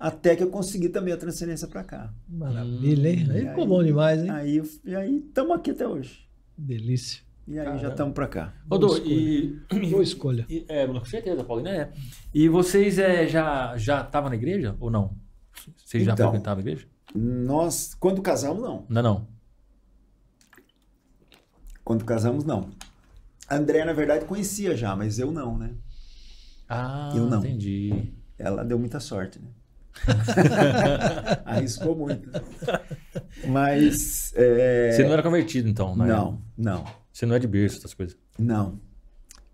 Speaker 3: até que eu consegui também a transferência pra cá.
Speaker 2: Maravilha,
Speaker 1: Hum,
Speaker 2: hein? Aí
Speaker 3: E
Speaker 2: ficou
Speaker 3: aí?
Speaker 2: bom demais, hein?
Speaker 3: Aí eu- e aí estamos aqui até hoje.
Speaker 2: Delícia.
Speaker 3: E aí
Speaker 1: Caramba.
Speaker 3: já estamos pra cá.
Speaker 1: Ô, Du, e.
Speaker 2: Boa escolha.
Speaker 1: e- É, com certeza, Paulina é. E vocês é, já já estavam na igreja ou não? Vocês já
Speaker 3: Então.
Speaker 1: frequentavam a igreja?
Speaker 3: Nós quando casamos não,
Speaker 1: Ainda não.
Speaker 3: quando casamos não. A André na verdade conhecia já, mas eu não, né?
Speaker 1: Ah,
Speaker 3: Eu não.
Speaker 1: entendi.
Speaker 3: Ela deu muita sorte, né? Arriscou muito. Mas. é,
Speaker 1: Você não era convertido, então, na época?
Speaker 3: Não, não,
Speaker 1: Você não é de berço, essas coisas.
Speaker 3: não.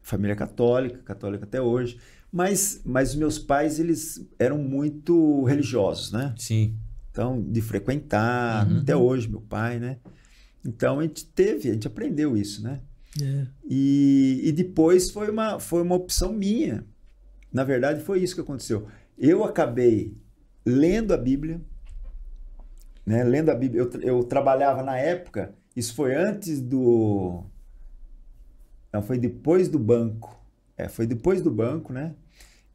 Speaker 3: Família católica, católica até hoje. Mas, mas os meus pais, eles eram muito religiosos, né?
Speaker 1: Sim.
Speaker 3: Então, de frequentar,
Speaker 1: Uhum.
Speaker 3: até hoje, meu pai, né? Então, a gente teve, a gente aprendeu isso, né?
Speaker 2: É.
Speaker 3: E, e depois foi uma, foi uma opção minha. Na verdade, foi isso que aconteceu. Eu acabei lendo a Bíblia, né? Lendo a Bíblia. Eu, tra- eu trabalhava na época, isso foi antes do. Não, foi depois do banco. É, foi depois do banco, né?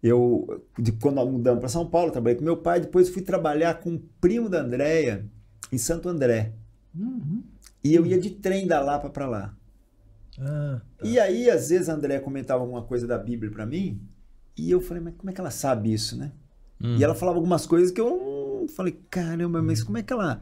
Speaker 3: Eu, de quando nós mudamos para São Paulo, eu trabalhei com meu pai, depois fui trabalhar com um primo da Andréia em Santo André.
Speaker 2: Uhum.
Speaker 3: E eu ia de trem da Lapa para lá.
Speaker 2: Ah, tá.
Speaker 3: E aí, às vezes, a Andréia comentava alguma coisa da Bíblia pra mim, e eu falei, mas como é que ela sabe isso, né?
Speaker 1: Hum.
Speaker 2: Uhum.
Speaker 3: E ela falava algumas coisas que eu falei, caramba, mas como é que ela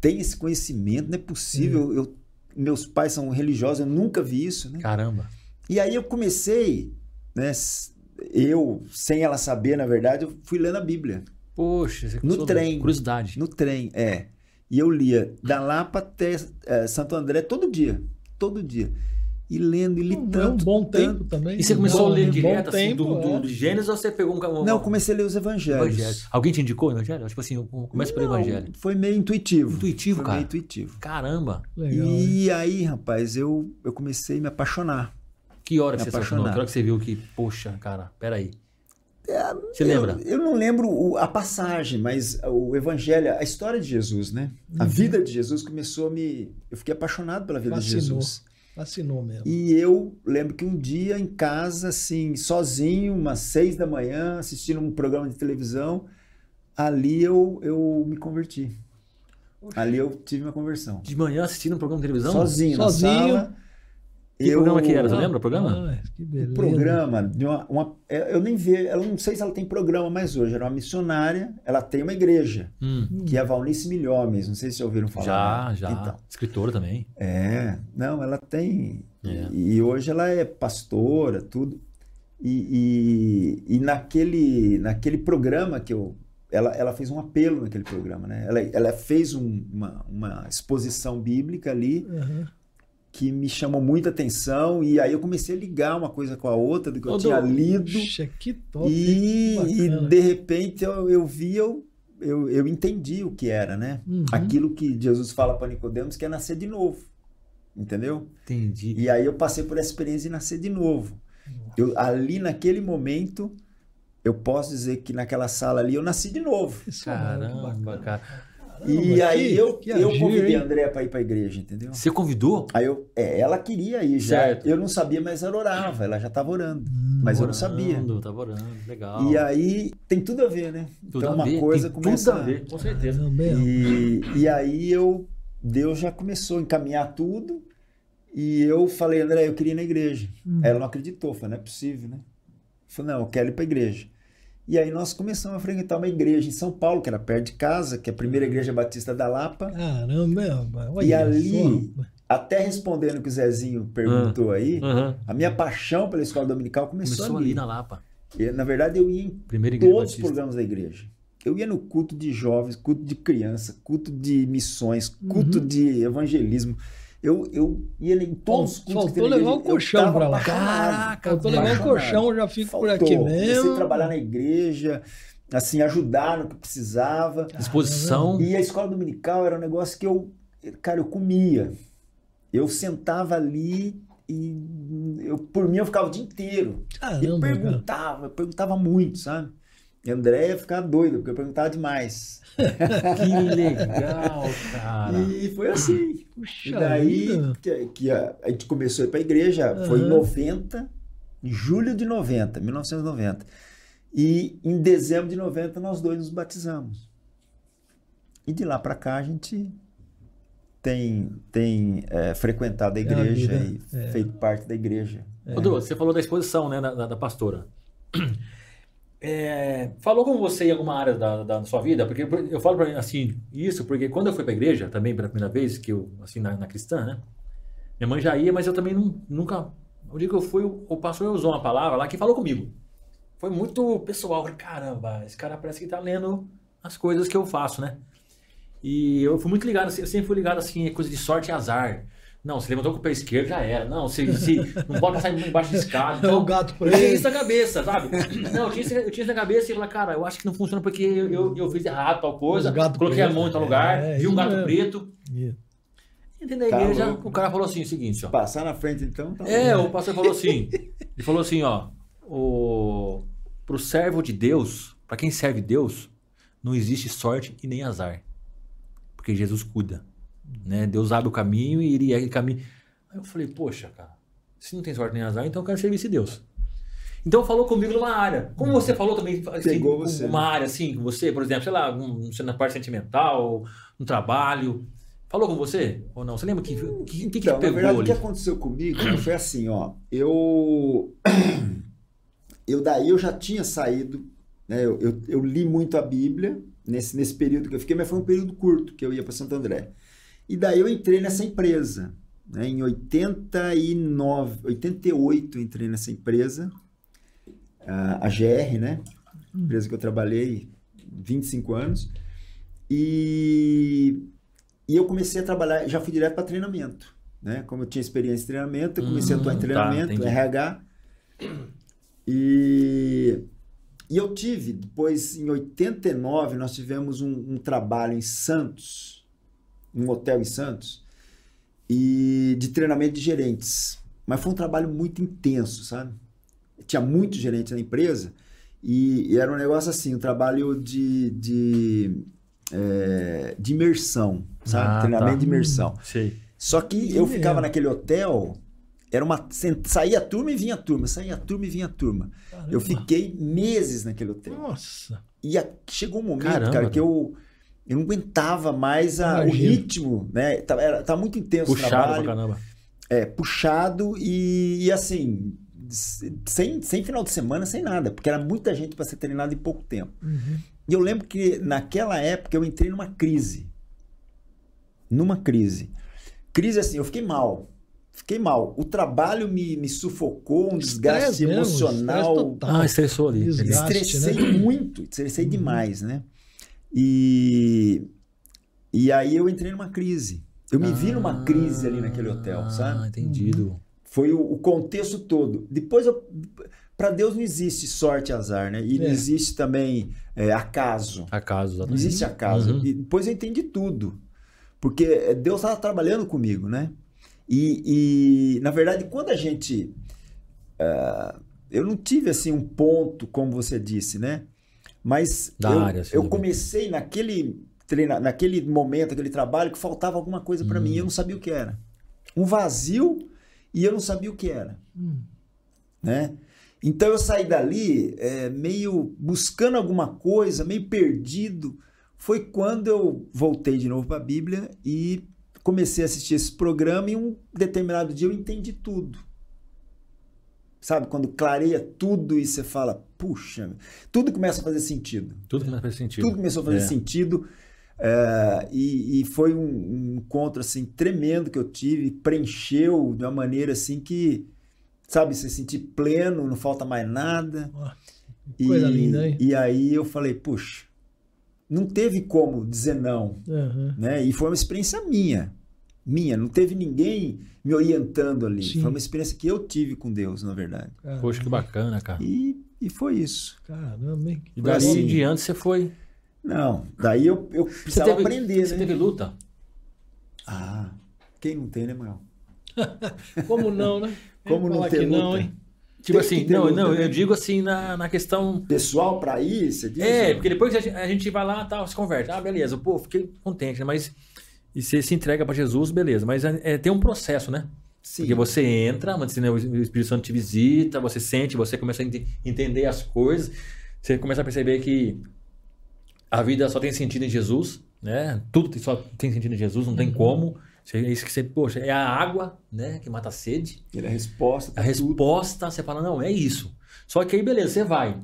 Speaker 3: tem esse conhecimento? Não é possível.
Speaker 2: Uhum.
Speaker 3: Eu, meus pais são religiosos, eu nunca vi isso, né?
Speaker 1: Hum, Caramba.
Speaker 3: E aí eu comecei, né? s- Eu, sem ela saber, na verdade, eu fui lendo a Bíblia.
Speaker 1: Poxa, você
Speaker 3: No
Speaker 1: começou-
Speaker 3: trem.
Speaker 1: Curiosidade.
Speaker 3: No trem, é. E eu lia da Lapa até eh, Santo André todo dia. Todo dia. E lendo, e li
Speaker 2: Não, é um
Speaker 3: tanto.
Speaker 2: bom
Speaker 3: tanto.
Speaker 2: tempo também. né?
Speaker 1: E você começou a ler
Speaker 2: Bom
Speaker 1: direto assim,
Speaker 2: tempo,
Speaker 1: do, do,
Speaker 2: é.
Speaker 1: do Gênesis ou você pegou um um-
Speaker 3: Não, eu
Speaker 1: um
Speaker 3: comecei a ler os evangelhos.
Speaker 1: evangelho? Alguém te indicou o evangelho? Tipo assim, eu começo pelo
Speaker 3: Não,
Speaker 1: evangelho.
Speaker 3: Foi meio intuitivo.
Speaker 1: Intuitivo,
Speaker 3: Foi
Speaker 1: cara.
Speaker 3: meio intuitivo.
Speaker 1: Caramba.
Speaker 2: Legal, hein?
Speaker 3: e aí, rapaz, eu, eu comecei a me apaixonar.
Speaker 1: Que hora que
Speaker 3: Me
Speaker 1: você se apaixonou?
Speaker 3: apaixonar.
Speaker 1: Que hora que você viu que, poxa, cara, peraí. Você lembra?
Speaker 3: É, Eu, eu não lembro o- a passagem, mas o evangelho, a
Speaker 2: Uhum.
Speaker 3: história de Jesus, né? A vida de Jesus começou a me... Eu fiquei apaixonado pela vida
Speaker 2: Fascinou.
Speaker 3: de Jesus.
Speaker 2: é. Assinou mesmo.
Speaker 3: E eu lembro que um dia em casa, assim, sozinho, umas seis da manhã, assistindo um programa de televisão, ali eu, eu me converti. Ali eu tive uma conversão.
Speaker 1: De manhã assistindo um programa de televisão?
Speaker 3: Sozinho,
Speaker 2: Sozinho.
Speaker 3: na sala.
Speaker 1: Que programa que era? Você lembra o programa?
Speaker 2: Ah, que beleza.
Speaker 3: Um programa de uma, uma- é, eu nem vejo, eu não sei se ela tem programa mais hoje, era uma missionária, ela tem uma igreja,
Speaker 1: Hum,
Speaker 3: que é a Valnice Milhomes, não sei se já ouviram falar.
Speaker 1: já, já.
Speaker 3: né? Então,
Speaker 1: Escritora também.
Speaker 3: É, não, ela tem.
Speaker 1: É.
Speaker 3: E, e hoje ela é pastora, tudo. E, e, e naquele, naquele programa que eu. Ela, ela fez um apelo naquele programa, né? Ela, ela fez um- uma, uma exposição bíblica ali
Speaker 2: Aham.
Speaker 3: que me chamou muita atenção. E aí eu comecei a ligar uma coisa com a outra do que eu
Speaker 1: Ô, Du,
Speaker 3: tinha lido.
Speaker 2: Puxa, que top. hein?
Speaker 3: E,
Speaker 2: que bacana.
Speaker 3: e, de repente eu, eu vi, eu, eu, eu entendi o que era, né?
Speaker 2: Uhum.
Speaker 3: Aquilo que Jesus fala para Nicodemos que é nascer de novo. Entendeu?
Speaker 1: Entendi.
Speaker 3: E aí eu passei por essa experiência e nascer de novo. Eu, ali naquele momento, eu posso dizer que naquela sala ali eu nasci de novo.
Speaker 2: Isso, mano, que
Speaker 1: Caramba,
Speaker 2: é um bacana.
Speaker 1: cara.
Speaker 3: e
Speaker 2: que-
Speaker 3: aí eu,
Speaker 2: que
Speaker 3: eu
Speaker 2: agir,
Speaker 3: convidei
Speaker 2: hein?
Speaker 3: a Andréa para ir para a igreja, entendeu?
Speaker 1: Você convidou?
Speaker 3: Aí eu, é, ela queria ir já.
Speaker 1: Certo.
Speaker 3: Eu não sabia, mas ela orava, ela já estava orando.
Speaker 2: Hum,
Speaker 3: Mas eu não
Speaker 1: Orando,
Speaker 3: sabia.
Speaker 1: Tava orando, legal.
Speaker 3: E aí tem tudo a ver, né?
Speaker 1: Ah, Tudo
Speaker 3: então
Speaker 1: a
Speaker 3: uma
Speaker 1: ver,
Speaker 3: coisa
Speaker 1: tem
Speaker 3: começa-
Speaker 1: Tudo a ver, com certeza.
Speaker 2: caramba, é.
Speaker 3: E, e aí eu, Deus já começou a encaminhar tudo. E eu falei, André, eu queria ir na igreja.
Speaker 2: Hum.
Speaker 3: Ela não acreditou, falou, não é possível, né? Eu falei, não, eu quero ir para a igreja. E aí nós começamos a frequentar uma igreja em São Paulo, que era perto de casa, que é a primeira
Speaker 1: Uhum.
Speaker 3: igreja batista da Lapa.
Speaker 2: Caramba, é, mano. olha
Speaker 3: E ali,
Speaker 2: só.
Speaker 3: até respondendo o que o Zezinho perguntou aí,
Speaker 1: Aham.
Speaker 3: a minha paixão pela escola dominical começou,
Speaker 1: Ah. Começou ali na Lapa.
Speaker 3: E, na verdade, eu ia em
Speaker 1: Primeira igreja
Speaker 3: todos os
Speaker 1: batista.
Speaker 3: programas da igreja. Eu ia no culto de jovens, culto de criança, culto de missões, culto
Speaker 2: Uhum.
Speaker 3: de evangelismo. Eu, eu ia em todos os
Speaker 2: Fal-
Speaker 3: cultos que
Speaker 2: faltou
Speaker 3: tem na igreja,
Speaker 2: levar o
Speaker 3: eu
Speaker 2: colchão
Speaker 3: tava
Speaker 2: pra lá.
Speaker 3: apaixonado.
Speaker 1: Caraca,
Speaker 2: Eu tô levando o
Speaker 3: Apaixonado.
Speaker 2: colchão, já fico por
Speaker 3: Faltou.
Speaker 2: aqui
Speaker 3: Comecei
Speaker 2: mesmo.
Speaker 3: a trabalhar na igreja, assim, ajudar no que precisava.
Speaker 1: Exposição.
Speaker 2: Então
Speaker 3: E a escola dominical era um negócio que eu, cara, eu comia. Eu sentava ali e eu, por mim eu ficava o dia inteiro. E
Speaker 2: Caramba, cara.
Speaker 3: perguntava, eu perguntava muito, sabe? E a Andréia ficava doida, porque eu perguntava demais.
Speaker 1: Que legal, cara.
Speaker 3: E foi assim. E
Speaker 2: Puxa
Speaker 3: daí
Speaker 2: vida.
Speaker 3: que, que a, a gente começou a ir para a igreja, foi em
Speaker 2: Aham.
Speaker 3: 90, em julho de 90, 1990. E em dezembro de 90 nós dois nos batizamos. E de lá para cá a gente tem, tem eh, frequentado a
Speaker 2: É uma
Speaker 3: igreja
Speaker 2: vida,
Speaker 3: e
Speaker 2: é.
Speaker 3: feito parte da igreja.
Speaker 1: Ô, Du, você falou da exposição, né, da, da- da pastora. É, falou com você em alguma área da, da sua vida? Porque eu falo pra mim assim, isso, porque quando eu fui pra igreja também pela primeira vez, que eu, assim, na, na cristã, né? Minha mãe já ia, mas eu também nun- nunca. O dia que eu fui, o pastor usou uma palavra lá que falou comigo. Foi muito pessoal. Eu Falei, caramba, esse cara parece que tá lendo as coisas que eu faço, né? E eu fui muito ligado, assim, eu sempre fui ligado assim, é coisa de sorte e azar. Não, se levantou com o pé esquerdo, já era. Não, se, se não pode passar embaixo de escada.
Speaker 2: É o
Speaker 1: Então,
Speaker 2: gato
Speaker 1: eu tinha
Speaker 2: preso.
Speaker 1: isso na cabeça, sabe? Não, eu tinha isso, eu tinha isso na cabeça e falei, cara, eu acho que não funciona porque eu, eu, eu fiz errado tal coisa,
Speaker 2: Os gato
Speaker 1: coloquei a
Speaker 2: preto,
Speaker 1: mão em tal
Speaker 2: é,
Speaker 1: lugar,
Speaker 2: é
Speaker 1: vi um
Speaker 2: isso
Speaker 1: gato
Speaker 2: mesmo.
Speaker 1: preto. E dentro da
Speaker 3: Tá
Speaker 1: igreja,
Speaker 3: louco.
Speaker 1: o cara falou assim, o seguinte, ó.
Speaker 3: Passar na frente então tá
Speaker 1: É,
Speaker 3: bom, né?
Speaker 1: o pastor falou assim, ele falou assim, ó, o, pro servo de Deus, pra quem serve Deus, não existe sorte e nem azar, porque Jesus cuida, né? Deus abre o caminho e ele é caminho. Aí eu falei, poxa, cara, se não tem sorte nem azar, então eu quero servir esse Deus. Então falou comigo numa área. Como você falou também, assim,
Speaker 3: Pegou você,
Speaker 1: uma área assim, com você, por exemplo, sei lá, um, sei lá, na parte sentimental, no trabalho. Falou com você? Ou não? Você lembra que que, que, que
Speaker 3: Então, na
Speaker 1: pegou
Speaker 3: verdade, o que
Speaker 1: ali?
Speaker 3: aconteceu comigo né, foi assim, ó. Eu, eu daí eu já tinha saído, né? Eu, eu, eu li muito a Bíblia nesse, nesse período que eu fiquei, mas foi um período curto que eu ia para Santo André. E daí eu entrei nessa empresa, né? Em 89, 88 eu entrei nessa empresa, a, a GR, né? Empresa que eu trabalhei 25 anos. E e eu comecei a trabalhar, já fui direto para treinamento, né? Como eu tinha experiência em treinamento, eu comecei a atuar em
Speaker 1: Hum, tá,
Speaker 3: treinamento,
Speaker 1: entendi.
Speaker 3: RH. E, e eu tive, depois, em 89, nós tivemos um, um trabalho em Santos, um hotel em Santos, e de treinamento de gerentes. Mas foi um trabalho muito intenso, sabe? Tinha muito gerente na empresa e, e era um negócio assim, um trabalho de, de, é, de imersão, sabe?
Speaker 1: Ah,
Speaker 3: Treinamento
Speaker 1: tá.
Speaker 3: de imersão.
Speaker 1: Sei.
Speaker 3: Só que
Speaker 2: Isso
Speaker 3: eu
Speaker 2: mesmo.
Speaker 3: ficava naquele hotel, era uma sen- saía a turma e vinha a turma, saía a turma e vinha a turma.
Speaker 2: Caramba.
Speaker 3: Eu fiquei meses naquele hotel.
Speaker 2: Nossa.
Speaker 3: E a- chegou um momento,
Speaker 1: Caramba,
Speaker 3: cara, que eu eu não aguentava mais a- o
Speaker 2: Imagino.
Speaker 3: ritmo, né? Tá, era, tá muito intenso o
Speaker 1: Puxado pra
Speaker 3: trabalho,
Speaker 1: caramba.
Speaker 3: é, puxado e, e assim, s- sem, sem final de semana, sem nada, porque era muita gente para ser treinada em pouco tempo.
Speaker 2: Uhum.
Speaker 3: E eu lembro que naquela época eu entrei numa crise. Numa crise. Crise assim, eu fiquei mal. Fiquei mal. O trabalho me, me sufocou, um desgaste
Speaker 2: Estresse mesmo, estresse
Speaker 3: emocional.
Speaker 2: total.
Speaker 1: Ah, estressou ali.
Speaker 2: Isso.
Speaker 1: Ele-
Speaker 2: desgaste, né?
Speaker 3: Estressei muito, estressei
Speaker 2: Uhum.
Speaker 3: demais, né? E, e aí eu entrei numa crise. Eu me vi numa crise ali naquele hotel, sabe? Uhum.
Speaker 1: Ah, entendido.
Speaker 3: Foi o, o contexto todo. Depois eu. Pra Deus não existe sorte e azar, né? E não
Speaker 2: É.
Speaker 3: existe também é, acaso.
Speaker 1: Acaso,
Speaker 3: Não
Speaker 1: exatamente.
Speaker 3: existe acaso.
Speaker 1: Uhum.
Speaker 3: E depois eu entendi tudo. Porque eh, Deus estava trabalhando comigo, né? E, e, na verdade, quando a gente. ah, eu não tive assim um ponto, como você disse, né? Mas
Speaker 1: Da
Speaker 3: eu,
Speaker 1: área, assim,
Speaker 3: eu
Speaker 1: né?
Speaker 3: comecei naquele, treina, naquele momento, aquele trabalho, que faltava alguma coisa para
Speaker 1: Hum.
Speaker 3: mim. Eu não sabia o que era. Um vazio e eu não sabia o que era
Speaker 2: Hum.
Speaker 3: né? Então eu saí dali eh, meio buscando alguma coisa, meio perdido. Foi quando eu voltei de novo para a Bíblia e comecei a assistir esse programa e um determinado dia eu entendi tudo. Sabe, quando clareia tudo e você fala, puxa, tudo começa a fazer sentido.
Speaker 1: Tudo que não faz sentido.
Speaker 3: Tudo começou a fazer
Speaker 1: É.
Speaker 3: sentido. eh, e, e foi um, um encontro assim tremendo que eu tive, preencheu de uma maneira assim que, sabe, você sentir pleno, não falta mais nada.
Speaker 2: Ó, Coisa
Speaker 3: e,
Speaker 2: linda, hein?
Speaker 3: E aí eu falei, puxa, não teve como dizer não,
Speaker 2: Aham.
Speaker 3: né? E foi uma experiência minha, minha, não teve ninguém me orientando ali.
Speaker 2: Sim.
Speaker 3: Foi uma experiência que eu tive com Deus, na verdade.
Speaker 2: Caramba,
Speaker 1: Poxa, que bacana, cara.
Speaker 3: E, e foi isso.
Speaker 2: Caramba, hein?
Speaker 1: E dali
Speaker 3: assim.
Speaker 1: em diante você foi.
Speaker 3: Não, daí eu, eu
Speaker 1: Você
Speaker 3: precisava
Speaker 1: teve,
Speaker 3: aprender,
Speaker 1: você
Speaker 3: né?
Speaker 1: teve luta?
Speaker 3: Ah, quem não tem, né, Manuel?
Speaker 2: Como não, né?
Speaker 3: Como
Speaker 2: Vem
Speaker 3: não
Speaker 2: falar
Speaker 3: ter
Speaker 2: que não,
Speaker 3: luta?
Speaker 2: hein?
Speaker 1: Tipo
Speaker 3: Tem
Speaker 1: assim,
Speaker 3: que ter
Speaker 1: não,
Speaker 3: luta,
Speaker 1: não,
Speaker 3: né?
Speaker 1: eu digo assim na, na questão.
Speaker 3: Pessoal pra ir, você diz? né?
Speaker 1: É, porque depois que a gente, a gente vai lá, tal, se converte. Ah, beleza, pô, fiquei contente, né? Mas. E você se entrega pra Jesus, beleza. Mas é, é, tem um processo, né?
Speaker 3: Sim.
Speaker 1: Porque você entra, mas, né, o Espírito Santo te visita, você sente, você começa a ente- entender as coisas, você começa a perceber que a vida só tem sentido em Jesus, né? Tudo tem- só tem sentido em Jesus, não
Speaker 3: Uhum.
Speaker 1: tem como. Você- É isso que você, poxa, é a água, né, que mata a sede.
Speaker 3: Ele é a resposta.
Speaker 1: A
Speaker 3: pra tudo.
Speaker 1: resposta, você fala, não, é isso. Só que aí, beleza, você vai.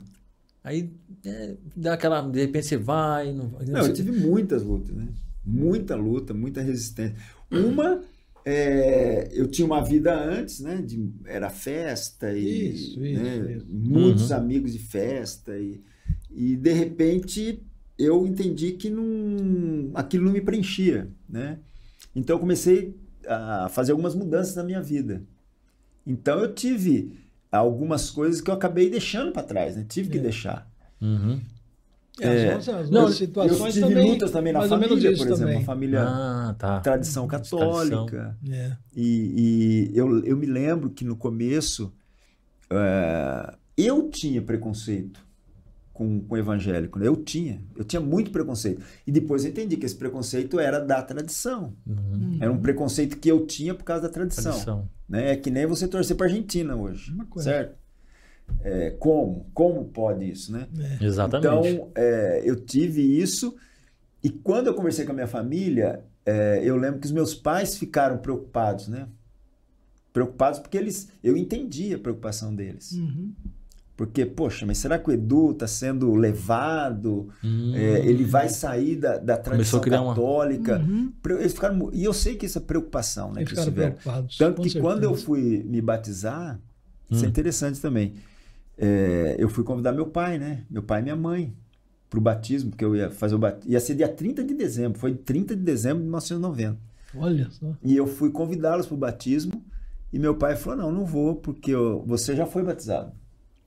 Speaker 1: Aí é, dá aquela, de repente você vai, não, vai,
Speaker 3: Não, eu tive muitas lutas, né? Muita luta, muita resistência.
Speaker 2: Hum.
Speaker 3: Uma, é, eu tinha uma vida antes, né? de- era festa e
Speaker 2: Isso, isso,
Speaker 3: né,
Speaker 2: isso.
Speaker 3: muitos
Speaker 1: Uhum.
Speaker 3: amigos de festa e, e de repente eu entendi que não, aquilo não me preenchia, né? Então eu comecei a fazer algumas mudanças na minha vida. Então eu tive algumas coisas que eu acabei deixando para trás, né? Tive que
Speaker 2: É.
Speaker 3: deixar.
Speaker 1: Uhum.
Speaker 3: É.
Speaker 2: É, as nossas- as
Speaker 1: Não,
Speaker 2: nossas
Speaker 3: eu
Speaker 2: situações
Speaker 3: tive
Speaker 2: também.
Speaker 3: lutas também na
Speaker 2: mais ou
Speaker 3: família,
Speaker 2: menos
Speaker 3: por
Speaker 2: isso
Speaker 3: exemplo,
Speaker 2: também.
Speaker 3: uma família
Speaker 1: Ah, tá.
Speaker 3: tradição católica.
Speaker 2: É.
Speaker 3: E, e eu, eu me lembro que no começo eh, eu tinha preconceito com, com o evangélico, né? Eu tinha, eu tinha muito preconceito. E depois eu entendi que esse preconceito era da tradição.
Speaker 1: Uhum.
Speaker 3: Era um preconceito que eu tinha por causa da tradição.
Speaker 1: Tradição.
Speaker 3: né? É que nem você torcer para Argentina hoje,
Speaker 2: Uma coisa.
Speaker 3: certo? Eh, como? Como pode isso, né?
Speaker 1: Exatamente.
Speaker 3: Então, é, eu tive isso. E quando eu conversei com a minha família, é, eu lembro que os meus pais ficaram preocupados, né? Preocupados porque eles, eu entendi a preocupação deles.
Speaker 1: Hum.
Speaker 2: Uhum.
Speaker 3: Porque, poxa, mas será que o Edu está sendo levado?
Speaker 1: Hum.
Speaker 3: É, ele vai sair da, da
Speaker 1: Começou
Speaker 3: tradição
Speaker 1: a criar uma- Hum.
Speaker 3: católica?
Speaker 2: Uhum.
Speaker 3: Pre- Eles ficaram, mu- e eu sei que isso é preocupação, né?
Speaker 2: Eles
Speaker 3: Que eles
Speaker 2: ficaram
Speaker 3: tiveram.
Speaker 2: preocupados.
Speaker 3: Tanto
Speaker 2: com
Speaker 3: que quando eu
Speaker 2: certeza.
Speaker 3: fui me batizar, isso é
Speaker 1: Hum.
Speaker 3: interessante também. é, eu fui convidar meu pai, né? Meu pai e minha mãe para o batismo, porque eu ia fazer o batismo. Ia ser dia 30 de dezembro, foi 30 de dezembro de 1990.
Speaker 2: Olha só.
Speaker 3: E eu fui convidá-los para o batismo, e meu pai falou: Não, não vou, porque eu- você já foi batizado.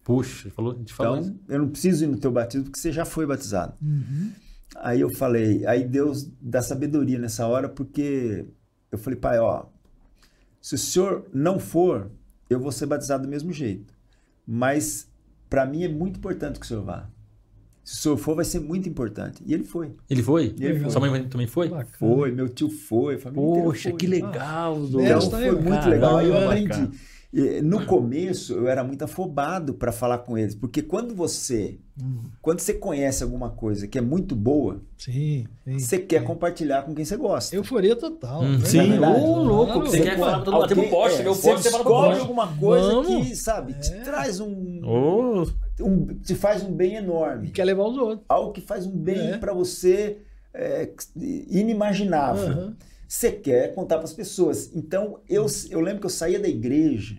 Speaker 1: Puxa, ele falou, a gente falou. isso.
Speaker 3: Então, eu não preciso ir no teu batismo, porque você já foi batizado.
Speaker 2: Uhum.
Speaker 3: Aí eu falei, aí Deus dá sabedoria nessa hora, porque eu falei, pai, ó, se o senhor não for, eu vou ser batizado do mesmo jeito. Mas para mim é muito importante que o senhor vá. Se o senhor for, vai ser muito importante. E ele foi.
Speaker 1: Ele foi?
Speaker 3: E ele foi.
Speaker 1: Sua mãe também foi?
Speaker 2: Bacana.
Speaker 3: Foi, meu tio foi, a família inteira
Speaker 1: Poxa,
Speaker 3: foi.
Speaker 1: que legal, Dom.
Speaker 3: Então,
Speaker 2: Essa é
Speaker 3: foi muito
Speaker 1: bacana.
Speaker 3: legal. Aí eu
Speaker 1: Caramba,
Speaker 3: aprendi.
Speaker 1: cara.
Speaker 3: E, No começo, eu era muito afobado para falar com eles, porque quando você quando você conhece alguma coisa que é muito boa,
Speaker 2: Sim, sim.
Speaker 3: você quer compartilhar com quem você gosta.
Speaker 2: Euforia total.
Speaker 1: Hum,
Speaker 2: né?
Speaker 1: sim,
Speaker 3: verdade.
Speaker 1: ô louco.
Speaker 2: Claro.
Speaker 1: Você quer falar pra todo mundo. Tem um
Speaker 3: Alguém-
Speaker 1: poste,
Speaker 3: é,
Speaker 1: meu
Speaker 3: você
Speaker 1: poste, você fala pro
Speaker 3: descobre
Speaker 1: poste.
Speaker 3: alguma coisa que,
Speaker 2: Vamos.
Speaker 3: sabe, te
Speaker 2: É.
Speaker 3: traz um,
Speaker 1: Ô,
Speaker 3: um- te faz um bem enorme.
Speaker 2: Quer levar os outros.
Speaker 3: Algo que faz um bem
Speaker 2: É.
Speaker 3: pra você é, inimaginável.
Speaker 2: Aham.
Speaker 3: Você quer contar para as pessoas. Então, eu, eu lembro que eu saía da igreja,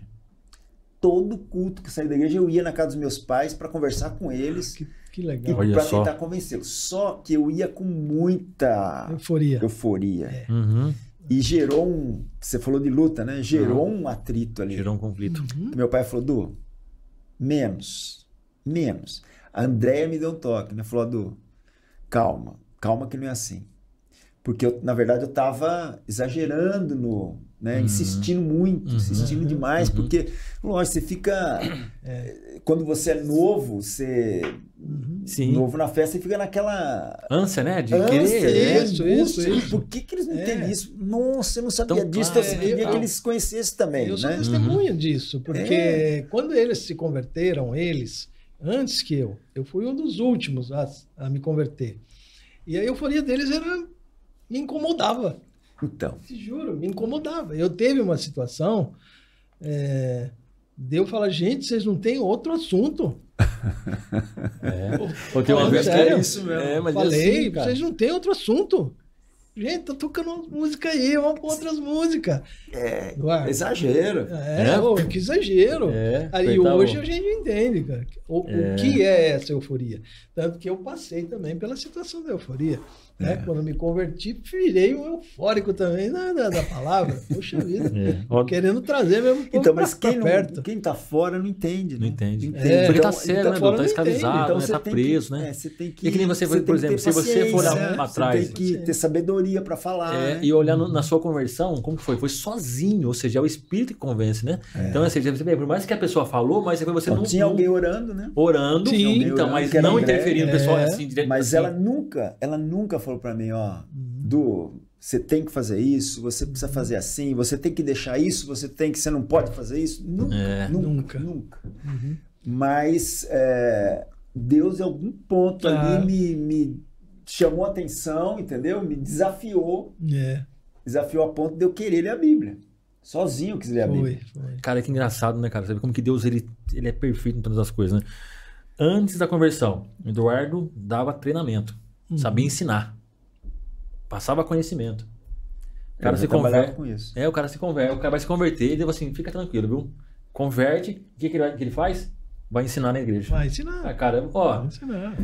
Speaker 3: todo culto que eu saía da igreja, eu ia na casa dos meus pais para conversar com eles
Speaker 2: Que, que
Speaker 3: e
Speaker 2: legal.
Speaker 1: Olha
Speaker 3: para
Speaker 1: só.
Speaker 3: tentar convencê-los. Só que eu ia com muita
Speaker 2: Euforia.
Speaker 3: euforia.
Speaker 1: Uhum.
Speaker 3: E gerou um. Você falou de luta, né? Gerou um atrito ali.
Speaker 1: Uhum. Gerou um conflito.
Speaker 2: Uhum.
Speaker 3: Que Meu pai falou, Du, menos, menos. A Andréia me deu um toque, né? Falou, Du, calma, calma que não é assim. Porque, eu, na verdade, eu tava exagerando no... Né?
Speaker 1: Uhum.
Speaker 3: Insistindo muito,
Speaker 1: Uhum.
Speaker 3: insistindo demais.
Speaker 1: Uhum. É.
Speaker 3: Porque, lógico, você fica... Quando você é novo, você...
Speaker 2: Uhum.
Speaker 1: Sim.
Speaker 3: Novo na festa, você fica naquela...
Speaker 1: Ânsia, né? De
Speaker 3: ânsia,
Speaker 1: querer.
Speaker 3: né?
Speaker 1: né?
Speaker 2: Ah, isso, isso,
Speaker 3: Angústia.
Speaker 2: isso.
Speaker 3: Por que, que eles não
Speaker 2: É.
Speaker 3: entendem isso? Nossa, eu não sabia
Speaker 1: Então,
Speaker 3: disso.
Speaker 1: claro,
Speaker 3: eu
Speaker 2: é,
Speaker 3: queria
Speaker 2: eu-
Speaker 3: que eles conhecessem também,
Speaker 2: Eu sou
Speaker 3: né?
Speaker 2: testemunha disso, porque
Speaker 3: É.
Speaker 2: quando eles se converteram, eles, antes que eu, eu fui um dos últimos a, a me converter. E a euforia deles era, me incomodava,
Speaker 3: Então,
Speaker 2: te juro, me incomodava. Eu teve uma situação é, de eu falar, gente, vocês não têm outro assunto.
Speaker 1: É. Porque uma
Speaker 2: Falando
Speaker 1: vez.
Speaker 2: sério,
Speaker 3: isso mesmo.
Speaker 1: É, mas é
Speaker 2: Falei,
Speaker 1: assim, cara.
Speaker 2: vocês não têm outro assunto. Gente, tá tocando música aí, vamos pra outras músicas.
Speaker 3: é
Speaker 2: Eduardo,
Speaker 3: exagero.
Speaker 2: É,
Speaker 1: É?
Speaker 2: ô, que exagero.
Speaker 1: É,
Speaker 2: Aí
Speaker 1: coitado.
Speaker 2: hoje a gente entende, cara, o, o
Speaker 1: É.
Speaker 2: que é essa euforia. Tanto que eu passei também pela situação da euforia.
Speaker 1: É.
Speaker 2: né? Quando me converti, virei um eufórico também na- na- da palavra. Poxa vida.
Speaker 1: É. Ó,
Speaker 2: Querendo trazer mesmo povo
Speaker 3: Então, mas
Speaker 2: pra- pra
Speaker 3: quem, não,
Speaker 2: perto.
Speaker 3: quem tá fora não entende, né?
Speaker 1: Não entende.
Speaker 2: É,
Speaker 1: Porque tá
Speaker 3: então-
Speaker 1: cego,
Speaker 2: então
Speaker 1: né, Dudu? Tá
Speaker 2: fora não
Speaker 1: escravizado,
Speaker 3: então
Speaker 1: né?
Speaker 3: você
Speaker 1: Tá
Speaker 3: tem
Speaker 1: preso,
Speaker 3: que,
Speaker 1: né?
Speaker 3: é, você tem que,
Speaker 1: E é que nem você, por
Speaker 3: tem
Speaker 1: exemplo,
Speaker 3: que ter
Speaker 1: se você for
Speaker 3: paciência, né?
Speaker 1: olhar pra trás- né?
Speaker 3: Você tem que ter sabedoria para falar.
Speaker 1: É,
Speaker 3: né?
Speaker 1: e olhar no- na sua conversão, como que foi? Foi sozinho, ou seja, é o espírito que convence, né? Então, assim, você vê, por mais que a pessoa falou, mas foi você
Speaker 3: Então,
Speaker 1: não,
Speaker 3: É. tinha
Speaker 1: não
Speaker 3: alguém orando, né?
Speaker 1: orando,
Speaker 2: Sim.
Speaker 1: então,
Speaker 3: Alguém orando,
Speaker 1: mas
Speaker 3: que era
Speaker 1: não
Speaker 3: André,
Speaker 1: interferindo,
Speaker 2: é.
Speaker 1: pessoal, assim, direto.
Speaker 3: Mas
Speaker 1: assim,
Speaker 3: ela nunca, ela nunca falou para mim, ó, Du, você tem que fazer isso, você precisa fazer assim, você tem que deixar isso, você tem que, você não pode fazer isso. Nunca,
Speaker 1: É.
Speaker 3: nunca,
Speaker 2: Nunca.
Speaker 3: nunca.
Speaker 2: Uhum.
Speaker 3: Mas é, Deus, em algum ponto
Speaker 2: Ah.
Speaker 3: ali, me, me chamou a atenção, entendeu? Me desafiou.
Speaker 2: É,
Speaker 3: Desafiou a ponto de eu querer ler a Bíblia. Sozinho eu quis ler a
Speaker 2: foi,
Speaker 3: Bíblia.
Speaker 2: foi.
Speaker 1: Cara, que engraçado, né, cara? Você vê como que Deus ele, ele é perfeito em todas as coisas, né? Antes da conversão, Eduardo dava treinamento,
Speaker 2: Hum.
Speaker 1: sabia ensinar, passava conhecimento. O cara
Speaker 3: eu
Speaker 1: se
Speaker 3: trabalhava
Speaker 1: converte.
Speaker 3: com isso.
Speaker 1: É, o cara se converte, o cara vai se converter, ele fala assim, fica tranquilo, viu? Converte, o que, que, ele, vai- que ele faz? Vai ensinar na igreja.
Speaker 2: Vai
Speaker 1: Ah,
Speaker 2: ensinar.
Speaker 1: cara,
Speaker 2: Vai
Speaker 1: ó,
Speaker 2: ensinar.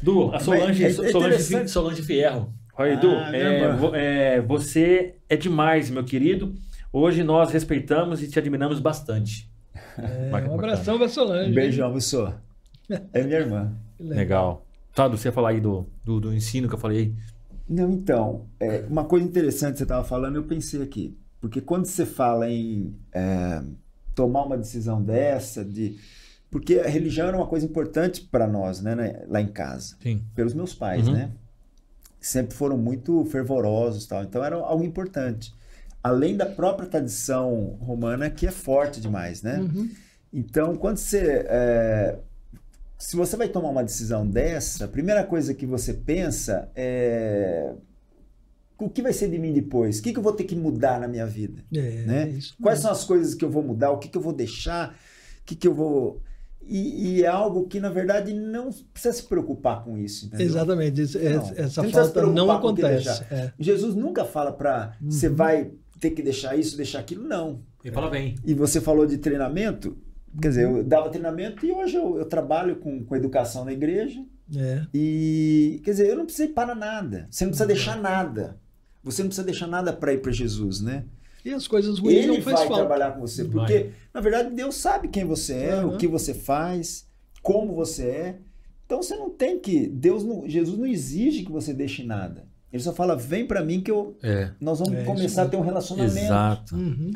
Speaker 1: Du, a Solange,
Speaker 3: é- é
Speaker 1: Solange,
Speaker 3: interessante.
Speaker 1: Solange Fierro. Olha,
Speaker 3: Ah,
Speaker 1: Edu,
Speaker 3: minha
Speaker 1: é,
Speaker 3: irmã.
Speaker 1: vo- é, você é demais, meu querido. Hoje nós respeitamos e te admiramos bastante.
Speaker 2: É,
Speaker 1: Bacana,
Speaker 2: um abração pra Solange.
Speaker 3: Um beijão, Mussô. É minha irmã.
Speaker 1: Legal. Tá, Du, você ia falar aí do, do, do ensino que eu falei.
Speaker 3: Não, então, é, uma coisa interessante que você estava falando, eu pensei aqui. Porque quando você fala em é, tomar uma decisão dessa, de. Porque a religião era uma coisa importante para nós, né, né, lá em casa.
Speaker 1: Sim.
Speaker 3: pelos meus pais,
Speaker 1: Uhum.
Speaker 3: né? Sempre foram muito fervorosos, e tal. Então era algo importante. Além da própria tradição romana que é forte demais, né?
Speaker 2: Uhum.
Speaker 3: Então quando você é, se você vai tomar uma decisão dessa, a primeira coisa que você pensa é o que vai ser de mim depois? O que, que eu vou ter que mudar na minha vida?
Speaker 2: É,
Speaker 3: Né?
Speaker 2: isso
Speaker 3: Quais
Speaker 2: mesmo.
Speaker 3: são as coisas que eu vou mudar? O que, que eu vou deixar? O que, que eu vou. E, e é algo que, na verdade, não precisa se preocupar com isso. Entendeu?
Speaker 2: Exatamente, isso-
Speaker 3: Não.
Speaker 2: essa-
Speaker 3: Você
Speaker 2: essa
Speaker 3: não precisa se
Speaker 2: falta não
Speaker 3: preocupar com o que
Speaker 2: acontece. É.
Speaker 3: Jesus nunca fala para você vai ter que deixar isso, deixar aquilo, não.
Speaker 1: E fala bem.
Speaker 3: E você falou de treinamento, quer dizer, eu dava treinamento e hoje eu, eu trabalho com, com educação na igreja.
Speaker 2: É,
Speaker 3: E, quer dizer, eu não precisei parar nada. Você não precisa
Speaker 2: Uhum.
Speaker 3: deixar nada. Você não precisa deixar nada para ir para Jesus, né?
Speaker 2: E as coisas ruins
Speaker 3: Ele
Speaker 2: não faz
Speaker 3: vai
Speaker 2: falta.
Speaker 3: trabalhar com você.
Speaker 1: Vai.
Speaker 3: Porque, na verdade, Deus sabe quem você é, o
Speaker 2: Uhum.
Speaker 3: que você faz, como você é. Então você não tem que. Deus não, Jesus não exige que você deixe nada. Ele só fala: vem para mim que eu,
Speaker 1: É.
Speaker 3: nós vamos
Speaker 2: É, isso
Speaker 3: começar a
Speaker 2: mesmo.
Speaker 3: ter um relacionamento.
Speaker 1: Exato.
Speaker 2: Uhum.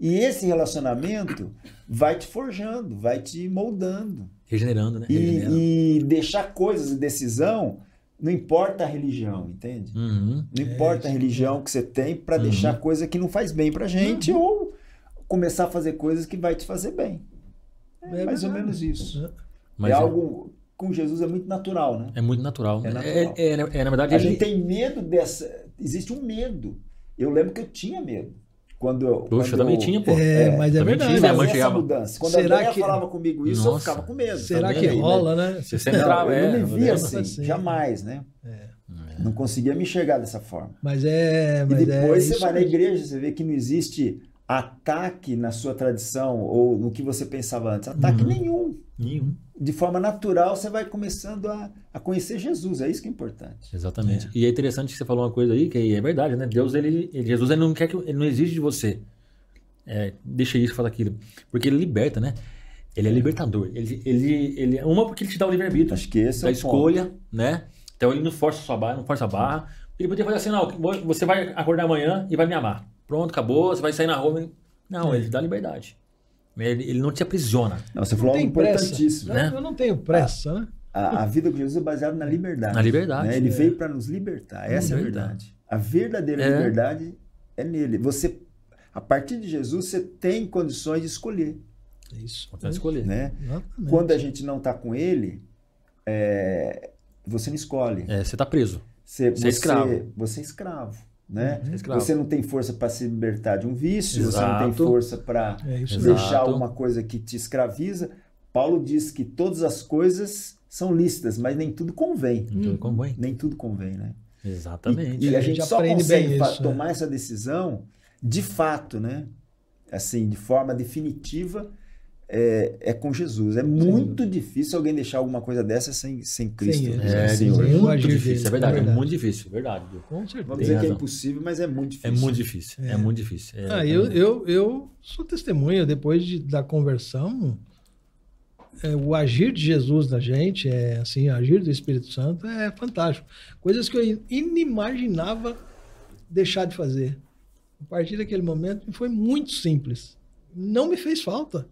Speaker 3: E esse relacionamento vai te forjando, vai te moldando.
Speaker 1: Regenerando, né? Regenerando.
Speaker 3: E, e deixar coisas de decisão, não importa a religião, entende?
Speaker 1: Uhum.
Speaker 3: Não importa a religião que você tem para
Speaker 1: Uhum.
Speaker 3: deixar coisa que não faz bem pra gente ou começar a fazer coisas que vai te fazer bem. É,
Speaker 2: É
Speaker 3: mais ou
Speaker 2: verdade.
Speaker 3: menos isso.
Speaker 1: Mas
Speaker 3: é,
Speaker 1: é,
Speaker 3: algo com Jesus é muito natural, né?
Speaker 1: é muito natural.
Speaker 3: É
Speaker 1: né?
Speaker 3: natural.
Speaker 1: É, é, na- é, na verdade,
Speaker 3: A
Speaker 1: ele-
Speaker 3: gente tem medo dessa, existe um medo. Eu lembro que eu tinha medo quando eu,
Speaker 1: Poxa,
Speaker 3: quando
Speaker 1: eu também tinha, pô.
Speaker 2: É, mas é
Speaker 1: também tive,
Speaker 2: verdade.
Speaker 3: Fazer
Speaker 1: minha mãe
Speaker 3: essa
Speaker 1: chegava.
Speaker 3: mudança. Quando
Speaker 2: Será
Speaker 3: a Andrea
Speaker 2: que-
Speaker 3: falava comigo isso, eu
Speaker 1: Nossa.
Speaker 3: ficava com medo.
Speaker 2: Será
Speaker 3: também,
Speaker 2: que
Speaker 3: né?
Speaker 2: rola, né?
Speaker 1: Você sempre
Speaker 3: Não,
Speaker 1: entrava,
Speaker 3: eu não
Speaker 1: é,
Speaker 3: me via
Speaker 1: lembra?
Speaker 3: assim,
Speaker 2: Assim. É.
Speaker 3: jamais, né? Não conseguia me enxergar dessa forma.
Speaker 2: Mas é.
Speaker 3: E
Speaker 2: Mas
Speaker 3: depois
Speaker 2: é
Speaker 3: você
Speaker 2: isso
Speaker 3: vai na
Speaker 2: mesmo.
Speaker 3: igreja, você vê que não existe ataque na sua tradição ou no que você pensava antes. Ataque
Speaker 1: Uhum.
Speaker 3: nenhum.
Speaker 1: Nenhum.
Speaker 3: De forma natural, você vai começando a, a conhecer Jesus. É isso que é importante.
Speaker 1: Exatamente. E é interessante que você falou uma coisa aí, que é verdade, né? Deus, ele, ele- Jesus, ele não quer que, ele não exige de você. É, deixa isso, faz aquilo. Porque ele liberta, né? Ele é libertador. Ele, ele, ele, uma, porque ele te dá o livre-arbítrio.
Speaker 3: Acho que esse
Speaker 1: da
Speaker 3: é o ponto.
Speaker 1: escolha, né? Então ele não força a sua barra, não força a barra. Ele podia fazer assim, não, você vai acordar amanhã e vai me amar. Pronto, acabou, você vai sair na rua. Não, ele te dá liberdade. Né? Ele, ele não te aprisiona
Speaker 3: Não, você
Speaker 2: Não
Speaker 3: falou algo
Speaker 2: tem pressa.
Speaker 3: importantíssimo.
Speaker 1: né?
Speaker 2: Eu- Eu não tenho pressa, né?
Speaker 3: A, a vida com Jesus é baseada na liberdade.
Speaker 1: na liberdade. É.
Speaker 3: né? Ele veio para nos libertar. Essa é a
Speaker 1: Liberdade.
Speaker 3: verdade. A verdadeira
Speaker 1: É.
Speaker 3: liberdade é nele. Você, a partir de Jesus, você tem condições de escolher,
Speaker 2: É Isso.
Speaker 1: Você vai escolher.
Speaker 3: né?
Speaker 1: É.
Speaker 2: Exatamente.
Speaker 3: Quando a gente não está com ele, é, você não escolhe.
Speaker 1: É, você tá preso.
Speaker 3: Você,
Speaker 1: Você é escravo.
Speaker 3: Você é escravo, né?
Speaker 1: Você é escravo.
Speaker 3: Você não tem força para se libertar de um vício. Você não tem
Speaker 1: Exato.
Speaker 3: força para
Speaker 2: É isso
Speaker 1: Exato.
Speaker 2: mesmo.
Speaker 3: deixar alguma coisa que te escraviza. Paulo diz que todas as coisas são lícitas, mas nem tudo convém.
Speaker 1: Então, como é?
Speaker 3: Nem tudo convém, né?
Speaker 1: Exatamente.
Speaker 3: E, e a
Speaker 2: A gente
Speaker 3: gente só
Speaker 2: aprende
Speaker 3: consegue
Speaker 2: bem
Speaker 3: fa-
Speaker 2: isso, né?
Speaker 3: tomar essa decisão de fato, né? Assim, de forma definitiva, é, é com Jesus. É muito difícil alguém deixar alguma coisa dessa sem, sem Cristo.
Speaker 2: ele,
Speaker 3: né?
Speaker 2: É,
Speaker 1: É,
Speaker 2: sim,
Speaker 3: Senhor.
Speaker 2: eu
Speaker 1: muito
Speaker 2: agir
Speaker 1: difícil,
Speaker 2: dele,
Speaker 1: é verdade, é
Speaker 2: é verdade.
Speaker 1: muito difícil, é verdade. viu?
Speaker 2: Com certeza.
Speaker 1: Tem
Speaker 3: Vamos dizer que é
Speaker 1: razão.
Speaker 3: impossível, mas é muito
Speaker 1: É
Speaker 3: difícil.
Speaker 1: muito difícil, é,
Speaker 2: É.
Speaker 1: muito difícil. É,
Speaker 2: Ah, eu, eu, eu sou testemunha, depois de- da conversão, é, o agir de Jesus na gente, é, assim, o agir do Espírito Santo é fantástico. Coisas que eu inimaginava deixar de fazer. A partir daquele momento foi muito simples. Não me fez falta.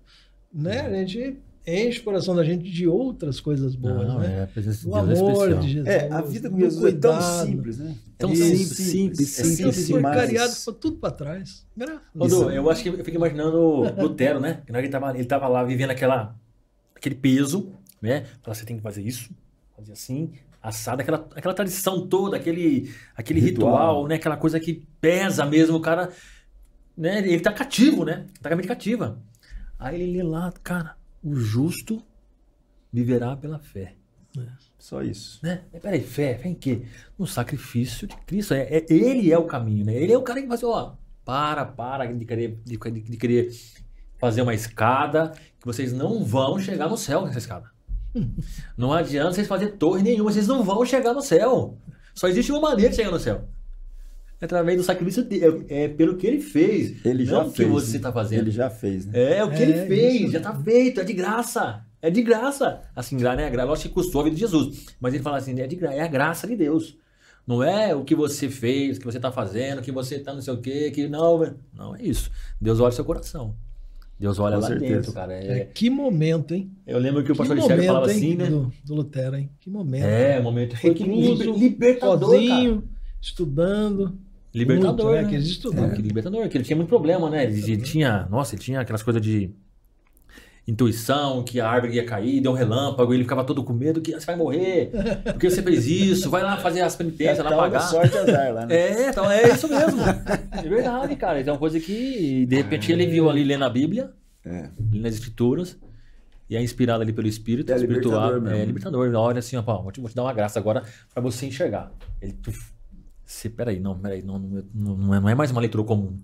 Speaker 2: Né? A gente enche o coração da gente de outras coisas boas,
Speaker 1: Não,
Speaker 2: né?
Speaker 1: é, a presença de
Speaker 2: O
Speaker 1: Deus é
Speaker 2: amor
Speaker 1: especial.
Speaker 2: de Jesus.
Speaker 3: É, a vida com
Speaker 2: do
Speaker 3: Jesus é tão
Speaker 2: cuidado.
Speaker 3: simples, né?
Speaker 1: Tão
Speaker 3: É
Speaker 1: simples, simples,
Speaker 3: é
Speaker 1: simples,
Speaker 2: Então,
Speaker 3: simples
Speaker 2: foi
Speaker 3: demais.
Speaker 2: cariado, foi tudo para trás. Graças a
Speaker 1: Ô, Du,
Speaker 2: Deus.
Speaker 1: eu acho que eu fico imaginando o Lutero, né? Que na hora que ele tava, ele tava lá vivendo aquela, aquele peso, né? Falar, você tem que fazer isso, fazer assim, assado, aquela, aquela tradição toda, aquele, aquele ritual.
Speaker 3: Ritual.
Speaker 1: né? Aquela coisa que pesa mesmo, o cara. Né? Ele tá cativo, né? Tá com a mente cativa. Aí ele lê lá, cara, o justo viverá pela fé.
Speaker 3: Só isso.
Speaker 1: Né? Mas Peraí, fé, fé em quê? No sacrifício de Cristo. É, é- ele é o caminho, né? Ele é o cara que vai assim, ó, para, para de querer, de, de- de querer fazer uma escada, que vocês não vão chegar no céu nessa escada. Não adianta vocês fazer torre nenhuma, vocês não vão chegar no céu. Só existe uma maneira de chegar no céu. É através do sacrifício dele, é, é pelo que ele fez,
Speaker 3: Ele
Speaker 1: não
Speaker 3: já
Speaker 1: o que
Speaker 3: fez.
Speaker 1: você
Speaker 3: né?
Speaker 1: está fazendo.
Speaker 3: Ele já fez, né?
Speaker 1: É, o que
Speaker 2: É,
Speaker 1: ele fez,
Speaker 2: isso.
Speaker 1: já tá feito, é de graça. É de graça. Assim, gra- né? gra- Lógico que custou a vida de Jesus. Mas ele fala assim, é, de gra- é a graça de Deus. Não é o que você fez, o que você tá fazendo, que você tá não sei o quê, que não. velho. Não é isso. Deus olha o seu coração. Deus olha
Speaker 3: Com
Speaker 1: lá
Speaker 3: certeza.
Speaker 1: dentro, cara.
Speaker 2: Cara,
Speaker 1: É-
Speaker 2: que momento, hein?
Speaker 1: eu lembro que o
Speaker 2: Que
Speaker 1: pastor Licério falava
Speaker 2: hein,
Speaker 1: assim, né?
Speaker 2: Do, do Lutero, hein? Que momento. Um
Speaker 1: É, o momento foi que
Speaker 2: Recluso,
Speaker 1: liber- libertador, cara.
Speaker 2: Sozinho, estudando.
Speaker 1: Libertador,
Speaker 2: muito, né?
Speaker 1: né?
Speaker 2: Que eles estudavam.
Speaker 1: Que libertador, que ele tinha muito problema, né? Ele, ele tinha, nossa, ele tinha aquelas coisas de intuição, que a árvore ia cair, deu um relâmpago, ele ficava todo com medo que "Ah, você vai morrer, porque você fez isso, vai lá fazer as penitências, lá
Speaker 3: tal da
Speaker 1: pagar.
Speaker 3: sorte e azar lá, né?
Speaker 1: É, então, é isso mesmo. É verdade, cara. Então é uma coisa que, de repente, ele viu ali lendo a Bíblia,
Speaker 3: É.
Speaker 1: lendo as Escrituras, e é inspirado ali pelo Espírito,
Speaker 3: É
Speaker 1: espiritual.
Speaker 3: libertador mesmo.
Speaker 1: É libertador. Ele olha assim, ó, pô, vou te, vou te dar uma graça agora pra você enxergar. Ele, tu, você, peraí, não, peraí, não, não, não, é, não é mais uma leitura comum.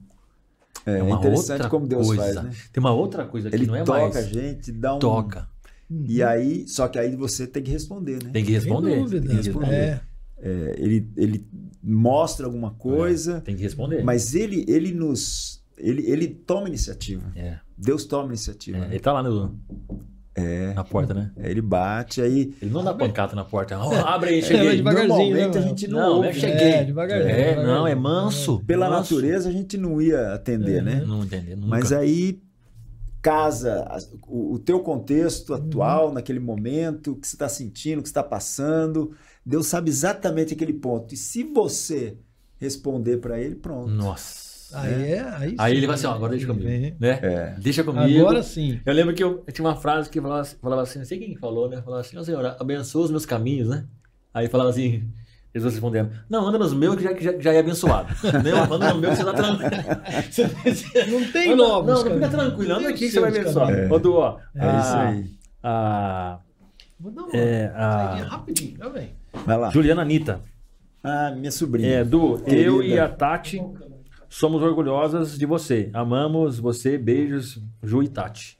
Speaker 3: É,
Speaker 1: uma
Speaker 3: interessante
Speaker 1: outra
Speaker 3: como Deus
Speaker 1: coisa.
Speaker 3: faz, né?
Speaker 1: Tem uma outra coisa que
Speaker 3: Ele
Speaker 1: não é
Speaker 3: toca
Speaker 1: mais.
Speaker 3: a gente, dá um...
Speaker 1: Toca.
Speaker 3: E aí, só que aí você tem que responder, né?
Speaker 1: Uhum. Tem que responder.
Speaker 2: Hum, Sem dúvida.
Speaker 1: Tem que responder.
Speaker 2: É,
Speaker 3: É, ele, ele mostra alguma coisa,
Speaker 1: Tem que responder.
Speaker 3: mas ele, ele nos. Ele, ele toma iniciativa.
Speaker 1: É,
Speaker 3: Deus toma iniciativa.
Speaker 1: é, ele tá lá no.
Speaker 3: É.
Speaker 1: na porta, né?
Speaker 3: Aí Ele bate, aí.
Speaker 1: Ele não dá pancada na porta. Ó, abre aí,
Speaker 2: É,
Speaker 1: cheguei.
Speaker 2: devagar. devagarzinho, né,
Speaker 3: Normalmente a gente não,
Speaker 1: Não,
Speaker 3: ouve.
Speaker 1: né?
Speaker 3: né?
Speaker 1: Cheguei.
Speaker 2: É, devagarzinho.
Speaker 1: É,
Speaker 2: devagarzinho.
Speaker 1: não, é manso.
Speaker 3: Pela
Speaker 1: manso.
Speaker 3: natureza a gente não ia atender, né?
Speaker 1: Não entendi. Uhum. Nunca.
Speaker 3: Mas aí casa as- o, o teu
Speaker 2: Uhum.
Speaker 3: contexto atual, naquele momento, o que você está sentindo, o que você está passando. Deus sabe exatamente aquele ponto. E se você responder para ele, pronto.
Speaker 1: Nossa.
Speaker 3: Ah.
Speaker 2: Aí, é, aí,
Speaker 1: né? Aí
Speaker 2: sim,
Speaker 1: ele vai assim, ó,
Speaker 2: né?
Speaker 1: agora deixa comigo.
Speaker 2: É.
Speaker 1: Né?
Speaker 3: É.
Speaker 1: Deixa comigo.
Speaker 2: Agora sim.
Speaker 1: Eu lembro que eu, eu tinha uma frase que falava, assim- falava assim, não sei quem que falou, né? Falava assim, ó Senhor, abençoa os meus caminhos, né? Aí falava assim, Jesus respondendo, não, anda nos meus que já, que já, já é abençoado. não, anda no meu que você tá tranquilo.
Speaker 2: Não tem
Speaker 1: Anda-
Speaker 2: novos.
Speaker 1: Não, não
Speaker 2: cara.
Speaker 1: fica tranquilo, anda
Speaker 2: Tem
Speaker 1: aqui que
Speaker 2: os
Speaker 1: você vai
Speaker 2: seus,
Speaker 1: abençoar.
Speaker 2: cara.
Speaker 1: Ô, Du, ó,
Speaker 3: É isso aí.
Speaker 1: A,
Speaker 2: Vou dar uma
Speaker 1: é,
Speaker 2: saidinha
Speaker 1: a
Speaker 2: rapidinho, tá bem?
Speaker 3: Vai lá.
Speaker 1: Juliana Anitta.
Speaker 3: Ah, minha
Speaker 1: É,
Speaker 3: sobrinha.
Speaker 1: Du, eu e
Speaker 3: Querida.
Speaker 1: a Tati
Speaker 2: Um
Speaker 1: somos orgulhosas de você. Amamos você. Beijos, Ju e Tati.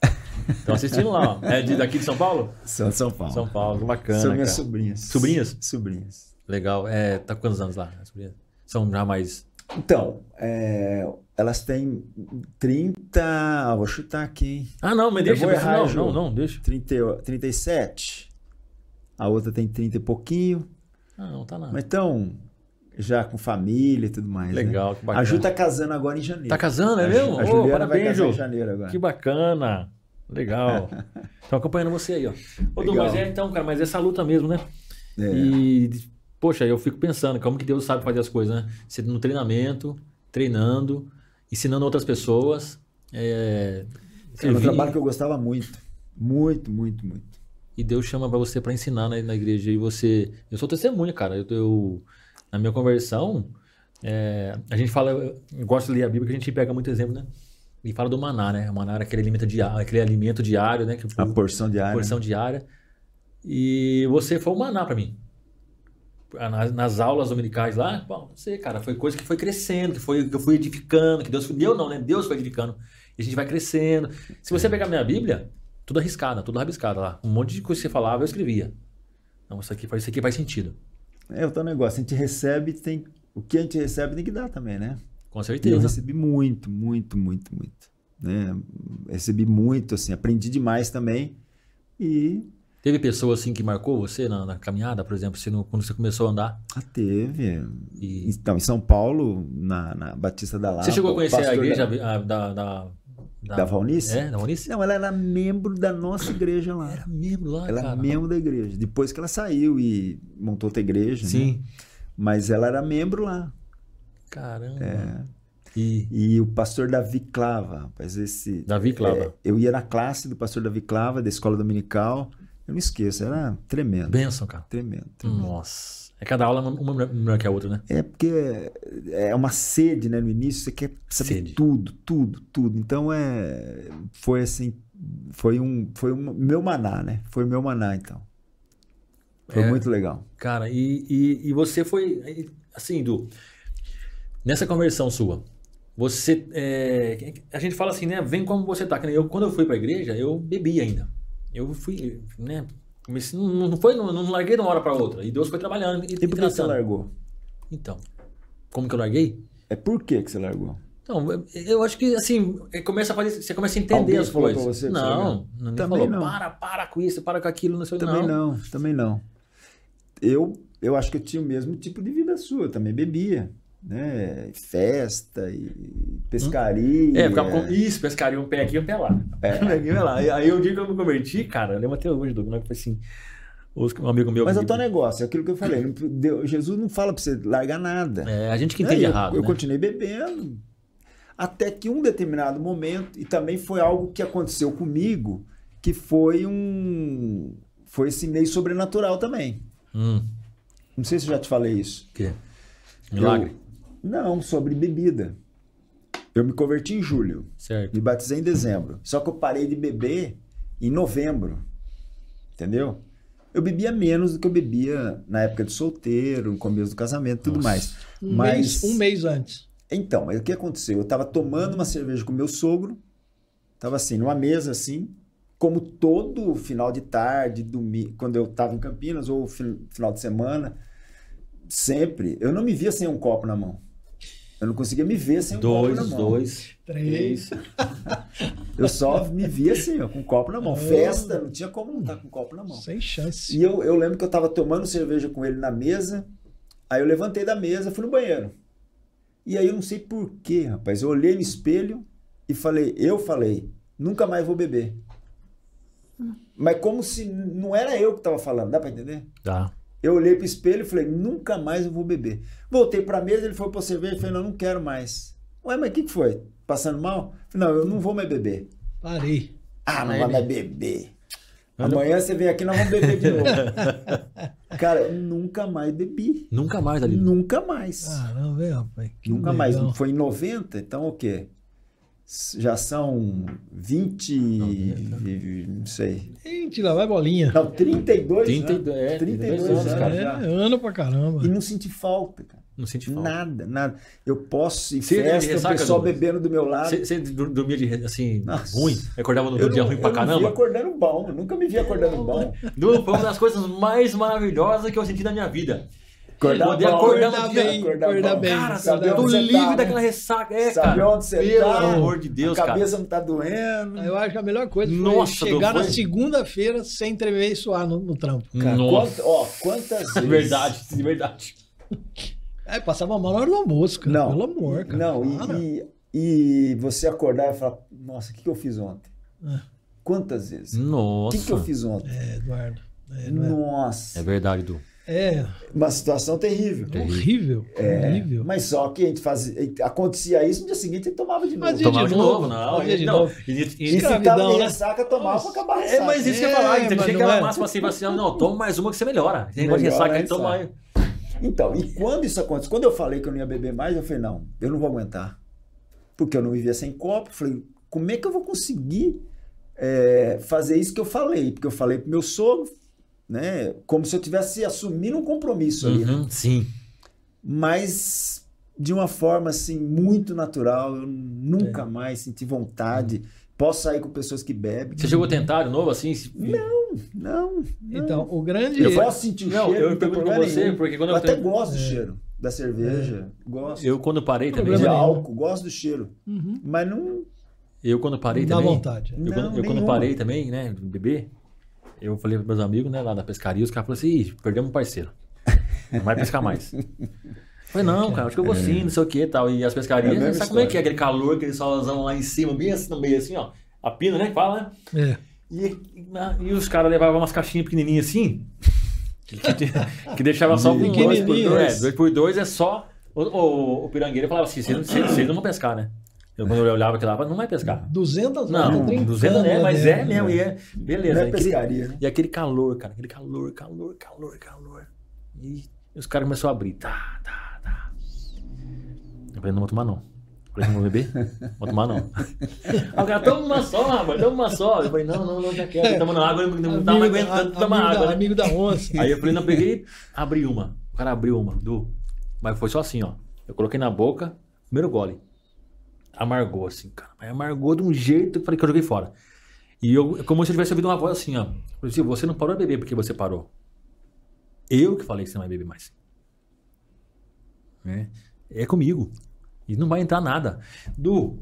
Speaker 1: Estão assistindo lá, ó. É de, daqui de São Paulo?
Speaker 3: São, São Paulo.
Speaker 1: É. São Paulo, bacana.
Speaker 3: São minhas
Speaker 1: cara.
Speaker 3: sobrinhas.
Speaker 1: Sobrinhas?
Speaker 3: Sobrinhas.
Speaker 1: Legal. É, tá com quantos anos lá? as sobrinhas? São já mais.
Speaker 3: Então, é, elas têm 30. ah, Vou chutar aqui, hein?
Speaker 1: Ah, não, mas
Speaker 3: Eu
Speaker 1: deixa.
Speaker 3: vou
Speaker 1: mas
Speaker 3: errar,
Speaker 1: não,
Speaker 3: Ju.
Speaker 1: não, não, deixa.
Speaker 3: 30, e- 37. A outra tem 30 e pouquinho.
Speaker 1: Ah, não, tá nada.
Speaker 3: Mas então, já com família e tudo mais. né?
Speaker 1: Legal, que bacana.
Speaker 3: A Ju tá casando agora em janeiro.
Speaker 1: Tá casando, é
Speaker 3: A Ju-
Speaker 1: mesmo?
Speaker 3: A
Speaker 1: Ô,
Speaker 3: Juliana vai
Speaker 1: parabéns,
Speaker 3: casar né? em
Speaker 1: Ju.
Speaker 3: janeiro agora. É.
Speaker 1: Que bacana. Legal. Estão acompanhando você aí, ó. Ô, Du,
Speaker 3: Legal.
Speaker 1: mas é então, cara, mas é essa luta mesmo, né?
Speaker 3: É.
Speaker 1: E, poxa, eu fico pensando, como que Deus sabe fazer as coisas, né? Você no treinamento, treinando, ensinando outras pessoas. É,
Speaker 3: Era um
Speaker 1: servir,
Speaker 3: trabalho que eu gostava muito. Muito, muito, muito.
Speaker 1: E Deus chama pra você pra ensinar né, na, na igreja. E você. Eu sou testemunha, cara. Eu, eu- na minha conversão, é, a gente fala. Eu eu gosto de ler a Bíblia, que a gente pega muito exemplo, né? E fala do maná, né? O maná era aquele alimento diário, aquele alimento diário, né? Que o
Speaker 3: A
Speaker 1: povo-
Speaker 3: porção diária.
Speaker 1: porção diária. E você foi o maná pra mim. Ah, Nas, nas aulas dominicais lá, bom, não sei, cara, foi coisa que foi crescendo, que, foi, que eu fui edificando, que Deus foi. Eu não, né? Deus foi edificando. E a gente vai crescendo. Se
Speaker 3: É.
Speaker 1: você pegar minha Bíblia, tudo arriscada, tudo rabiscada lá. Um monte de coisa que você falava, eu escrevia. Não, isso aqui faz, isso aqui faz sentido.
Speaker 3: É o teu negócio. A gente recebe, tem. O que a gente recebe tem que dar também, né?
Speaker 1: Com
Speaker 3: E eu
Speaker 1: certeza.
Speaker 3: recebi muito, muito, muito, muito. Né? Recebi muito, assim, aprendi demais também. E
Speaker 1: Teve pessoa assim que marcou você na, na caminhada, por exemplo, você no- quando você começou a andar.
Speaker 3: ah, teve.
Speaker 1: E
Speaker 3: Então, em São Paulo, na, na Batista da Lapa.
Speaker 1: você chegou a
Speaker 3: o
Speaker 1: conhecer a
Speaker 3: pastor
Speaker 1: igreja a- da. Da,
Speaker 3: Da, da Valnice?
Speaker 1: É, da Valnice?
Speaker 3: Não, ela era membro da nossa igreja lá.
Speaker 1: Era membro É lá,
Speaker 3: Ela
Speaker 1: cara.
Speaker 3: era membro da igreja. Depois que ela saiu e montou outra igreja, né?
Speaker 1: Sim.
Speaker 3: Mas ela era membro lá.
Speaker 1: Caramba. É. E
Speaker 3: E o pastor Davi Clava, rapaz, esse...
Speaker 1: Davi Clava.
Speaker 3: É, eu ia na classe do pastor Davi Clava, da escola dominical. Eu não esqueço, era tremendo.
Speaker 1: Benção, cara.
Speaker 3: Tremendo. tremendo.
Speaker 1: Nossa. É cada aula uma uma melhor que a outra, né?
Speaker 3: É porque é uma sede, né? No início você quer saber
Speaker 1: Sede.
Speaker 3: tudo, tudo, tudo. Então é foi assim, foi um, foi um meu maná, né? Foi meu maná então. Foi
Speaker 1: É.
Speaker 3: muito legal.
Speaker 1: Cara, e, e, e você foi. Assim, Du, nessa conversão sua, você. é, a gente fala assim, né? Vem como você tá. Que nem Eu, quando eu fui pra igreja, eu bebi ainda. Eu fui, né? comecei- Não, não foi, não, não larguei de uma hora pra outra. E Deus foi trabalhando. E,
Speaker 3: E por que você
Speaker 1: tratando.
Speaker 3: largou?
Speaker 1: Então, como que eu larguei?
Speaker 3: É por que que você largou?
Speaker 1: Então, eu- eu acho que assim, é, começa a fazer, você começa a entender
Speaker 3: Alguém
Speaker 1: as
Speaker 3: falou pra
Speaker 1: coisas.
Speaker 3: você que você era
Speaker 1: não, é. ninguém
Speaker 3: Também
Speaker 1: falou,
Speaker 3: não.
Speaker 1: para, para com isso, para com aquilo, não sei o que,
Speaker 3: Também não. também não. Eu eu acho que eu tinha o mesmo tipo de vida sua, eu também bebia, né? Festa e pescaria. É.
Speaker 1: É, ficava com isso, pescaria um pé aqui e um pé lá. Um pé aqui, um pé lá. E Aí eu digo que eu me converti, cara, eu lembro até hoje do que foi assim, os- um amigo meu.
Speaker 3: Mas é
Speaker 1: que-
Speaker 3: o teu negócio, é aquilo que eu falei. não- Deus- Jesus não fala pra você largar nada.
Speaker 1: É, a gente que entende
Speaker 3: É, eu-
Speaker 1: errado.
Speaker 3: Eu
Speaker 1: né?
Speaker 3: continuei bebendo. Até que um determinado momento, e também foi algo que aconteceu comigo, que foi um. Foi assim, meio sobrenatural também.
Speaker 1: Hum,
Speaker 3: Não sei se eu já te falei isso.
Speaker 1: que? Milagre.
Speaker 3: Eu- não, sobre bebida. Eu me converti em julho,
Speaker 1: Certo.
Speaker 3: me batizei em dezembro. Só que eu parei de beber em novembro. Entendeu? Eu bebia menos do que eu bebia na época de solteiro, no começo do casamento e tudo
Speaker 1: Nossa.
Speaker 3: mais.
Speaker 2: Um,
Speaker 3: Mas-
Speaker 2: mês, um mês antes.
Speaker 3: Então, mas o que aconteceu? Eu tava tomando uma cerveja com meu sogro, tava assim, numa mesa assim, como todo final de tarde, domingo, quando eu tava em Campinas, ou fi- final de semana, sempre, eu não me via sem um copo na mão. Eu não conseguia me ver sem um copo na
Speaker 1: Dois,
Speaker 3: mão.
Speaker 1: dois,
Speaker 2: Três.
Speaker 1: três.
Speaker 3: Eu só me via assim, ó, com um copo na mão. Festa, não tinha como não estar com um copo na mão.
Speaker 2: Sem chance.
Speaker 3: E eu, eu lembro que eu tava tomando cerveja com ele na mesa. Aí eu levantei da mesa, fui no banheiro. E aí eu não sei porquê, rapaz. Eu olhei no espelho e falei, eu falei, nunca mais vou beber. Mas como se não era eu que tava falando, dá pra entender?
Speaker 1: Tá.
Speaker 3: Eu olhei pro espelho e falei, nunca mais eu vou beber. Voltei pra mesa, ele foi pra cerveja e falei, não, não quero mais. Ué, mas o que, que foi? Passando mal? Falei, não, eu não vou mais beber.
Speaker 2: Parei.
Speaker 3: Ah, não
Speaker 4: Aí
Speaker 3: vai
Speaker 4: ele-
Speaker 3: mais beber. Amanhã você vem aqui, nós vamos beber de novo. Cara, eu nunca mais bebi.
Speaker 1: Nunca mais, ali. Ah,
Speaker 3: Nunca mais.
Speaker 2: Caramba, hein, rapaz. Que
Speaker 3: nunca mais.
Speaker 2: legal.
Speaker 3: Foi em 90, então o quê? S- Já são 20. Não sei.
Speaker 2: Gente, lá vai bolinha.
Speaker 3: Não, 32.
Speaker 1: 32,
Speaker 3: né?
Speaker 1: é,
Speaker 3: 32
Speaker 1: 32
Speaker 3: anos,
Speaker 1: anos, cara.
Speaker 3: cara.
Speaker 2: é,
Speaker 3: já.
Speaker 2: ano pra caramba.
Speaker 3: E não senti falta, cara.
Speaker 1: Não sente falta.
Speaker 3: Nada, nada. Eu posso ir
Speaker 1: Você teve
Speaker 3: festa,
Speaker 1: ressaca,
Speaker 3: o pessoal
Speaker 1: Douglas?
Speaker 3: bebendo do meu lado.
Speaker 1: Você, você dur- dormia de, re- assim,
Speaker 3: Nossa.
Speaker 1: ruim? Acordava no
Speaker 3: Eu
Speaker 1: dia
Speaker 3: não-
Speaker 1: ruim pra
Speaker 3: eu Não vi
Speaker 1: caramba?
Speaker 3: acordando bom, eu nunca me vi acordando bom.
Speaker 1: Du, Foi uma das coisas mais maravilhosas que eu senti na minha vida. Poder
Speaker 3: bom,
Speaker 1: acordar
Speaker 3: acordar
Speaker 1: no dia,
Speaker 3: bem,
Speaker 2: acordar
Speaker 3: acordar
Speaker 2: bom.
Speaker 3: bem.
Speaker 1: Cara,
Speaker 3: Saber
Speaker 1: eu tô
Speaker 3: onde você tá,
Speaker 1: livre
Speaker 3: né?
Speaker 1: daquela ressaca. É,
Speaker 3: Sabe
Speaker 1: cara.
Speaker 3: onde você
Speaker 1: Pelo
Speaker 3: tá?
Speaker 1: amor de Deus,
Speaker 3: a
Speaker 1: cara.
Speaker 3: cabeça não tá doendo.
Speaker 2: Aí Eu acho que a melhor coisa foi
Speaker 1: Nossa,
Speaker 2: chegar
Speaker 1: Dom,
Speaker 2: na
Speaker 1: foi?
Speaker 2: segunda-feira sem tremer e suar no, no trampo.
Speaker 3: Cara,
Speaker 1: Nossa,
Speaker 3: quanta- ó, quantas
Speaker 1: de
Speaker 3: vezes.
Speaker 1: verdade, de verdade.
Speaker 2: Aí É, passava mal na hora do almoço, cara.
Speaker 3: Não.
Speaker 2: Pelo amor, cara.
Speaker 3: Não,
Speaker 2: Para.
Speaker 3: e, e, e você acordar e falar: Nossa, o que, que eu fiz ontem?
Speaker 2: É.
Speaker 3: Quantas vezes? O
Speaker 1: Nossa.
Speaker 3: que, que eu fiz ontem?
Speaker 2: É, Eduardo. É, não é?
Speaker 1: É
Speaker 3: Nossa,
Speaker 1: verdade, Du.
Speaker 2: É,
Speaker 3: uma situação terrível.
Speaker 1: Terrível.
Speaker 2: horrível.
Speaker 3: É,
Speaker 2: Horrível.
Speaker 3: mas só que a gente fazia, acontecia isso, no dia seguinte ele tomava de novo.
Speaker 2: Mas e
Speaker 1: Tomava de novo,
Speaker 2: novo,
Speaker 1: não.
Speaker 2: um. fazia de
Speaker 1: não.
Speaker 2: novo.
Speaker 1: E- e-
Speaker 3: e ficava
Speaker 2: escravidão,
Speaker 3: em
Speaker 2: né?
Speaker 3: ressaca, tomava pra acabar a
Speaker 1: É,
Speaker 3: ressaca.
Speaker 1: mas isso que eu ia
Speaker 2: É,
Speaker 1: falar. Tem
Speaker 2: mas
Speaker 1: gente que
Speaker 2: não
Speaker 1: aquela
Speaker 2: é.
Speaker 1: máxima assim, fala assim, não, toma mais uma que você melhora. Tem negócio de
Speaker 3: Melhora né,
Speaker 1: ressaca,
Speaker 3: a
Speaker 1: aí toma
Speaker 3: ressaca.
Speaker 1: mais.
Speaker 3: Então, e quando isso acontece? Quando eu falei que eu não ia beber mais, eu falei, não, eu não vou aguentar. Porque eu não vivia sem copo. Falei, como é que eu vou conseguir é, fazer isso que eu falei? Porque eu falei pro meu sogro, né? Como se eu tivesse assumindo um compromisso ali. né?
Speaker 1: Uhum, sim.
Speaker 3: Mas de uma forma, assim, muito natural. Eu nunca
Speaker 1: É.
Speaker 3: mais senti vontade. Posso sair com pessoas que bebem.
Speaker 1: Você chegou a tentar de novo assim? se-
Speaker 3: Não, não.
Speaker 2: Então, o grande.
Speaker 3: eu posso sentir o
Speaker 1: Não,
Speaker 3: cheiro.
Speaker 1: eu
Speaker 3: não tem
Speaker 1: pergunto pra
Speaker 3: problema
Speaker 1: você,
Speaker 3: nenhum.
Speaker 1: porque quando
Speaker 3: Eu
Speaker 1: eu É.
Speaker 3: até
Speaker 1: tenho-
Speaker 3: gosto do cheiro da cerveja. Gosto.
Speaker 1: Eu quando parei também,
Speaker 3: de
Speaker 2: Problema nenhum.
Speaker 3: álcool, gosto do cheiro.
Speaker 2: Uhum.
Speaker 3: Mas não.
Speaker 1: eu quando parei
Speaker 2: Dá
Speaker 1: também,
Speaker 2: vontade.
Speaker 1: eu, quando,
Speaker 3: Não,
Speaker 1: eu quando
Speaker 3: nenhuma.
Speaker 1: parei também, né, de beber, eu falei pros meus amigos, né, lá da pescaria, os caras falaram assim, "Ih, perdemos um parceiro, não vai pescar mais. Eu Falei, não, cara, acho que eu vou sim, não sei o que e tal. E as
Speaker 3: É a
Speaker 1: pescarias,
Speaker 3: mesma
Speaker 1: sabe como é que é
Speaker 3: história.
Speaker 1: aquele calor, aquele solzão lá em cima, bem assim, no meio assim, ó. A pina, né, que fala, né?
Speaker 2: É.
Speaker 1: E, e- e os caras levavam umas caixinhas pequenininhas assim, que, que deixava só com dois por
Speaker 2: Pequenininhas.
Speaker 1: dois. É, dois por dois é só. O, o, o pirangueiro falava assim: vocês não- vocês vocês não vão pescar, né? Eu, quando eu olhava aquilo lá, eu falava, não vai pescar.
Speaker 2: 200
Speaker 1: Não,
Speaker 2: tá trincando
Speaker 1: 200 né?
Speaker 2: lá
Speaker 1: Mas
Speaker 2: dentro.
Speaker 1: é mesmo, e é. Beleza.
Speaker 3: Não é
Speaker 1: e aquele-
Speaker 3: pescaria, né?
Speaker 1: E aquele calor, cara. Aquele calor, calor, calor, calor. E os caras começaram a abrir. Tá, tá, tá. Eu falei, não vou tomar não. Eu falei, não vou beber? Vou tomar não. Aí o cara, toma uma só, rapaz, toma uma só. Eu falei, não, não, não, já quero. Toma na água, eu não tava
Speaker 2: Amigo,
Speaker 1: aguentando
Speaker 2: a-
Speaker 1: tomar
Speaker 2: amigo da-
Speaker 1: água. né?
Speaker 2: Amigo da onça.
Speaker 1: Aí eu falei, não, peguei, abri uma. O cara abriu uma, do. Mas foi só assim, ó. Eu coloquei na boca, primeiro gole. Amargou, assim, cara. Mas amargou de um jeito que eu falei que eu joguei fora. E eu, é como se eu tivesse ouvido uma voz assim, ó. Eu falei assim, você não parou de beber porque você parou. Eu que falei que você não vai beber mais. Né? É comigo. E não vai entrar nada. Du,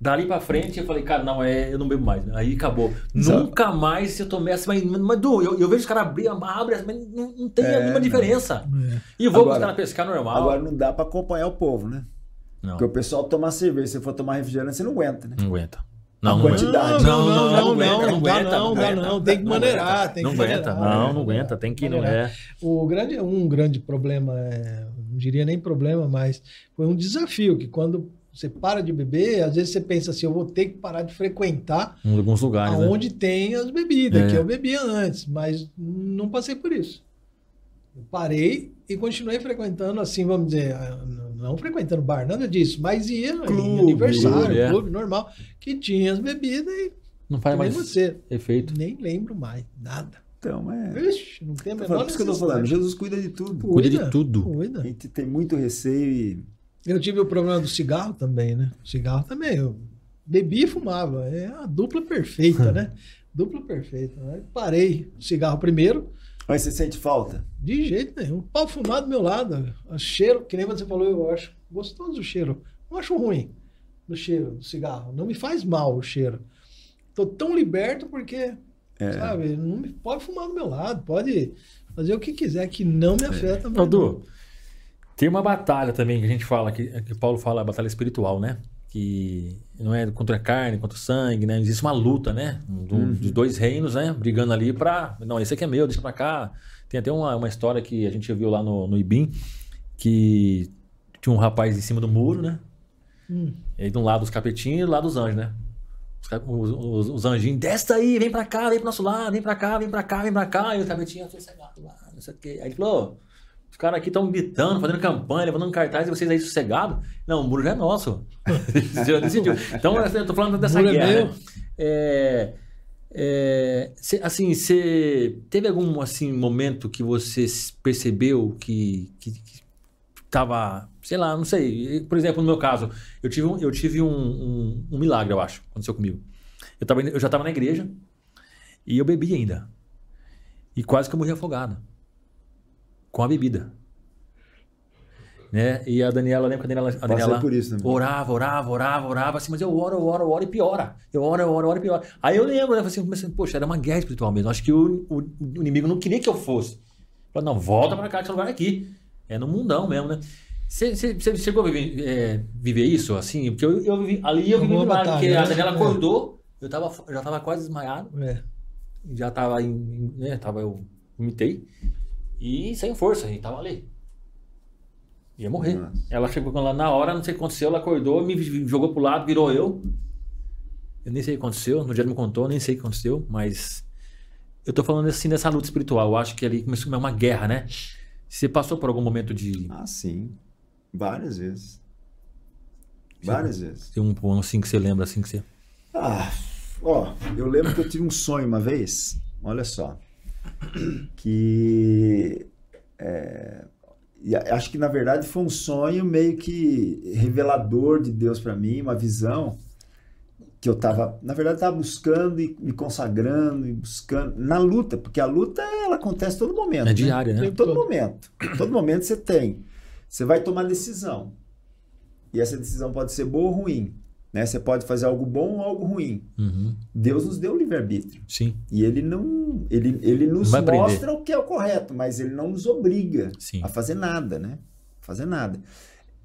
Speaker 1: dali pra frente eu falei, cara, não, é, eu não bebo mais. Aí acabou. Nunca mais eu tomei essa. Mas, mas Du, eu, eu vejo os caras abrir, abre, mas não, não tem
Speaker 3: É,
Speaker 1: nenhuma
Speaker 3: não.
Speaker 1: diferença. E vou
Speaker 3: Agora-
Speaker 1: buscar na pescar normal.
Speaker 3: Agora não dá pra acompanhar o povo, né?
Speaker 1: não,
Speaker 3: Porque o pessoal tomar cerveja, se for tomar refrigerante, você não aguenta, né?
Speaker 1: não aguenta. Não,
Speaker 3: A
Speaker 1: não aguenta.
Speaker 3: quantidade.
Speaker 1: Não, não, não, não,
Speaker 2: não,
Speaker 1: aguenta,
Speaker 2: não,
Speaker 1: não aguenta,
Speaker 2: dá não, dá não, tem que maneirar, tem
Speaker 1: não
Speaker 2: que
Speaker 1: aguenta,
Speaker 2: maneirar.
Speaker 1: não, não aguenta, tem que, não é.
Speaker 2: O grande, um grande problema, é, não diria nem problema, mas foi um desafio que quando você para de beber, às vezes você pensa assim, eu vou ter que parar de frequentar
Speaker 1: Em alguns lugares, né?
Speaker 2: aonde tem as bebidas,
Speaker 1: É.
Speaker 2: que eu bebia antes, mas não passei por isso. Eu parei e continuei frequentando, assim, vamos dizer, ah, n- não frequentando bar, nada disso, mas ia em
Speaker 3: Clube,
Speaker 2: aniversário,
Speaker 1: clube,
Speaker 2: clube,
Speaker 1: é.
Speaker 2: normal, que tinha as bebidas e
Speaker 1: Não
Speaker 2: que
Speaker 1: faz
Speaker 2: nem
Speaker 1: mais
Speaker 2: você.
Speaker 1: efeito.
Speaker 2: Nem lembro mais, nada.
Speaker 3: Então, é.
Speaker 2: Vixe, não tem a
Speaker 3: Tô
Speaker 2: menor
Speaker 3: falando, por isso que eu tô falando,
Speaker 2: necessidade.
Speaker 3: Jesus cuida de tudo.
Speaker 1: Cuida de tudo.
Speaker 3: A
Speaker 2: Cuida.
Speaker 3: gente tem muito receio e.
Speaker 2: Eu tive o problema do cigarro também, né? O cigarro também. Eu bebia e fumava. É a dupla perfeita, né? Dupla perfeita. Aí parei o né? cigarro primeiro,
Speaker 3: Mas você sente falta?
Speaker 2: De jeito nenhum. Pau fumado do meu lado. O cheiro, que nem você falou, eu acho gostoso o cheiro. Não acho ruim do cheiro, do cigarro. Não me faz mal o cheiro. Tô tão liberto porque,
Speaker 3: É,
Speaker 2: sabe, não me, pode fumar do meu lado, pode fazer o que quiser, que não
Speaker 3: É.
Speaker 2: me afeta. mais, não.
Speaker 1: Aldu, tem uma batalha também que a gente fala, que, que o Paulo fala, a batalha espiritual, né? Que não é contra a carne, contra o sangue, né? Existe uma luta, né? Do, De dois reinos, né? Brigando ali pra. Não, esse aqui é meu, deixa pra cá. Tem até uma, uma história que a gente viu lá no, no Ibim, que tinha um rapaz em cima do muro, né?
Speaker 2: Hum.
Speaker 1: E aí de um lado os capetinhos e do lado os anjos, né? Os, cap- os, os- os anjinhos, desce daí, vem pra cá, vem pro nosso lado, vem pra cá, vem pra cá, vem pra cá. E os capetinhos, "Aqui, sai lá, lá, é não sei o quê. Aí ele falou, "Ô, os caras aqui estão gritando, fazendo campanha, levando um cartaz e vocês aí sossegados. Não, o muro já é nosso. Decidiu, decidiu. Então eu tô falando dessa
Speaker 2: O muro é
Speaker 1: guerra.
Speaker 2: meu.
Speaker 1: né? É, é, cê- assim, você teve algum assim momento que você s- percebeu que, que, que tava, sei lá, não sei. Por exemplo, no meu caso, eu tive um, eu tive um, um- um milagre, eu acho, aconteceu comigo. Eu, tava, indo- eu já estava na igreja e eu bebi ainda. E quase que eu morri afogado com a bebida. Né? E a Daniela, lembra que a Daniela, a Daniela
Speaker 3: por isso
Speaker 2: Uhum.
Speaker 3: também.
Speaker 1: orava, orava, orava, orava, assim, mas eu oro, eu oro, eu oro e piora. Eu oro, eu oro, eu oro e piora. Aí eu lembro, né? eu Assim, eu comecei, poxa, era uma guerra espiritual mesmo. Acho que o, o- o inimigo não queria que eu fosse. Falou, não, volta pra cá, que esse lugar é aqui. É no mundão mesmo, né? Você chegou a viver, é, viver isso, assim? Porque eu, eu vivi, ali eu vivi
Speaker 2: Uma
Speaker 1: um milagre, porque
Speaker 2: batalha,
Speaker 1: a
Speaker 2: né?
Speaker 1: Daniela
Speaker 2: É.
Speaker 1: acordou, eu, tava, eu já tava quase desmaiado
Speaker 2: É.
Speaker 1: já tava em, em- né, tava eu vomitei e sem força, e tava ali. Ia morrer.
Speaker 3: Nossa.
Speaker 1: Ela chegou lá na hora, não sei o que aconteceu, ela acordou, me vi- jogou pro lado, virou eu. Eu nem sei o que aconteceu, no dia me contou, nem sei o que aconteceu, mas eu tô falando assim dessa luta espiritual, eu acho que ali começou uma guerra, né? Você passou por algum momento de
Speaker 3: Ah, sim. Várias vezes. Várias vezes.
Speaker 1: de um um assim que você lembra assim que você
Speaker 3: Ah, ó, eu lembro que eu tive um sonho uma vez, olha só, que é, e a- acho que na verdade foi um sonho meio que revelador de Deus para mim, uma visão que eu tava, na verdade, tava buscando e me consagrando e buscando na luta, porque a luta ela acontece todo momento,
Speaker 1: é
Speaker 3: né?
Speaker 1: diária, né?
Speaker 2: Tem-
Speaker 3: Em todo
Speaker 2: Todo.
Speaker 3: momento. Em Todo momento você tem. Você vai tomar decisão. E essa decisão pode ser boa ou ruim. Né? Você pode fazer algo bom ou algo ruim.
Speaker 1: Uhum,
Speaker 3: Deus nos deu o livre-arbítrio.
Speaker 1: Sim,
Speaker 3: E ele não. Ele, ele nos
Speaker 1: Vai aprender.
Speaker 3: mostra o que é o correto, mas ele não nos obriga
Speaker 1: sim.
Speaker 3: a fazer nada, né? Fazer nada.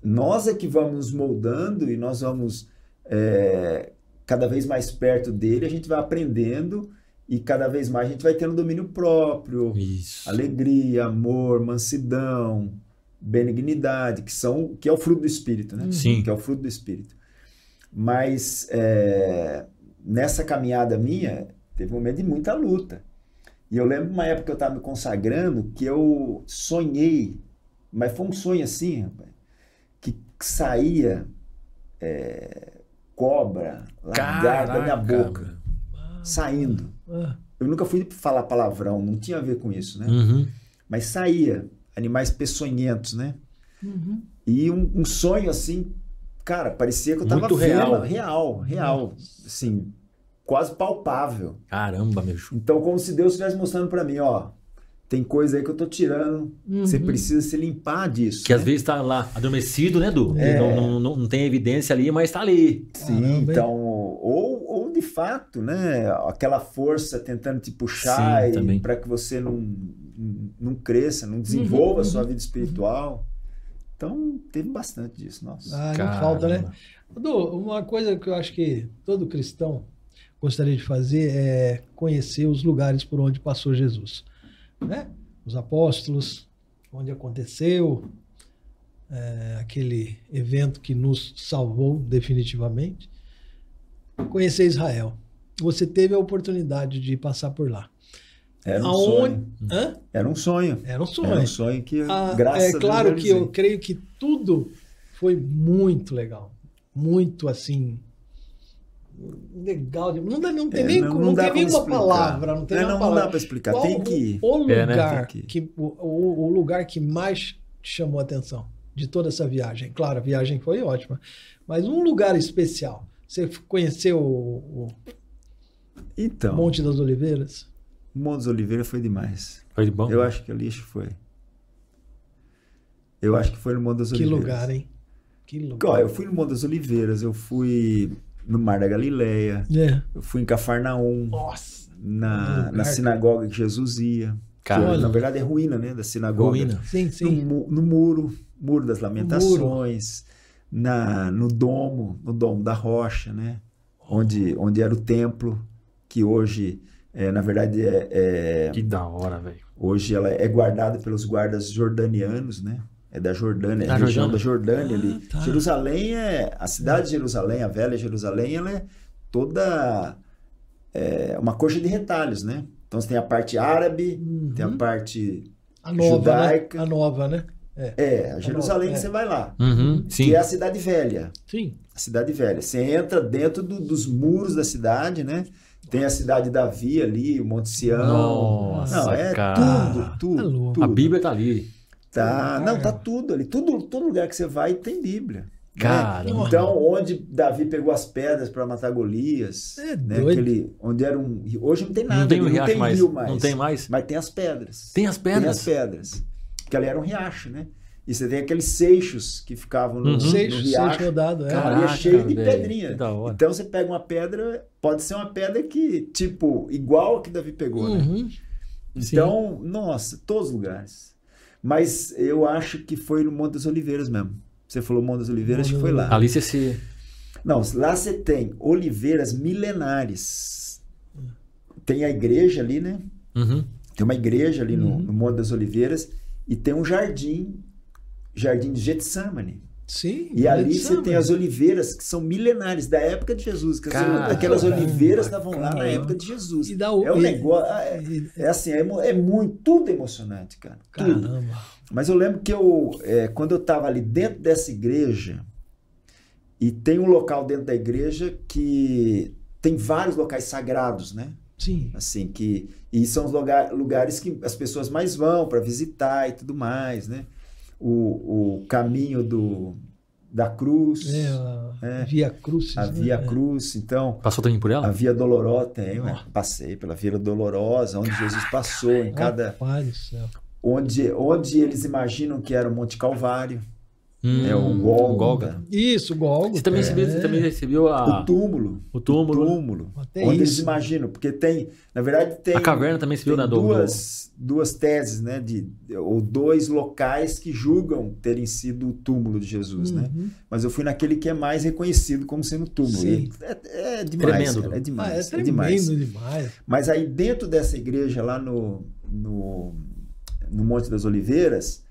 Speaker 3: Nós é que vamos nos moldando e nós vamos é, cada vez mais perto dele, a gente vai aprendendo e cada vez mais a gente vai tendo domínio próprio,
Speaker 1: Isso.
Speaker 3: alegria, amor, mansidão, benignidade, que são que é o fruto do espírito, né?
Speaker 1: Sim.
Speaker 3: Que é o fruto do espírito. Mas é, nessa caminhada minha teve um momento de muita luta. E eu lembro uma época que eu estava me consagrando que eu sonhei, mas foi um sonho assim, rapaz, que saía é, cobra, lagarta da minha
Speaker 1: Caraca,
Speaker 3: boca,
Speaker 1: meu.
Speaker 3: saindo.
Speaker 2: Ah,
Speaker 3: Eu nunca fui falar palavrão, não tinha a ver com isso, né?
Speaker 1: Uhum,
Speaker 3: mas saía animais peçonhentos, né?
Speaker 2: uhum.
Speaker 3: E um, um sonho assim, cara, parecia que eu tava
Speaker 1: Muito
Speaker 3: vendo,
Speaker 1: real. Uhum.
Speaker 3: real, real, assim, quase palpável.
Speaker 1: Caramba, meu.
Speaker 3: Então, como se Deus estivesse mostrando pra mim, ó, tem coisa aí que eu tô tirando, você
Speaker 2: Uhum.
Speaker 3: precisa se limpar disso.
Speaker 1: Que às
Speaker 3: né?
Speaker 1: vezes tá lá adormecido, né, Du?
Speaker 3: É.
Speaker 1: Não, não- não- não tem evidência ali, mas tá ali.
Speaker 3: Sim,
Speaker 2: Caramba, hein?
Speaker 3: então, ou, ou de fato, né, aquela força tentando te puxar
Speaker 1: Sim, também. Uhum,
Speaker 3: para que você não, não cresça, não desenvolva a sua vida espiritual. Então, teve bastante disso, nossa.
Speaker 2: Ah,
Speaker 1: Caramba.
Speaker 2: não falta, né? Edu, uma coisa que eu acho que todo cristão gostaria de fazer é conhecer os lugares por onde passou Jesus, né? Os apóstolos, onde aconteceu é, aquele evento que nos salvou definitivamente. Conhecer Israel. Você teve a oportunidade de passar por lá.
Speaker 3: Era um
Speaker 2: Aonde-
Speaker 3: sonho.
Speaker 2: Hã?
Speaker 3: Era um sonho.
Speaker 2: Era um sonho.
Speaker 3: Era um sonho que,
Speaker 2: Ah,
Speaker 3: graças
Speaker 2: é claro
Speaker 3: a Deus, um
Speaker 2: que eu
Speaker 3: realizei.
Speaker 2: creio que tudo foi muito legal. Muito assim. Legal. de- Não, dá, não tem,
Speaker 3: É,
Speaker 2: nem, não, tem
Speaker 3: como
Speaker 2: nenhuma
Speaker 3: explicar.
Speaker 2: palavra. Não tem
Speaker 3: É,
Speaker 2: nenhuma
Speaker 3: não
Speaker 2: palavra.
Speaker 3: dá pra explicar.
Speaker 2: Qual
Speaker 3: Tem que ir.
Speaker 2: O, o
Speaker 1: É, né?
Speaker 2: lugar
Speaker 3: Tem
Speaker 2: que, o, o- o lugar que mais te chamou a atenção de toda essa viagem. Claro, a viagem foi ótima. Mas um lugar especial. Você f- conheceu o, o
Speaker 3: Então,
Speaker 2: Monte das Oliveiras?
Speaker 3: Montes Oliveira foi demais.
Speaker 1: Foi de bom?
Speaker 3: Eu acho que o lixo foi. Eu acho que foi no Montes
Speaker 2: Que
Speaker 3: Oliveiras.
Speaker 2: lugar, hein? Que
Speaker 3: Ó,
Speaker 2: lugar.
Speaker 3: eu fui no Monte das Oliveiras, eu fui no Mar da Galileia,
Speaker 2: É.
Speaker 3: eu fui em Cafarnaum,
Speaker 2: Nossa.
Speaker 3: na,
Speaker 2: lugar,
Speaker 3: na sinagoga que Jesus ia. Que,
Speaker 1: Cara,
Speaker 2: Olha.
Speaker 3: na verdade é ruína, né? Da sinagoga.
Speaker 1: ruína.
Speaker 2: Sim,
Speaker 3: No,
Speaker 2: sim.
Speaker 3: mu- no muro, muro das lamentações, na no domo, no domo da rocha, né? Onde, onde era o templo, que hoje, é, na verdade, é- é,
Speaker 1: Que da hora, velho.
Speaker 3: Hoje ela é guardada pelos guardas jordanianos, né? É da Jordânia, é
Speaker 1: Da
Speaker 3: a região
Speaker 1: Jordânia.
Speaker 3: da Jordânia ali.
Speaker 2: Ah, tá.
Speaker 3: Jerusalém é. A cidade de Jerusalém, a velha Jerusalém, ela é toda. É uma coxa de retalhos, né? Então você tem a parte árabe,
Speaker 2: Uhum.
Speaker 3: tem a parte.
Speaker 2: A nova,
Speaker 3: judaica.
Speaker 2: né? A nova, né?
Speaker 3: É, a Jerusalém
Speaker 2: É.
Speaker 3: que você vai lá.
Speaker 1: Uhum, sim.
Speaker 3: Que é a cidade velha.
Speaker 2: Sim.
Speaker 3: A cidade velha. Você entra dentro do- dos muros da cidade, né? Tem a cidade de Davi ali, o Monte Sião.
Speaker 1: Nossa,
Speaker 3: Não, é
Speaker 1: cara.
Speaker 3: tudo,
Speaker 2: Tá
Speaker 3: tudo,
Speaker 2: louco.
Speaker 3: tudo.
Speaker 1: A Bíblia é tá ali.
Speaker 3: Tá, não, tá
Speaker 2: Caramba.
Speaker 3: tudo ali. Tudo, todo lugar que você vai tem Bíblia. né?
Speaker 1: Cara.
Speaker 3: Então, onde Davi pegou as pedras para matar Golias,
Speaker 2: É
Speaker 3: né?
Speaker 2: doido.
Speaker 3: Aquele, onde era um rio. Hoje não tem nada,
Speaker 1: não tem o
Speaker 3: ali, não
Speaker 1: riacho
Speaker 3: tem
Speaker 1: mais.
Speaker 3: rio mais.
Speaker 1: Não tem mais?
Speaker 3: Mas tem as pedras.
Speaker 1: Tem as
Speaker 3: Tem
Speaker 1: pedras?
Speaker 3: as pedras. Porque ali era um riacho, né? E você tem aqueles seixos que ficavam no,
Speaker 1: Uhum.
Speaker 3: no
Speaker 2: Seixo, seixo
Speaker 3: riacho.
Speaker 2: rodado. É.
Speaker 1: Cara.
Speaker 3: Ali é
Speaker 1: Caraca,
Speaker 3: cheio de
Speaker 1: velho,
Speaker 3: pedrinha.
Speaker 1: que da hora.
Speaker 3: Então você pega uma pedra, pode ser uma pedra que, tipo, igual a que Davi pegou, né?
Speaker 2: Uhum.
Speaker 1: Sim.
Speaker 3: Então, nossa, todos os lugares. Mas eu acho que foi no Monte das Oliveiras mesmo. Você falou Monte das Oliveiras, acho que foi lá.
Speaker 1: Ali você se.
Speaker 3: Não, lá você tem oliveiras milenares. Tem a igreja ali, né?
Speaker 1: Uhum.
Speaker 3: Tem uma igreja ali no,
Speaker 2: Uhum.
Speaker 3: no Monte das Oliveiras e tem um jardim, jardim de Getsemane.
Speaker 2: Sim.
Speaker 3: E ali
Speaker 2: Edson,
Speaker 3: você tem
Speaker 2: mano.
Speaker 3: as oliveiras que são milenares da época de Jesus. Que as-
Speaker 1: Caraca.
Speaker 3: aquelas oliveiras estavam lá na
Speaker 2: Caramba.
Speaker 3: época de Jesus.
Speaker 2: E dá o-
Speaker 3: É um
Speaker 2: e-
Speaker 3: negócio, é,
Speaker 2: e-
Speaker 3: é assim, é, emo- é muito tudo emocionante, cara. Tudo.
Speaker 2: Caramba.
Speaker 3: Mas eu lembro que eu, é, quando eu estava ali dentro dessa igreja, e tem um local dentro da igreja que tem vários locais sagrados, né?
Speaker 2: Sim.
Speaker 3: Assim, que, e são os lugar- lugares que as pessoas mais vão para visitar e tudo mais, né? O, o caminho do, da cruz,
Speaker 2: É, a
Speaker 3: É.
Speaker 2: Via Crucis.
Speaker 3: a
Speaker 2: né?
Speaker 3: Via
Speaker 2: É.
Speaker 3: Cruz, então,
Speaker 1: Passou também por
Speaker 3: a
Speaker 1: ela?
Speaker 3: Via Dolorosa, hein, ué? passei pela Via Dolorosa, onde Jesus passou, em cada...
Speaker 2: É. Rapaz do céu.
Speaker 3: Onde, onde eles imaginam que era o Monte Calvário,
Speaker 1: Hum,
Speaker 3: é o Golga,
Speaker 2: Isso, Golgo.
Speaker 1: Você também, recebeu, você também recebeu a,
Speaker 3: É. o túmulo,
Speaker 1: o
Speaker 3: o
Speaker 1: Ah, túmulo.
Speaker 3: túmulo,
Speaker 2: É, Até
Speaker 3: onde eles
Speaker 2: isso.
Speaker 3: imaginam, porque tem, na verdade tem,
Speaker 1: A caverna também recebeu né,
Speaker 3: tem
Speaker 1: na do-
Speaker 3: duas, duas teses, né, de, ou dois locais que julgam terem sido o túmulo de Jesus, né,
Speaker 2: Uhum.
Speaker 3: mas eu fui naquele que é mais reconhecido como sendo o túmulo,
Speaker 2: Sim.
Speaker 3: E é, é demais,
Speaker 1: Tremendo.
Speaker 3: cara, é
Speaker 2: Ah, é
Speaker 3: demais, é
Speaker 2: tremendo
Speaker 3: demais.
Speaker 2: demais.
Speaker 3: Mas aí dentro dessa igreja lá no, no, no Monte das Oliveiras,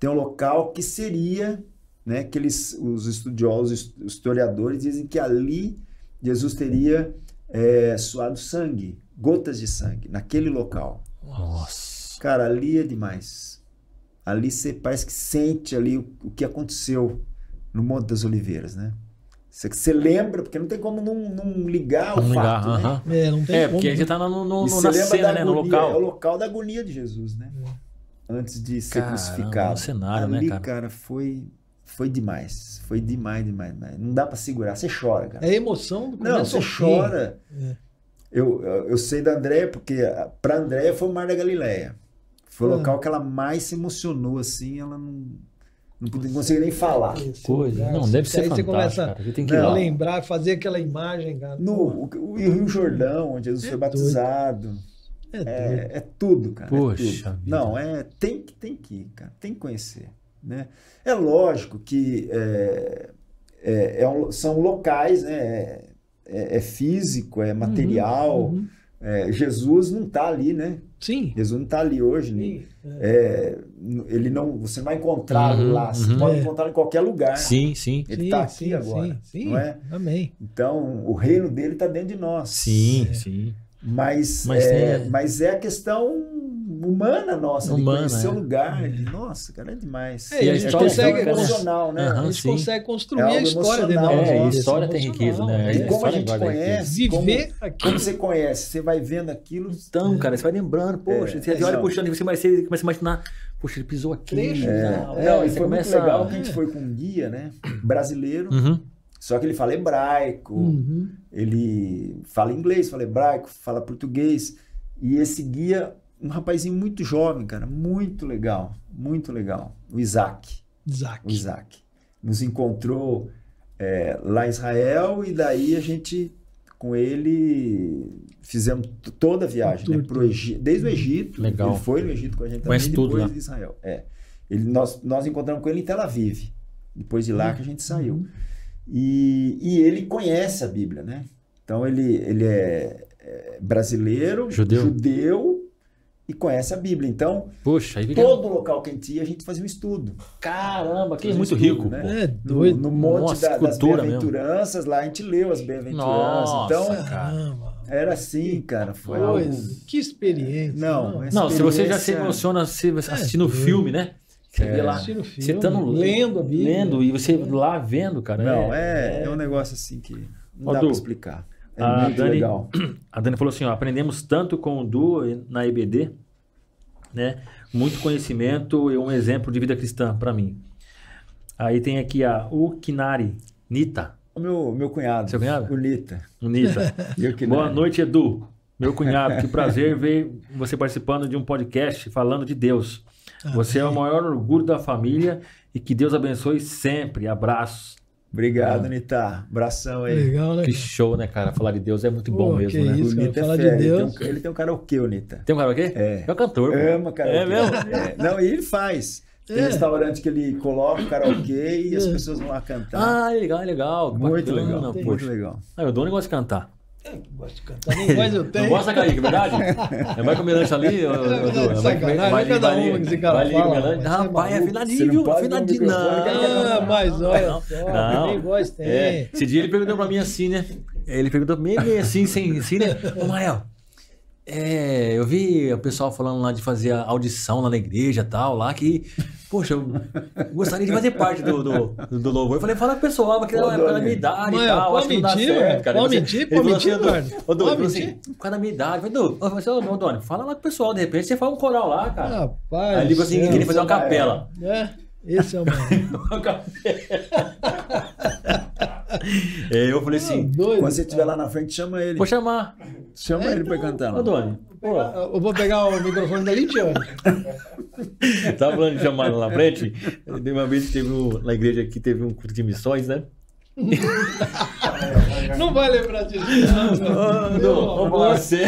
Speaker 3: tem um local que seria, né, que eles, os estudiosos, os historiadores dizem que ali Jesus teria é, suado sangue, gotas de sangue, naquele local.
Speaker 1: Nossa.
Speaker 3: Cara, ali é demais. Ali você parece que sente ali o, o que aconteceu no Monte das Oliveiras, né? Você, você lembra, porque não tem como não, não ligar o
Speaker 1: Vamos ligar.
Speaker 3: fato, né?
Speaker 1: aham.
Speaker 2: É, não tem
Speaker 1: É,
Speaker 2: como.
Speaker 1: porque aí
Speaker 2: né?
Speaker 1: você tá no, no- no-
Speaker 3: E você
Speaker 1: na
Speaker 3: lembra
Speaker 1: cena,
Speaker 3: da
Speaker 1: né? No
Speaker 3: agonia, É o
Speaker 1: local.
Speaker 3: local da agonia de Jesus, né?
Speaker 2: É.
Speaker 3: Antes de ser
Speaker 1: Caramba,
Speaker 3: crucificado.
Speaker 1: um cenário, né,
Speaker 3: Ali,
Speaker 1: cara?
Speaker 3: foi, foi demais. Foi demais, demais, demais. Não dá pra segurar. Você chora, cara.
Speaker 2: É a emoção do
Speaker 3: Não,
Speaker 2: começo
Speaker 3: você
Speaker 2: ao fim.
Speaker 3: chora.
Speaker 2: É.
Speaker 3: Eu, eu eu sei da Andréia, porque a- pra Andréia foi o Mar da Galileia. Foi o
Speaker 2: Ah.
Speaker 3: local que ela mais se emocionou, assim. Ela não, não podia- não conseguia nem falar.
Speaker 2: Esse
Speaker 1: Coisa.
Speaker 2: lugar,
Speaker 1: Não,
Speaker 2: assim,
Speaker 1: deve
Speaker 2: aí
Speaker 1: ser
Speaker 2: você
Speaker 1: fantástico,
Speaker 2: começa
Speaker 1: cara. Você tem que ir
Speaker 2: a
Speaker 3: Não.
Speaker 1: lá.
Speaker 2: lembrar, fazer aquela imagem, cara.
Speaker 3: No, o, o Rio Jordão, onde Jesus
Speaker 2: É
Speaker 3: foi
Speaker 2: doido.
Speaker 3: batizado.
Speaker 2: É doido.
Speaker 3: É, é tudo, cara. é
Speaker 1: Poxa
Speaker 3: tudo.
Speaker 1: vida.
Speaker 3: Não, é, tem, que- tem que ir, cara. Tem que conhecer. Né? É lógico que é, é, é um- são locais, né? É, é- é físico, é material.
Speaker 2: Uhum.
Speaker 3: É, Jesus não está ali, né?
Speaker 2: Sim.
Speaker 3: Jesus não está ali hoje. né?
Speaker 2: Sim. É.
Speaker 3: É, n- ele não, você não vai encontrá-lo
Speaker 1: Uhum,
Speaker 3: lá. Você
Speaker 1: uhum.
Speaker 3: pode
Speaker 2: É.
Speaker 3: encontrá-lo em qualquer lugar.
Speaker 1: Sim, sim.
Speaker 3: Ele
Speaker 2: Sim,
Speaker 3: está aqui
Speaker 2: sim,
Speaker 3: agora.
Speaker 2: Sim, sim.
Speaker 3: não é?
Speaker 2: Amém.
Speaker 3: Então, o reino dele está dentro de nós.
Speaker 1: Sim, É. sim.
Speaker 3: Mas,
Speaker 1: Mas
Speaker 3: é,
Speaker 1: tem-
Speaker 3: mas é a questão humana nossa,
Speaker 1: Humana,
Speaker 3: de conhecer
Speaker 1: é.
Speaker 3: o lugar. de- nossa, cara, é demais.
Speaker 2: É,
Speaker 1: E a
Speaker 2: a
Speaker 3: é
Speaker 2: gente
Speaker 1: história-
Speaker 2: consegue-
Speaker 1: a história-
Speaker 3: emocional, né?
Speaker 1: Aham.
Speaker 2: A gente
Speaker 1: Ah, sim.
Speaker 2: consegue construir
Speaker 3: É algo
Speaker 2: a história dentro da
Speaker 3: emocional,
Speaker 2: nossa
Speaker 3: né?
Speaker 1: É,
Speaker 2: vida,
Speaker 1: história
Speaker 2: isso é
Speaker 1: tem riqueza,
Speaker 2: emocional,
Speaker 1: né?
Speaker 3: E
Speaker 2: é.
Speaker 3: como a
Speaker 1: História
Speaker 3: gente
Speaker 1: guarda riqueza.
Speaker 3: conhece, como,
Speaker 2: Viver aqui.
Speaker 3: como você conhece, você vai vendo aquilo.
Speaker 1: Então, cara, você vai lembrando, poxa,
Speaker 3: É,
Speaker 1: você
Speaker 3: é,
Speaker 1: olha
Speaker 3: não.
Speaker 1: puxando, e você vai ser- começa a imaginar, poxa, ele pisou aqui.
Speaker 2: Trecho,
Speaker 1: e
Speaker 3: É,
Speaker 1: tal.
Speaker 3: é,
Speaker 1: Aí
Speaker 3: e
Speaker 1: você
Speaker 3: foi muito
Speaker 1: começa-
Speaker 3: legal que a gente foi com um guia, né? Brasileiro,
Speaker 1: Uhum.
Speaker 3: só que ele fala hebraico,
Speaker 1: Hum.
Speaker 2: Uhum.
Speaker 3: ele fala inglês, fala hebraico, fala português. E esse guia, um rapazinho muito jovem, cara, muito legal, muito legal. O Isaac.
Speaker 2: Isaac.
Speaker 3: O Isaac. Nos encontrou é, lá em Israel e daí a gente, com ele, fizemos t- toda a viagem,
Speaker 2: Tour,
Speaker 3: né? Pro Egi- desde o Egito.
Speaker 1: Legal. Um né?
Speaker 3: Ele foi no Egito com a gente também,
Speaker 1: Conhece
Speaker 3: depois
Speaker 1: tudo lá.
Speaker 3: de Israel. É. Ele, nós, nós encontramos com ele em Tel Aviv, depois de lá que a gente saiu. E, e ele conhece a Bíblia, né? Então ele, ele é, é brasileiro,
Speaker 1: Judeu.
Speaker 3: judeu e conhece a Bíblia. Então,
Speaker 1: Poxa, aí fica.
Speaker 3: todo local que a gente ia, a gente fazia um estudo.
Speaker 1: Caramba, que
Speaker 3: Fazia um
Speaker 1: muito
Speaker 3: estudo,
Speaker 1: rico,
Speaker 3: né?
Speaker 1: pô.
Speaker 2: É
Speaker 3: No,
Speaker 2: doido.
Speaker 3: no monte
Speaker 1: Nossa,
Speaker 3: da- das
Speaker 1: cultura
Speaker 3: bem-aventuranças, lá a gente leu as bem-aventuranças.
Speaker 1: Nossa,
Speaker 3: Então,
Speaker 1: cara.
Speaker 2: Caramba.
Speaker 3: era assim, cara. Foi algo-
Speaker 2: Coisa. Que experiência.
Speaker 3: Não, mas-
Speaker 1: Não, se você já se
Speaker 3: experiência- É,
Speaker 1: emociona se- assistindo o
Speaker 2: É.
Speaker 1: filme, né? Você vê lá.
Speaker 2: Assistindo filme,
Speaker 1: Você tá no-
Speaker 2: lendo a Bíblia.
Speaker 1: Lendo e você lá vendo, cara.
Speaker 3: Não, é, é um negócio assim que não
Speaker 1: Ó,
Speaker 3: dá
Speaker 1: Du,
Speaker 3: pra explicar. É
Speaker 1: a
Speaker 3: muito
Speaker 1: Dani-
Speaker 3: legal.
Speaker 1: A Dani falou assim: ó, aprendemos tanto com o Du na EBD, né? Muito conhecimento e um exemplo de vida cristã pra mim. Aí tem aqui a Ukinari Nita.
Speaker 3: O meu, meu cunhado.
Speaker 1: Seu cunhado?
Speaker 3: O Nita.
Speaker 1: Nita.
Speaker 3: E o que né?
Speaker 1: Boa
Speaker 3: não.
Speaker 1: noite, Edu. Meu cunhado, que prazer ver você participando de um podcast falando de Deus.
Speaker 2: Ah,
Speaker 1: Você é o maior orgulho da família e que Deus abençoe sempre. Abraços.
Speaker 3: Obrigado, Nita. Abração aí.
Speaker 2: Legal, né?
Speaker 1: Que show, né, cara? Falar de Deus é muito bom
Speaker 2: Pô,
Speaker 1: mesmo,
Speaker 2: que
Speaker 1: né?
Speaker 2: isso,
Speaker 3: O
Speaker 2: cara,
Speaker 3: Nita
Speaker 2: falar
Speaker 3: é
Speaker 2: de
Speaker 3: fera. Ele
Speaker 2: Deus.
Speaker 3: tem um- Ele tem um karaokê, o Nita.
Speaker 1: Tem um karaokê?
Speaker 3: É.
Speaker 1: É um cantor. pô.
Speaker 3: Ama karaokê.
Speaker 1: É mesmo?
Speaker 3: É. Não, e ele faz. Tem
Speaker 2: É.
Speaker 3: restaurante que ele coloca o karaokê e as
Speaker 2: É.
Speaker 3: pessoas vão lá cantar.
Speaker 1: Ah, legal, legal.
Speaker 3: muito
Speaker 1: Bacana,
Speaker 3: legal.
Speaker 1: poxa.
Speaker 3: Muito legal.
Speaker 1: Ah, o dono gosta de cantar.
Speaker 2: Eu gosto de cantar, não gosto, eu tenho.
Speaker 1: Não gosta da Carica, é verdade? É mais com o Melange ali? ô, ô,
Speaker 2: É
Speaker 1: Edu?
Speaker 2: verdade,
Speaker 1: É mais com-
Speaker 2: sacanagem,
Speaker 1: vai
Speaker 2: é cada
Speaker 1: ali, vai
Speaker 2: uma que
Speaker 1: ali,
Speaker 2: esse cara
Speaker 1: vai ali com o
Speaker 2: fala,
Speaker 1: Melange.
Speaker 2: mas você é
Speaker 1: Rapaz, é
Speaker 3: maluco, você
Speaker 1: afinadinho,
Speaker 3: não
Speaker 1: viu?
Speaker 3: pode dar um
Speaker 1: Afinadinho.
Speaker 3: microfone, cara,
Speaker 1: Não,
Speaker 2: Ah, mas olha só,
Speaker 1: Não.
Speaker 2: nem voz tem.
Speaker 1: É, esse dia ele perguntou pra mim assim, né? Ele perguntou meio, meio assim, sem assim, né? Ô, Mael, é, eu vi o pessoal falando lá de fazer a audição lá na igreja e tal, lá que, poxa, eu gostaria de fazer parte do, do, do louvor. Eu falei, fala pro pessoal, porque
Speaker 3: Ô,
Speaker 1: é pela
Speaker 3: Dani.
Speaker 1: minha idade e
Speaker 2: Mas,
Speaker 1: tal,
Speaker 2: pode
Speaker 1: acho que não dá
Speaker 2: mentir,
Speaker 1: certo, cara.
Speaker 2: pode
Speaker 1: Ele
Speaker 2: mentir,
Speaker 1: falou
Speaker 2: pode
Speaker 1: assim,
Speaker 2: mentir,
Speaker 1: "Ô, Du,
Speaker 2: Eduardo.
Speaker 1: Ô, Du,
Speaker 2: Pode
Speaker 1: ele falou assim,
Speaker 2: mentir.
Speaker 1: por causa da minha idade. Eu falei, Du, eu falei assim, ô, meu Doni, fala lá com o pessoal, de repente você faz um coral lá, cara.
Speaker 2: Ah, Rapaz.
Speaker 1: Aí ele falou assim,
Speaker 2: do
Speaker 1: que
Speaker 2: céu.
Speaker 1: queria fazer uma capela.
Speaker 2: É, esse é o maior.
Speaker 1: Uma capela. É, eu falei assim,
Speaker 2: Doido.
Speaker 3: Quando você estiver lá na frente, chama ele.
Speaker 1: vou chamar.
Speaker 3: Chama ele pra cantar.
Speaker 1: Ô,
Speaker 3: lá.
Speaker 1: Doni, pô,
Speaker 2: Eu vou pegar o microfone da Lidiane.
Speaker 1: Tava falando de chamar lá na frente. De uma vez que teve um, na igreja aqui, teve um culto de missões, né?
Speaker 2: Não vai lembrar disso. não,
Speaker 1: Ah,
Speaker 2: não.
Speaker 1: não,
Speaker 2: Pelo
Speaker 1: vamos
Speaker 2: amor.
Speaker 1: lá, você.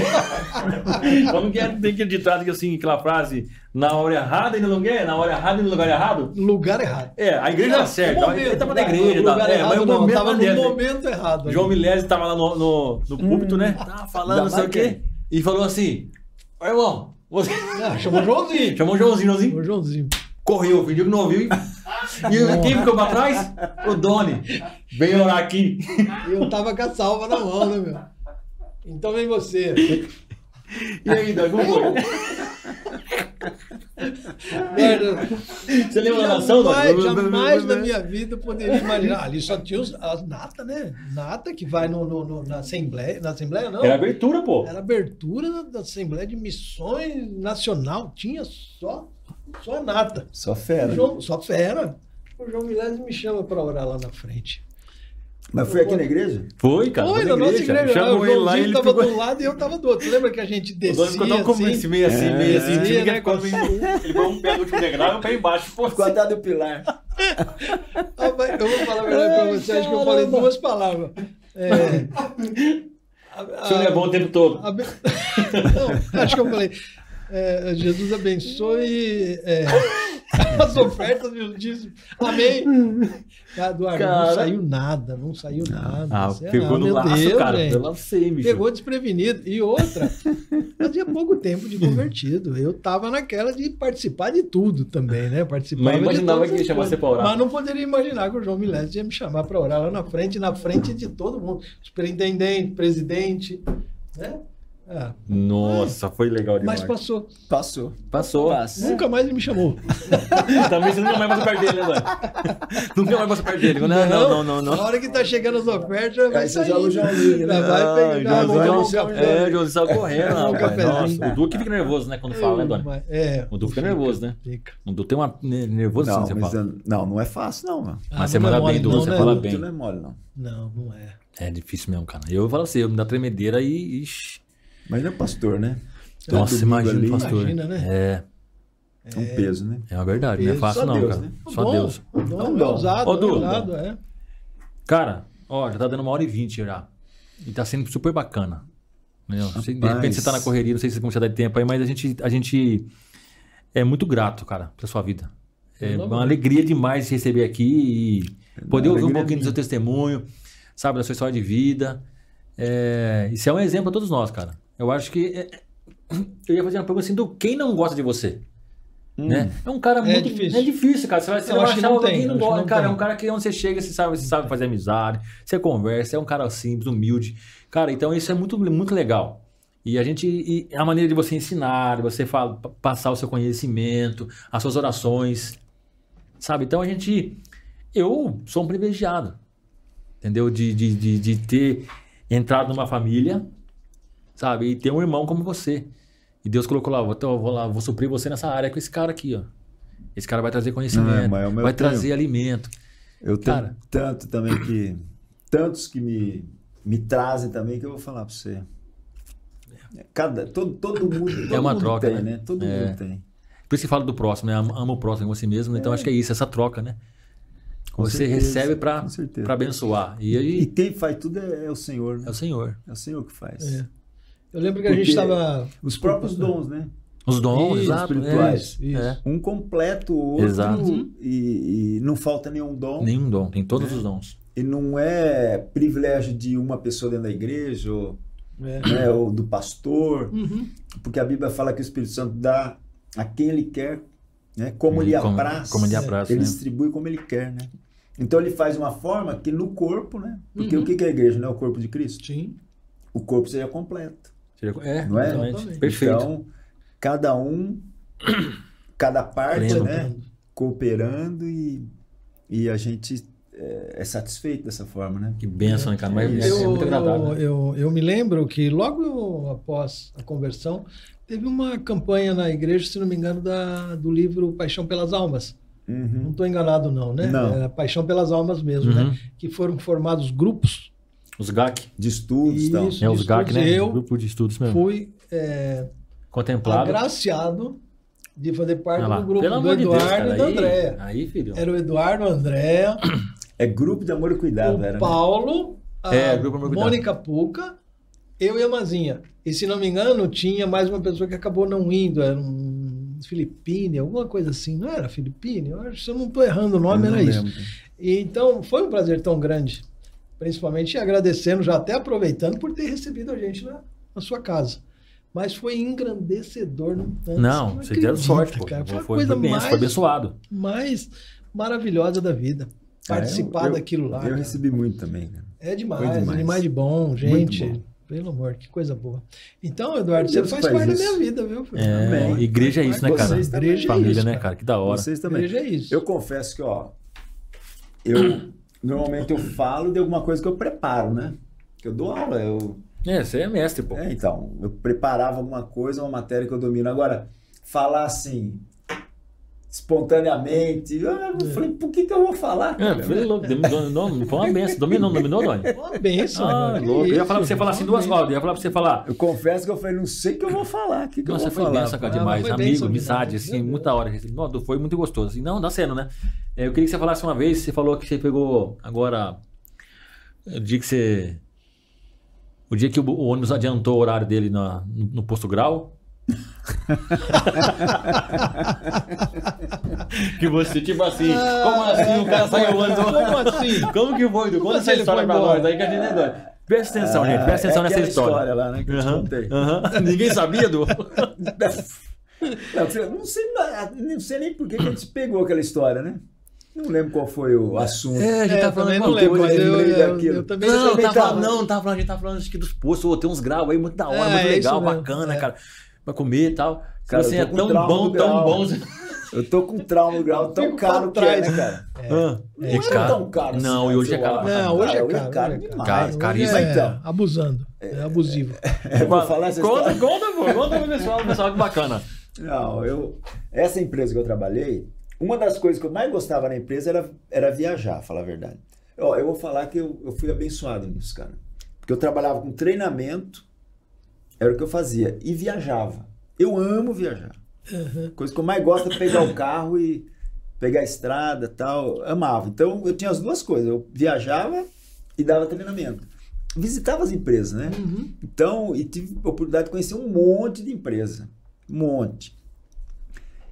Speaker 1: Como que é? Tem aquele ditado que assim, aquela frase, na hora errada e no lugar, na hora errada e no lugar errado?
Speaker 2: Lugar errado.
Speaker 1: É, a igreja
Speaker 2: Não, um
Speaker 1: certa.
Speaker 2: o
Speaker 1: a igreja tava na
Speaker 2: lugar-
Speaker 1: igreja,
Speaker 2: né? lugar
Speaker 1: tava, é,
Speaker 2: errado
Speaker 1: mas o
Speaker 2: não,
Speaker 1: momento
Speaker 2: tava
Speaker 1: tava
Speaker 2: no
Speaker 1: dentro.
Speaker 2: momento errado. né?
Speaker 1: João Milésio tava lá no, no, no púlpito,
Speaker 2: Hum.
Speaker 1: né? Tava falando,
Speaker 3: Ainda
Speaker 1: não sei o
Speaker 3: mais
Speaker 1: quê.
Speaker 3: ele.
Speaker 1: E falou assim: Ó, irmão, você.
Speaker 2: Ah, chamou o Joãozinho.
Speaker 1: Chamou o Joãozinho, Joãozinho
Speaker 2: Chamou o Joãozinho.
Speaker 1: correu, fingiu que não ouviu. E e quem ficou pra trás? O Doni. Vem orar aqui.
Speaker 2: E eu tava com a salva na mão, né, meu? Então vem você.
Speaker 1: E aí, Doni, como foi?
Speaker 2: Merda.
Speaker 1: Você lembra da oração,
Speaker 2: Jamais,
Speaker 1: Doni?
Speaker 2: jamais na minha vida eu poderia imaginar. Ali só tinha os, as nata, né? Nata que vai no, no- no- na Assembleia. Na Assembleia, não.
Speaker 1: Era abertura, pô.
Speaker 2: Era abertura da- da Assembleia de Missões Nacional. Tinha só, só nata.
Speaker 3: Só
Speaker 2: O
Speaker 3: fera.
Speaker 2: João- só fera. O João Milésio me chama pra orar lá na frente.
Speaker 3: Mas foi aqui na igreja?
Speaker 1: Foi, cara.
Speaker 2: Foi,
Speaker 1: foi
Speaker 2: na nossa igreja. Ah,
Speaker 1: Chamou
Speaker 2: né? o
Speaker 1: ele lá e
Speaker 2: Joãozinho
Speaker 1: ele
Speaker 2: tava
Speaker 1: ficou...
Speaker 2: de um lado e eu tava do outro. Lembra que a gente
Speaker 1: O Doni
Speaker 2: descia
Speaker 1: ficou tão como
Speaker 2: assim?
Speaker 1: esse meio assim, meio assim.
Speaker 2: Descia,
Speaker 1: Tinha que
Speaker 2: né,
Speaker 1: ele ficou meio... Ele foi um pé no último degrau e um pé embaixo. Pô,
Speaker 3: Ficou atrás do pilar.
Speaker 2: Ah, mas eu vou falar a verdade pra você, acho que eu falei
Speaker 1: caramba.
Speaker 2: duas palavras. É, a-
Speaker 1: o senhor é
Speaker 2: a-
Speaker 1: bom o tempo todo.
Speaker 2: abe- Não, acho que eu falei. é, Jesus abençoe é, as ofertas e os dízimos. Amém. Ah, Eduardo,
Speaker 1: Cara.
Speaker 2: não saiu nada, não saiu nada.
Speaker 1: Ah,
Speaker 2: sei
Speaker 1: pegou
Speaker 2: lá,
Speaker 1: no
Speaker 2: meu
Speaker 1: laço,
Speaker 2: Deus,
Speaker 1: cara.
Speaker 2: gente.
Speaker 1: Eu lancei, bicho.
Speaker 2: Pegou desprevenido. E outra, fazia pouco tempo de convertido. Eu tava naquela de participar de tudo também, né? Participava
Speaker 1: Mas
Speaker 2: de
Speaker 1: imaginava
Speaker 2: todas
Speaker 1: que
Speaker 2: as
Speaker 1: ia chamar
Speaker 2: coisas.
Speaker 1: você pra orar.
Speaker 2: Mas não poderia imaginar que o João Milésio ia me chamar para orar lá na frente, na frente de todo mundo. Superintendente, presidente, né? Ah,
Speaker 1: Nossa, foi legal demais.
Speaker 2: mas passou.
Speaker 3: Passou.
Speaker 1: Passou.
Speaker 3: Passa.
Speaker 2: Nunca mais ele me chamou.
Speaker 1: Também você nunca mais vai perder dele, né, Doni? Nunca mais vai perder dele. Não, não, não, não.
Speaker 2: Na
Speaker 1: não.
Speaker 2: hora que tá chegando as ofertas, já vai
Speaker 3: Aí você
Speaker 2: sair.
Speaker 3: joga o Joãozinho, né?
Speaker 2: Já vai
Speaker 1: Ah,
Speaker 2: pegar.
Speaker 1: Joãozinho,
Speaker 2: vai
Speaker 1: Joãozinho,
Speaker 2: jogar o
Speaker 1: É,
Speaker 2: Joãozinho.
Speaker 1: o Joãozinho saiu correndo,
Speaker 2: Um
Speaker 1: rapaz.
Speaker 2: cafezinho.
Speaker 1: Nossa, o Du que fica nervoso, né, quando fala, né, Doni?
Speaker 2: É.
Speaker 1: O Du fica nervoso, né?
Speaker 2: Fica.
Speaker 1: O Du tem uma né, nervoso
Speaker 3: Não,
Speaker 1: assim, você
Speaker 3: mas
Speaker 1: fala.
Speaker 3: eu- não, não é fácil, não, mano.
Speaker 1: Mas
Speaker 2: Ah,
Speaker 1: você
Speaker 2: não é
Speaker 1: manda
Speaker 2: mole,
Speaker 1: bem, Du,
Speaker 2: não,
Speaker 1: você
Speaker 2: né?
Speaker 1: fala
Speaker 3: Muito
Speaker 1: bem.
Speaker 3: não é mole, não.
Speaker 2: Não, não é.
Speaker 1: É difícil mesmo, cara. Eu falo assim, eu me dá tremedeira e. Ixi.
Speaker 3: Mas ele é pastor, né?
Speaker 2: Tá
Speaker 1: Nossa,
Speaker 3: domingo
Speaker 1: imagina
Speaker 3: ali.
Speaker 1: o pastor.
Speaker 2: Imagina, né?
Speaker 1: É,
Speaker 3: É um peso, né?
Speaker 1: é uma verdade. Não é
Speaker 2: Isso,
Speaker 1: fácil,
Speaker 3: só
Speaker 1: não,
Speaker 3: Deus,
Speaker 1: cara.
Speaker 3: né?
Speaker 1: Só
Speaker 2: Tá Bom,
Speaker 1: Deus. Tá
Speaker 2: o dom
Speaker 3: É um dom.
Speaker 2: é usado,
Speaker 1: Ô,
Speaker 2: é
Speaker 1: Du.
Speaker 2: usado, é.
Speaker 1: Cara, ó, já tá dando uma hora e vinte já. E tá sendo super bacana. Entendeu? Se- De repente
Speaker 3: Rapaz.
Speaker 1: você tá na correria, não sei se você dá tempo aí, mas a gente, a gente é muito grato, cara, pela sua vida. É uma
Speaker 2: Pelo amor.
Speaker 1: alegria demais te receber aqui e poder ouvir um
Speaker 3: É uma alegria
Speaker 1: pouquinho do seu testemunho, sabe, da sua história de vida. É, isso é um exemplo a todos nós, cara. Eu acho que. é- eu ia fazer uma pergunta assim: do quem não gosta de você? Né? É um cara
Speaker 2: É
Speaker 1: muito.
Speaker 2: difícil.
Speaker 1: É difícil, cara. Você vai, você
Speaker 2: Eu
Speaker 1: vai
Speaker 2: acho que
Speaker 1: achar
Speaker 2: não
Speaker 1: alguém
Speaker 2: tem,
Speaker 1: que não
Speaker 2: eu acho que
Speaker 1: gosta.
Speaker 2: não
Speaker 1: Cara, é
Speaker 2: tem.
Speaker 1: um cara que onde você chega, você sabe, você sabe fazer amizade, você conversa, é um cara simples, humilde. Cara, então isso é muito, muito legal. E a gente. e a maneira de você ensinar, de você fa- passar o seu conhecimento, as suas orações. Sabe? Então a gente. Eu sou um privilegiado. Entendeu? De, de, de, de ter entrado numa família, sabe? E ter um irmão como você. E Deus colocou lá, então eu vou lá, vou suprir você nessa área com esse cara aqui, ó. Esse cara vai trazer
Speaker 3: Não, é,
Speaker 1: conhecimento,
Speaker 3: mas é o meu
Speaker 1: vai
Speaker 3: tempo.
Speaker 1: trazer alimento.
Speaker 3: Eu tenho
Speaker 1: Cara.
Speaker 3: tanto também que. Tantos que me, me trazem também que eu vou falar pra você. Cada, todo, todo mundo. Todo
Speaker 1: É. uma
Speaker 3: mundo
Speaker 1: troca,
Speaker 3: tem,
Speaker 1: né?
Speaker 3: Todo
Speaker 1: É.
Speaker 3: mundo tem.
Speaker 1: Por isso que fala do próximo, né? Ama ama o próximo como a si mesmo. Então acho que é isso, essa troca, né?
Speaker 3: Com
Speaker 1: você
Speaker 3: certeza,
Speaker 1: recebe pra
Speaker 3: com certeza.
Speaker 1: pra abençoar. E
Speaker 3: E
Speaker 1: aí
Speaker 3: quem faz tudo é, é o Senhor, né?
Speaker 1: é o Senhor.
Speaker 3: É o Senhor que faz.
Speaker 2: É. Eu lembro que a
Speaker 3: Porque
Speaker 2: gente estava.
Speaker 3: Os próprios dons, né?
Speaker 1: Os dons,
Speaker 3: Isso,
Speaker 1: exato, né?
Speaker 3: espirituais.
Speaker 2: Isso.
Speaker 1: É.
Speaker 3: Um completo o outro.
Speaker 1: Exato.
Speaker 3: E, e não falta nenhum dom.
Speaker 1: Nenhum dom, tem todos
Speaker 3: É.
Speaker 1: os dons.
Speaker 3: E não é privilégio de uma pessoa dentro da igreja, ou,
Speaker 2: É.
Speaker 3: né, ou do pastor.
Speaker 2: Uhum.
Speaker 3: Porque a Bíblia fala que o Espírito Santo dá a quem ele quer, né? Como ele,
Speaker 1: como,
Speaker 3: apraz.
Speaker 1: como ele
Speaker 2: é,
Speaker 1: abraça,
Speaker 3: Ele
Speaker 1: né?
Speaker 3: distribui como ele quer, né? Então ele faz uma forma que no corpo, né? Porque o que que é a igreja? Não é o corpo de Cristo?
Speaker 2: Sim.
Speaker 3: O corpo seria completo.
Speaker 1: É,
Speaker 3: Não é?
Speaker 1: exatamente.
Speaker 2: Exatamente.
Speaker 1: Perfeito.
Speaker 3: Então, cada um, cada parte,
Speaker 1: Pleno.
Speaker 2: É.
Speaker 3: né? Cooperando e, e a gente é, é satisfeito dessa forma, né?
Speaker 1: Que benção, né, cara? Mas é,
Speaker 2: Eu,
Speaker 1: muito agradável.
Speaker 2: eu, eu, eu me lembro que logo após a conversão, teve uma campanha na igreja, se não me engano, da, do livro Paixão pelas Almas. Não
Speaker 3: Uhum.
Speaker 2: estou enganado, não, né?
Speaker 3: Não.
Speaker 2: Era Paixão pelas Almas mesmo,
Speaker 1: Uhum.
Speaker 2: né? Que foram formados grupos.
Speaker 1: Os GAC.
Speaker 3: De estudos e tal.
Speaker 2: Isso.
Speaker 1: É, os GAC, né?
Speaker 2: Eu-
Speaker 1: Grupo de estudos mesmo.
Speaker 2: Fui é,
Speaker 1: Contemplado.
Speaker 2: agraciado de fazer parte
Speaker 1: Ah lá.
Speaker 2: do grupo
Speaker 1: Pelo
Speaker 2: do
Speaker 1: amor de Deus,
Speaker 2: Eduardo e
Speaker 1: cara.
Speaker 2: da
Speaker 1: Aí-
Speaker 2: Andréia.
Speaker 1: Aí, filho.
Speaker 2: Era o Eduardo, a Andréia,
Speaker 3: É grupo de amor e cuidado, era.
Speaker 2: o
Speaker 3: né?
Speaker 2: Paulo, a
Speaker 1: É, grupo Amor Cuidado.
Speaker 2: Mônica Puca, eu e a Mazinha. E se não me engano, tinha mais uma pessoa que acabou não indo, era um Filipine, alguma coisa assim. Não era Filipine? Eu acho, se eu não estou errando o
Speaker 3: Eu
Speaker 2: nome,
Speaker 3: não
Speaker 2: era isso.
Speaker 3: lembro.
Speaker 2: E, então, foi um prazer tão grande. Principalmente agradecendo, já até aproveitando por ter recebido a gente na, na sua casa. Mas foi engrandecedor num tanto.
Speaker 1: Não,
Speaker 2: não
Speaker 1: você teve
Speaker 2: acredita,
Speaker 1: sorte, pô.
Speaker 2: cara. Foi
Speaker 1: Foi,
Speaker 2: a
Speaker 1: foi
Speaker 2: coisa
Speaker 1: benção, foi
Speaker 2: mais,
Speaker 1: abençoado.
Speaker 2: mais maravilhosa da vida. Participar
Speaker 3: Ah, eu- eu-
Speaker 2: daquilo lá.
Speaker 3: Eu
Speaker 2: cara.
Speaker 3: recebi muito também, né? cara.
Speaker 2: É
Speaker 3: Foi
Speaker 2: demais,
Speaker 3: demais.
Speaker 2: demais, de bom, gente.
Speaker 3: bom.
Speaker 2: Pelo amor, que coisa boa. Então, Eduardo, você
Speaker 3: Deus
Speaker 2: faz,
Speaker 3: faz
Speaker 2: parte
Speaker 3: isso.
Speaker 2: da minha vida, viu? filho?
Speaker 1: É,
Speaker 3: Amém.
Speaker 1: igreja é isso, né, cara?
Speaker 3: Vocês também.
Speaker 2: Igreja é
Speaker 1: Família,
Speaker 2: isso,
Speaker 1: né,
Speaker 2: cara.
Speaker 1: cara? Que da hora.
Speaker 3: Vocês também.
Speaker 2: Igreja é isso.
Speaker 3: Eu confesso que, ó, eu normalmente eu falo de alguma coisa que eu preparo, né? Que eu dou aula, eu,
Speaker 1: É, você é mestre, pô.
Speaker 3: é, então, eu preparava alguma coisa, uma matéria que eu domino. Agora, falar assim, espontaneamente, eu,
Speaker 2: É.
Speaker 3: eu falei, por que que eu vou falar?
Speaker 1: É,
Speaker 3: cara?
Speaker 1: foi louco, dominou, foi uma benção. Dominou, dominou, Doni.
Speaker 2: Uma bênção,
Speaker 1: Ah,
Speaker 2: Eduardo, que
Speaker 1: louco. Eu ia
Speaker 2: É isso,
Speaker 1: falar pra você
Speaker 2: gente,
Speaker 1: falar assim
Speaker 2: uma
Speaker 1: duas
Speaker 2: bênção.
Speaker 1: horas, eu ia falar pra você falar.
Speaker 3: Eu confesso que eu falei, não sei o que eu vou falar, o que, que eu
Speaker 1: Nossa,
Speaker 3: vou
Speaker 1: foi
Speaker 3: falar.
Speaker 1: benção, cara,
Speaker 2: Ah,
Speaker 1: demais.
Speaker 2: mas foi
Speaker 1: Amigo,
Speaker 2: benção,
Speaker 1: amizade,
Speaker 2: Deus,
Speaker 1: assim,
Speaker 2: Deus.
Speaker 1: muita hora. Nossa, foi muito gostoso. Assim, não, dá sendo, né? É, Eu queria que você falasse uma vez, você falou que você pegou agora. O dia que você. O dia que o o ônibus adiantou o horário dele na- no, no posto grau. que você, tipo assim,
Speaker 2: Ah,
Speaker 1: como assim o cara saiu andando?
Speaker 2: Como assim?
Speaker 1: Como que foi, Du?
Speaker 2: Como
Speaker 1: Conta
Speaker 2: assim
Speaker 1: essa
Speaker 2: ele
Speaker 1: história
Speaker 2: foi
Speaker 1: pra
Speaker 2: embora?
Speaker 1: nós aí que a gente nem dói. Presta atenção,
Speaker 3: Ah,
Speaker 1: gente. Presta atenção
Speaker 3: é
Speaker 1: nessa
Speaker 3: aquela
Speaker 1: história.
Speaker 3: lá, né, que eu te
Speaker 1: Aham,
Speaker 3: contei.
Speaker 1: aham. Ninguém sabia, Du?
Speaker 3: Não, eu falei, não sei, na- não sei nem por que que a gente pegou aquela história, né? Não lembro qual foi o assunto.
Speaker 1: a tá
Speaker 2: É, também não
Speaker 1: alguma
Speaker 2: lembro, mas
Speaker 1: coisa.
Speaker 2: eu,
Speaker 3: lembrei
Speaker 2: eu,
Speaker 3: daquilo.
Speaker 2: eu também
Speaker 1: Não,
Speaker 2: lembrei,
Speaker 1: tava,
Speaker 2: tava-
Speaker 1: não, tava falando, a gente tava falando acho que dos postos, ô, tem uns graus aí, muito da hora,
Speaker 2: É,
Speaker 1: muito
Speaker 2: é
Speaker 1: legal,
Speaker 2: isso mesmo,
Speaker 1: bacana,
Speaker 2: é.
Speaker 1: cara. Pra comer e tal.
Speaker 3: Cara,
Speaker 1: você
Speaker 3: eu
Speaker 1: é
Speaker 3: tô com
Speaker 1: tão
Speaker 3: trauma
Speaker 1: bom,
Speaker 3: do
Speaker 1: tão
Speaker 3: grau.
Speaker 1: bom.
Speaker 3: Eu tô com trauma do grau
Speaker 2: Eu
Speaker 3: tão
Speaker 2: fico pra
Speaker 3: caro que é,
Speaker 2: trás.
Speaker 3: né, cara?
Speaker 1: Ah,
Speaker 3: Não era tão caro
Speaker 1: Não,
Speaker 3: assim,
Speaker 1: e hoje é
Speaker 3: eu
Speaker 1: caro.
Speaker 3: acho.
Speaker 1: pra
Speaker 2: Não, hoje
Speaker 3: Cara,
Speaker 2: é
Speaker 3: hoje é
Speaker 2: caro.
Speaker 3: caro
Speaker 2: hoje é
Speaker 3: demais.
Speaker 1: Cara,
Speaker 2: Hoje
Speaker 1: caríssimo.
Speaker 2: é
Speaker 3: Então.
Speaker 2: Abusando. É abusivo.
Speaker 3: É, vou falar essa
Speaker 1: conta,
Speaker 3: história.
Speaker 1: conta, pô, conta pro pessoal, pro pessoal, que bacana.
Speaker 3: Não, eu... Essa empresa que eu trabalhei, uma das coisas que eu mais gostava na empresa era, era viajar, falar a verdade. Ó, eu vou falar que eu, eu fui abençoado nisso, cara. Porque eu trabalhava com treinamento, era o que eu fazia, e viajava. Eu amo viajar. Coisa que eu mais gosto é pegar o carro e pegar a estrada tal. Amava. Então eu tinha as duas coisas. Eu viajava e dava treinamento. Visitava as empresas, né? Então, e tive a oportunidade de conhecer um monte de empresa. Um monte.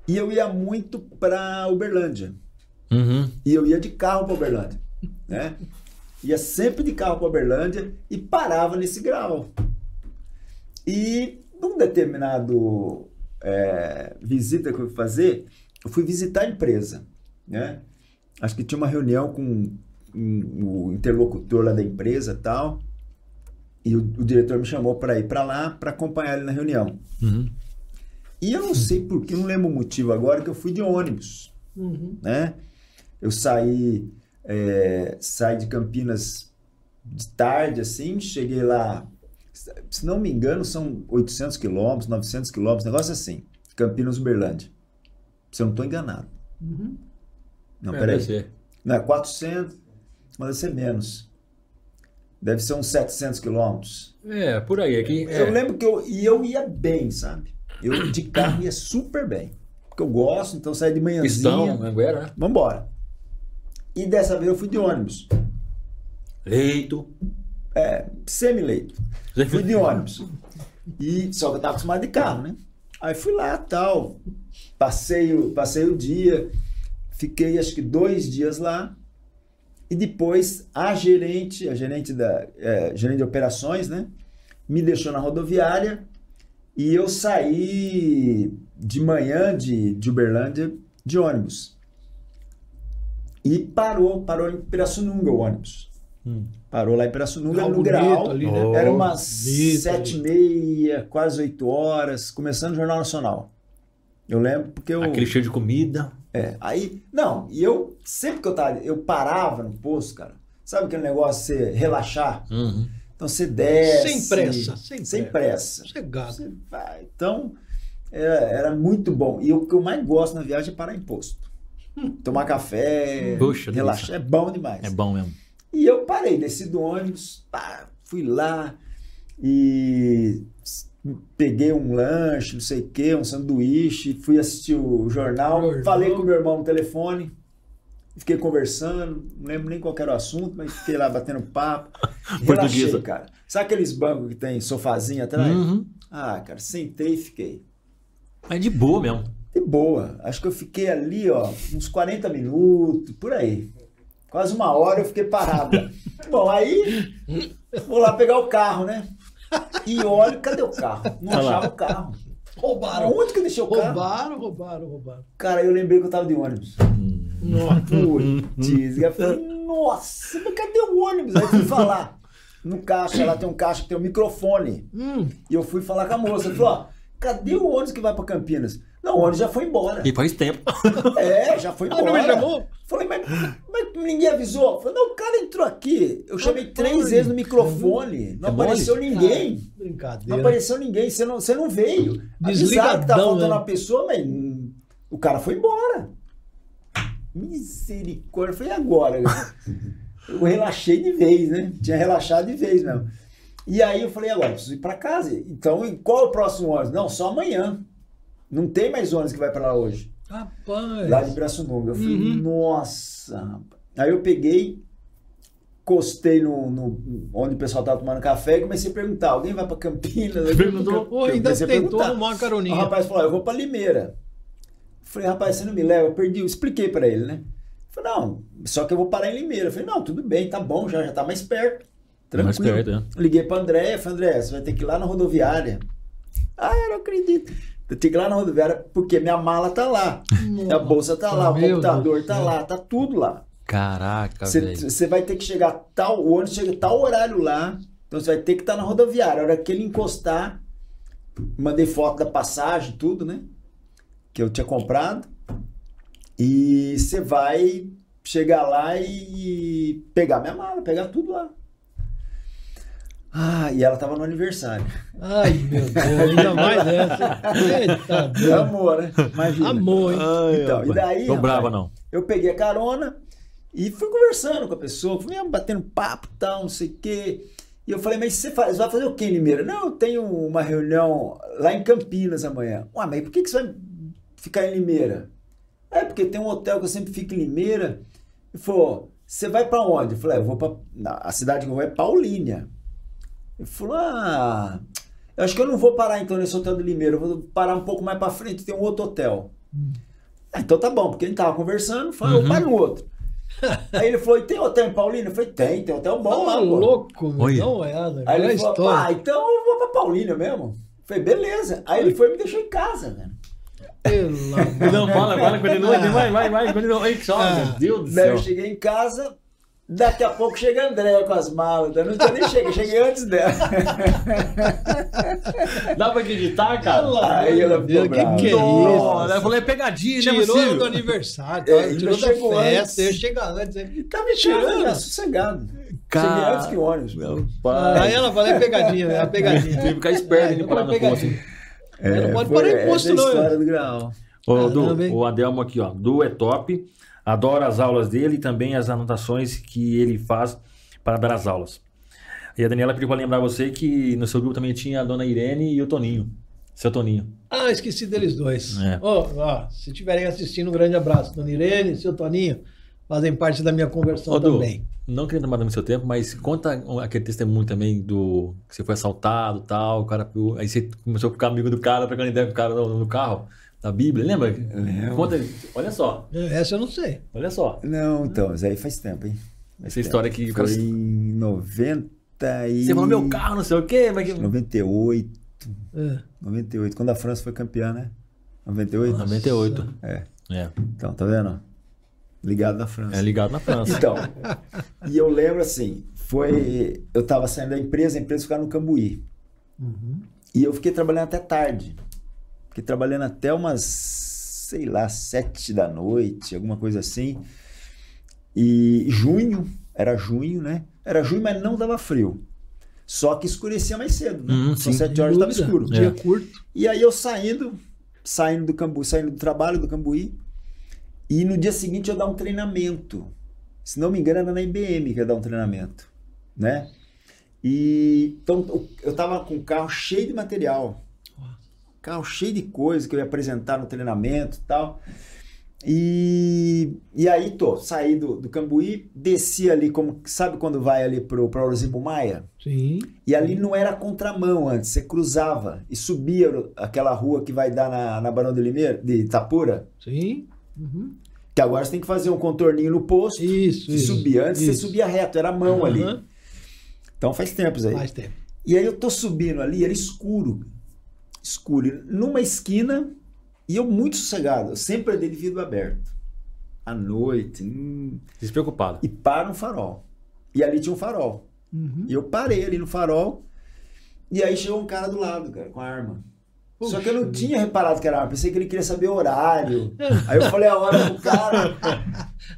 Speaker 3: E eu ia muito para Uberlândia.
Speaker 1: Uhum.
Speaker 3: E eu ia de carro para Uberlândia, né? Ia sempre de carro para Uberlândia e parava nesse grau. E num determinado é, visita que eu fui fazer, eu fui visitar a empresa, né? Acho que tinha uma reunião com um- o interlocutor lá da empresa e tal. E o, o diretor me chamou para ir para lá para acompanhar ele na reunião.
Speaker 1: Uhum.
Speaker 3: E eu não sei por que, não lembro o motivo agora, que eu fui de ônibus
Speaker 2: Uhum.
Speaker 3: né? Eu saí, é, saí de Campinas de tarde, assim, cheguei lá, se não me engano, são 800 quilômetros, 900 quilômetros, negócio assim, Campinas, Uberlândia. Se eu não estou enganado.
Speaker 2: uhum.
Speaker 3: Não,
Speaker 1: É,
Speaker 3: peraí.
Speaker 1: deve ser.
Speaker 3: Não, é 400, mas deve ser menos. Deve ser uns 700 quilômetros.
Speaker 1: É, por aí. Aqui, é.
Speaker 3: Eu lembro que eu, e eu ia bem, sabe? Eu de carro ia super bem. Porque eu gosto, então saí de manhãzinha.
Speaker 1: Pistão, Anguera, né?
Speaker 3: Vambora. E dessa vez eu fui de ônibus.
Speaker 1: Leito.
Speaker 3: Semi-leito. Fui de ônibus. E só que eu tava acostumado de carro, né? Aí fui lá, tal. Passei o, passei o dia. Fiquei acho que dois dias lá. E depois a gerente, a gerente da é, gerente de operações, né? Me deixou na rodoviária e eu saí de manhã de, de Uberlândia de ônibus. E parou, parou em Pirassununga o ônibus.
Speaker 1: Hum.
Speaker 3: Parou lá em Pirassununga,
Speaker 2: Grau
Speaker 3: no
Speaker 2: bonito
Speaker 3: grau.
Speaker 2: ali, né?
Speaker 1: Oh.
Speaker 3: Era umas
Speaker 2: Bonito.
Speaker 3: sete e meia, quase oito horas, começando o Jornal Nacional. Eu lembro porque eu.
Speaker 1: Aquele cheiro de comida.
Speaker 3: É, aí. Não, e eu, sempre que eu tava. Eu parava no posto, cara. Sabe aquele negócio de você relaxar?
Speaker 1: Uhum.
Speaker 3: Então você desce.
Speaker 2: Sem pressa, sem
Speaker 3: pressa.
Speaker 2: Sossegado.
Speaker 3: Você vai. Então, era, era muito bom. E o que eu mais gosto na viagem é parar em posto. Tomar café,
Speaker 1: Puxa,
Speaker 3: relaxar. É bom demais.
Speaker 1: É bom mesmo.
Speaker 3: E eu parei, desci do ônibus, pá, fui lá e s- peguei um lanche, não sei o quê, um sanduíche, fui assistir o jornal,
Speaker 2: Jornal.
Speaker 3: falei com meu irmão no telefone, fiquei conversando, não lembro nem qual que era o assunto, mas fiquei lá batendo papo.
Speaker 1: Portuguesa.
Speaker 3: Relaxei, cara. Sabe aqueles bancos que tem sofazinho atrás?
Speaker 1: Uhum.
Speaker 3: Ah, cara, sentei e fiquei.
Speaker 1: Mas de boa mesmo.
Speaker 3: De boa. Acho que eu fiquei ali, ó, uns 40 minutos, por aí. Quase uma hora eu fiquei parado. Bom, aí vou lá pegar o carro, né? E olho, cadê o carro? Não
Speaker 1: Tá lá.
Speaker 3: achava o carro.
Speaker 2: Roubaram.
Speaker 3: Onde que eu deixei o carro?
Speaker 2: Roubaram, roubaram, roubaram.
Speaker 3: Cara, eu lembrei que eu tava de ônibus.
Speaker 2: Nossa.
Speaker 3: Putz, eu falei, nossa, mas cadê o ônibus? Aí fui falar. No caixa, lá tem um caixa que tem um microfone.
Speaker 2: Hum,
Speaker 3: E eu fui falar com a moça. Ela falou, ó, cadê o ônibus que vai pra Campinas? Não, o ônibus já foi embora.
Speaker 1: E faz tempo.
Speaker 3: É, já foi
Speaker 2: Ah,
Speaker 3: embora.
Speaker 2: não me chamou?
Speaker 3: Falei, mas, mas ninguém avisou. Falei, não, o cara entrou aqui. Eu chamei três
Speaker 2: foi.
Speaker 3: vezes no microfone. Não
Speaker 1: É mole?
Speaker 3: apareceu ninguém. Não
Speaker 2: brincadeira.
Speaker 3: apareceu ninguém. Você não, você não veio. Avisaram que tá
Speaker 2: Desligadão,
Speaker 3: faltando
Speaker 2: né?
Speaker 3: uma pessoa, mas hum, o cara foi embora. Misericórdia. Eu Falei, e agora? Eu relaxei de vez, né? Tinha relaxado de vez mesmo. E aí eu falei, agora, eu preciso ir pra casa. Então, e qual é o próximo ônibus? Não, só amanhã. Não tem mais ônibus que vai pra lá hoje
Speaker 2: Rapaz.
Speaker 3: lá de Pirassununga. Eu falei,
Speaker 2: Uhum.
Speaker 3: nossa. rapaz. Aí eu peguei, costei no, no- onde o pessoal tava tomando café e comecei a perguntar, alguém vai pra Campinas? Alguém
Speaker 2: Perguntou,
Speaker 3: vai pra
Speaker 2: pô,
Speaker 3: Campinas?
Speaker 2: ainda
Speaker 3: Comecei a
Speaker 2: tentou
Speaker 3: perguntar.
Speaker 2: arrumar uma
Speaker 3: O
Speaker 2: caroninha.
Speaker 3: rapaz falou, "Ah, eu vou pra Limeira. Eu falei, rapaz, você não me leva? Eu perdi, eu expliquei pra ele, né? Eu falei, não, só que eu vou parar em Limeira. Eu falei, não, tudo bem, tá bom, já, já tá mais perto.
Speaker 2: Tá
Speaker 1: Mais
Speaker 3: Tranquilo.
Speaker 1: perto,
Speaker 2: é.
Speaker 1: né?
Speaker 3: Liguei pra Andréia, falei, Andréia, você vai ter que ir lá na rodoviária. Ah, eu não acredito. Eu tenho que ir lá na rodoviária porque minha mala tá lá. A bolsa tá lá, o
Speaker 2: Meu
Speaker 3: computador
Speaker 2: Deus
Speaker 3: tá
Speaker 2: do
Speaker 3: lá, tá tudo lá.
Speaker 1: Caraca, velho.
Speaker 3: Você vai ter que chegar tal o ônibus, chega tal horário lá. Então você vai ter que estar na rodoviária. A hora que ele encostar, mandei foto da passagem, tudo, né? Que eu tinha comprado. E você vai chegar lá e pegar minha mala, pegar tudo lá. Ah, e ela tava no aniversário.
Speaker 2: Ai, meu Deus, ainda mais essa. Eita, Deus.
Speaker 3: Amor, né? Imagina.
Speaker 2: Amor, hein?
Speaker 3: Então, e daí,
Speaker 1: Não
Speaker 3: rapaz?
Speaker 1: brava, não.
Speaker 3: Eu peguei a carona e fui conversando com a pessoa, fui mesmo batendo papo e tal, não sei o quê. E eu falei, mas você faz- vai fazer o quê em Limeira? Não, eu tenho uma reunião lá em Campinas amanhã. Ué, mas por que, que você vai ficar em Limeira? É, porque tem um hotel que eu sempre fico em Limeira. Ele falou, você vai pra onde? Eu falei, "Ah, eu vou pra... na- A cidade que eu vou é Paulínia. Ele falou, ah... Eu acho que eu não vou parar então nesse hotel de Limeira. Eu vou parar um pouco mais pra frente, tem um outro hotel. Ah, então tá bom, porque a gente tava conversando, falou,
Speaker 2: Uhum.
Speaker 3: eu paro no outro. Aí ele falou, e tem hotel em Paulínia? Eu falei, tem, tem hotel bom
Speaker 2: Tá
Speaker 3: lá, pô."
Speaker 2: louco,
Speaker 1: Olha.
Speaker 2: meu. Dá uma olhada.
Speaker 3: Aí
Speaker 2: olha a
Speaker 3: ele falou, ah,
Speaker 2: história.
Speaker 3: então eu vou pra Paulínia mesmo. Eu Falei, beleza. Aí ele foi e me deixou em casa, velho.
Speaker 2: Pelo amor.
Speaker 1: Não, fala, fala, continua, vai, vai, vai, continua. Ai, que
Speaker 2: Ah.
Speaker 1: meu Deus do
Speaker 3: Daí Né,
Speaker 1: céu.
Speaker 3: eu cheguei em casa, daqui a pouco chega a Andréia com as malas. Eu não tinha nem chegado, cheguei antes dela.
Speaker 1: Dá pra acreditar, cara?
Speaker 2: Pelo
Speaker 3: Aí
Speaker 2: amor de
Speaker 3: ela ficou
Speaker 2: Deus, que
Speaker 3: brava.
Speaker 2: que é
Speaker 1: Nossa,
Speaker 2: isso?
Speaker 1: ela falou, é pegadinha, não é
Speaker 2: Tirou
Speaker 1: possível.
Speaker 2: do aniversário,
Speaker 3: É,
Speaker 2: tá?
Speaker 3: ainda
Speaker 2: tirou da
Speaker 3: chegou antes.
Speaker 2: festa, eu chego antes. hein?
Speaker 3: Tá me tirando, já, sossegado. Cheguei antes que o ônibus.
Speaker 1: Meu
Speaker 2: Aí
Speaker 1: pai.
Speaker 2: ela fala, é pegadinha, é a pegadinha.
Speaker 1: Tive que ficar esperto de
Speaker 2: É,
Speaker 1: parar
Speaker 2: não
Speaker 1: no assim.
Speaker 2: pega-
Speaker 1: posto.
Speaker 2: Ela não pode
Speaker 3: foi-
Speaker 2: parar
Speaker 3: é,
Speaker 2: em posto,
Speaker 3: essa é a
Speaker 2: não.
Speaker 3: história
Speaker 2: hein?
Speaker 3: do grau.
Speaker 1: Ô,
Speaker 2: Caramba,
Speaker 1: Du,
Speaker 2: hein?
Speaker 1: o Adelmo aqui, ó. Du é top. Adoro as aulas dele e também as anotações que ele faz para dar as aulas. E a Daniela pediu para lembrar você que no seu grupo também tinha a dona Irene e o Toninho. Seu Toninho.
Speaker 2: Ah, esqueci deles dois.
Speaker 1: É.
Speaker 2: Ó, ó, se estiverem assistindo, um grande abraço. Dona Irene, seu Toninho, fazem parte da minha conversão
Speaker 1: Ô, Du,
Speaker 2: também.
Speaker 1: não querendo tomar do seu tempo, mas conta um, aquele testemunho também do que você foi assaltado tal, o cara. Aí você começou a ficar amigo do cara, trocando ideia com o cara no, no carro, na Bíblia, lembra?
Speaker 3: Lembro.
Speaker 1: Conta, olha só,
Speaker 2: É, Essa eu não sei.
Speaker 1: olha só.
Speaker 3: Não, então, mas aí faz tempo, hein? Faz
Speaker 1: Essa
Speaker 3: tempo.
Speaker 1: história que o cara.
Speaker 3: Foi em 90 e...
Speaker 1: Você falou meu carro, não sei o quê, mas.
Speaker 3: 98,
Speaker 2: É.
Speaker 3: 98. Quando a França foi campeã, né? 98?
Speaker 1: 98.
Speaker 3: É.
Speaker 1: É.
Speaker 3: Então, tá vendo? Ligado na França.
Speaker 1: É ligado na França.
Speaker 3: Então, e eu lembro assim, foi. Eu tava saindo da empresa, a empresa ficava no Cambuí. E eu fiquei trabalhando até tarde. Fiquei trabalhando até umas, sei lá, sete da noite, alguma coisa assim. E junho, era junho, né? Era junho, mas não dava frio. Só que escurecia mais cedo, né?
Speaker 1: Uhum,
Speaker 3: São
Speaker 1: sim.
Speaker 3: sete horas estava
Speaker 2: Dúvida. É.
Speaker 3: escuro.
Speaker 2: Dia
Speaker 1: É.
Speaker 2: curto.
Speaker 3: E aí eu saindo, saindo do Cambu, saindo do trabalho do Cambuí, e no dia seguinte eu dar um treinamento. Se não me engano, era na IBM que eu ia dar um treinamento, né? E então eu- eu tava com o carro cheio de material. Carro cheio de coisa que eu ia apresentar no treinamento e tal. E, e aí, tô, saí do, do Cambuí, desci ali, como sabe quando vai ali pro, pro Orozimbo Maia?
Speaker 2: Sim.
Speaker 3: E
Speaker 2: Uhum.
Speaker 3: ali não era contramão antes, você cruzava e subia aquela rua que vai dar na, na Barão de Limeira, de Itapura,
Speaker 2: Sim. Uhum.
Speaker 3: que agora você tem que fazer um contorninho no posto
Speaker 2: Isso,
Speaker 3: e
Speaker 2: isso.
Speaker 3: subir. Antes você
Speaker 2: isso. Uhum.
Speaker 3: subia reto, era a mão ali.
Speaker 2: Aham.
Speaker 3: Então faz tempo isso aí.
Speaker 2: Faz tempo.
Speaker 3: E aí eu tô subindo ali, era escuro. Escuro. e Numa esquina, e eu muito sossegado. Eu sempre andei de vidro aberto. À noite. hum,
Speaker 1: Despreocupado.
Speaker 3: e para um farol. E ali tinha um farol.
Speaker 2: Uhum.
Speaker 3: E eu parei ali no farol. E aí chegou um cara do lado, cara, com a arma. Só que eu não
Speaker 2: Puxa
Speaker 3: tinha reparado que era arma. Pensei que ele queria saber o horário. Aí eu falei a hora pro cara.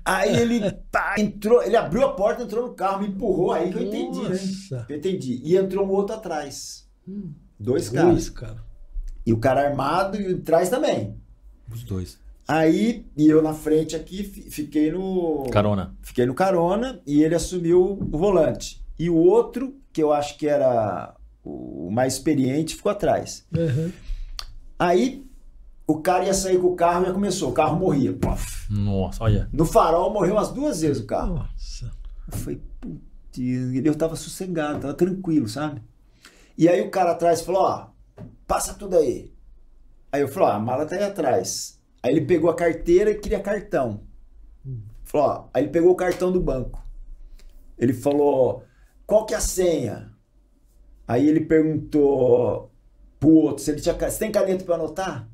Speaker 3: Aí ele pá, entrou, ele abriu a porta, entrou no carro, me empurrou. Aí que eu entendi, né?
Speaker 2: Nossa.
Speaker 3: Eu entendi. E entrou um outro atrás.
Speaker 2: Hum.
Speaker 3: Dois caras.
Speaker 2: Dois, cara.
Speaker 3: E o cara armado e o de trás também.
Speaker 1: Os dois.
Speaker 3: Aí, e eu na frente aqui, fi- fiquei no.
Speaker 1: Carona.
Speaker 3: Fiquei no carona e ele assumiu o volante. E o outro, que eu acho que era o mais experiente, ficou atrás.
Speaker 2: Uhum.
Speaker 3: Aí o cara ia sair com o carro e já começou. O carro morria. Pof.
Speaker 1: Nossa, olha.
Speaker 3: No farol morreu umas duas vezes o carro.
Speaker 2: Nossa.
Speaker 3: Eu falei, putz, eu tava sossegado, tava tranquilo, sabe? E aí o cara atrás falou, ó, passa tudo aí. Aí eu falei, ó, a mala tá aí atrás. Aí ele pegou a carteira e queria cartão. Falou, ó, aí ele pegou o cartão do banco. Ele falou, qual que é a senha? Aí ele perguntou pro outro, se ele tinha, ca- você tem caneta pra anotar?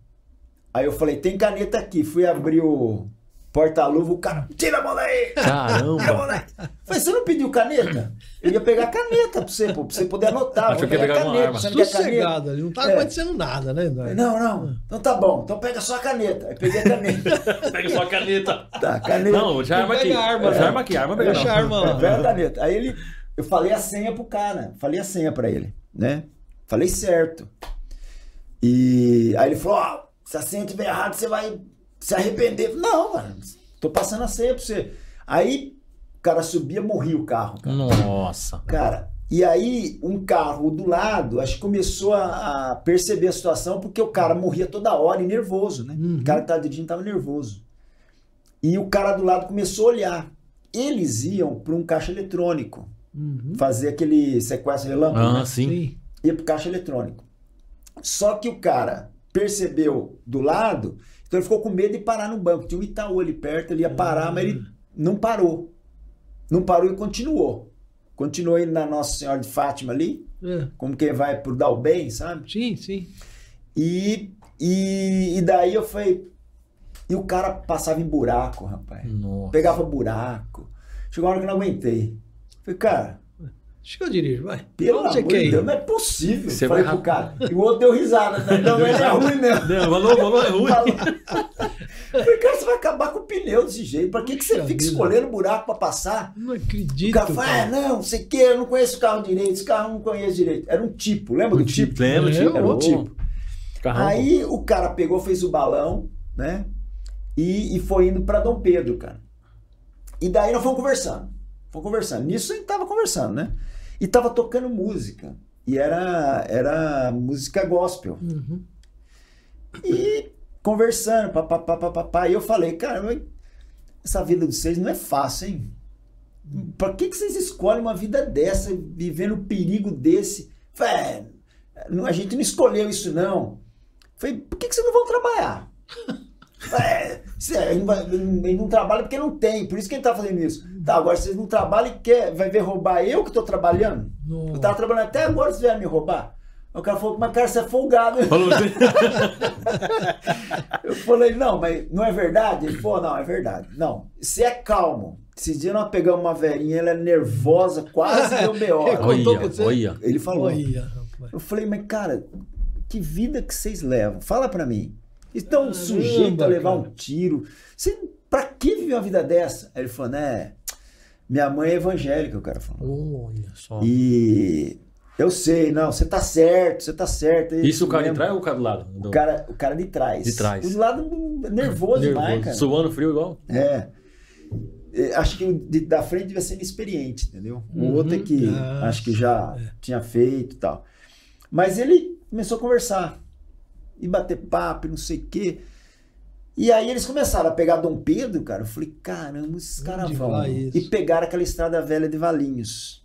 Speaker 3: Aí eu falei, tem caneta aqui. Fui abrir o porta-luva, o cara, tira a mão daí! Eu
Speaker 1: Caramba.
Speaker 3: vou lá. Falei, você não pediu caneta? Eu ia pegar caneta pra você, pô, pra você poder anotar.
Speaker 1: Achou
Speaker 3: Vou
Speaker 1: que ia pegar uma arma.
Speaker 3: Você não quer caneta?
Speaker 2: Sossegado ali. Não tá
Speaker 3: É.
Speaker 2: acontecendo nada, né?
Speaker 3: Falei,
Speaker 2: Eduardo?
Speaker 3: Não, não. Então tá bom. Então pega só a caneta. Aí peguei a caneta.
Speaker 1: Pega sua caneta.
Speaker 3: Tá, caneta.
Speaker 1: Não, ah. já
Speaker 2: Não
Speaker 1: arma aqui.
Speaker 2: pega a arma,
Speaker 1: Já
Speaker 2: né?
Speaker 1: arma aqui, arma pega
Speaker 2: Deixa a
Speaker 1: não.
Speaker 2: arma lá.
Speaker 3: Pega a caneta. Aí ele, eu falei a senha pro cara. Falei a senha pra ele, né? Falei certo. E aí ele falou, ó, se a senha tiver errada, você vai se arrepender. Eu falei, Não, mano. Tô passando a senha pra você. Aí o cara subia, morria o carro.
Speaker 1: Nossa.
Speaker 3: Cara, E aí, um carro do lado, acho que começou a, a perceber a situação, porque o cara morria toda hora e nervoso, né?
Speaker 2: Uhum.
Speaker 3: O cara que tava dirigindo tava nervoso. E o cara do lado começou a olhar. Eles iam para um caixa eletrônico,
Speaker 2: Uhum.
Speaker 3: fazer aquele sequestro relâmpago, né?
Speaker 1: Ah, sim.
Speaker 3: ia pro caixa eletrônico. Só que o cara percebeu do lado, então ele ficou com medo de parar no banco. Tinha um Itaú ali perto, ele ia parar, mas ele não parou. Não parou e continuou. Continuou indo na Nossa Senhora de Fátima ali,
Speaker 2: É.
Speaker 3: como quem vai pro dar o bem, sabe?
Speaker 2: Sim, sim.
Speaker 3: E, e, e daí eu falei. E o cara passava em buraco, rapaz.
Speaker 1: Nossa.
Speaker 3: Pegava buraco. Chegou uma hora que eu não aguentei. Falei, cara,
Speaker 2: Acho que eu dirijo, vai.
Speaker 3: pelo
Speaker 2: Onde
Speaker 3: amor
Speaker 2: quer
Speaker 3: de
Speaker 2: ir?
Speaker 3: Deus, não é possível.
Speaker 1: Você
Speaker 3: Falei
Speaker 1: vai
Speaker 3: pro cara. E o outro deu risada. né? Não, mas ele é ruim mesmo.
Speaker 1: Não, valor, valor é ruim.
Speaker 3: Falei, cara, você vai acabar com o pneu desse jeito. Pra que, que você
Speaker 2: Puxa
Speaker 3: fica
Speaker 2: vida.
Speaker 3: escolhendo buraco pra passar?
Speaker 2: Não
Speaker 3: O
Speaker 2: acredito.
Speaker 3: cara fala, ah,
Speaker 2: cara.
Speaker 3: não, não sei o que, eu não conheço o carro direito, esse carro eu não conheço direito. Era um tipo, lembra do tipo?
Speaker 1: Lembra,
Speaker 2: É,
Speaker 1: tipo?
Speaker 3: era um
Speaker 1: ô,
Speaker 3: tipo.
Speaker 1: Caramba.
Speaker 3: Aí o cara pegou, fez o balão, né? E, e foi indo pra Dom Pedro, cara. E daí nós fomos conversando. Fomos conversando. Nisso a gente tava conversando, né? E tava tocando música. E era, era música gospel.
Speaker 2: Uhum.
Speaker 3: E conversando, papapá, papapá. E eu falei, cara, mas essa vida de vocês não é fácil, hein? Pra que, que vocês escolhem uma vida dessa, vivendo o perigo desse? Falei, "É, não, a gente não escolheu isso, não. Falei, por que, que vocês não vão trabalhar? Falei, É, cê- ele não, vai- ele não trabalha porque não tem, por isso que ele tá fazendo isso. Tá, agora vocês não trabalham e quer, vai ver roubar eu que tô trabalhando? Eu
Speaker 2: Nossa.
Speaker 3: tava trabalhando até agora, vocês vieram me roubar? Aí O cara falou, mas cara, você é folgado.
Speaker 1: Falou,
Speaker 3: Eu falei, não, mas não é verdade? Ele falou, não, é verdade. Não, você é calmo. Esse dia nós pegamos uma velhinha, ela é nervosa, quase deu B.O.
Speaker 2: Contou pra
Speaker 1: olha,
Speaker 2: você?
Speaker 1: olha.
Speaker 3: Ele falou.
Speaker 2: Olha, rapaz.
Speaker 3: Eu falei, mas cara, que vida que vocês levam? Fala pra mim. Estão
Speaker 2: Caramba,
Speaker 3: sujeitos a levar um
Speaker 2: cara.
Speaker 3: tiro. Você, pra que viver uma vida dessa? Aí ele falou, né, minha mãe é evangélica, o cara falou.
Speaker 2: Olha só.
Speaker 3: E eu sei, não, você tá certo, você tá certo.
Speaker 1: Isso o cara de
Speaker 3: mesmo.
Speaker 1: trás ou o cara do lado?
Speaker 3: O cara, o cara de trás.
Speaker 1: De trás.
Speaker 3: O de lado nervoso, demais, cara.
Speaker 1: Suando frio igual?
Speaker 3: É. É, Acho que o de- da frente devia ser inexpente, entendeu? O
Speaker 2: Uhum.
Speaker 3: outro é que
Speaker 2: Ah,
Speaker 3: acho que já tinha feito e tal. Mas ele começou a conversar e bater papo, e não sei o quê. E aí eles começaram a pegar Dom Pedro, cara. Eu falei, caramba, esses
Speaker 2: Onde
Speaker 3: caras
Speaker 2: vai
Speaker 3: vão.
Speaker 2: isso?
Speaker 3: E pegaram aquela estrada velha de Valinhos.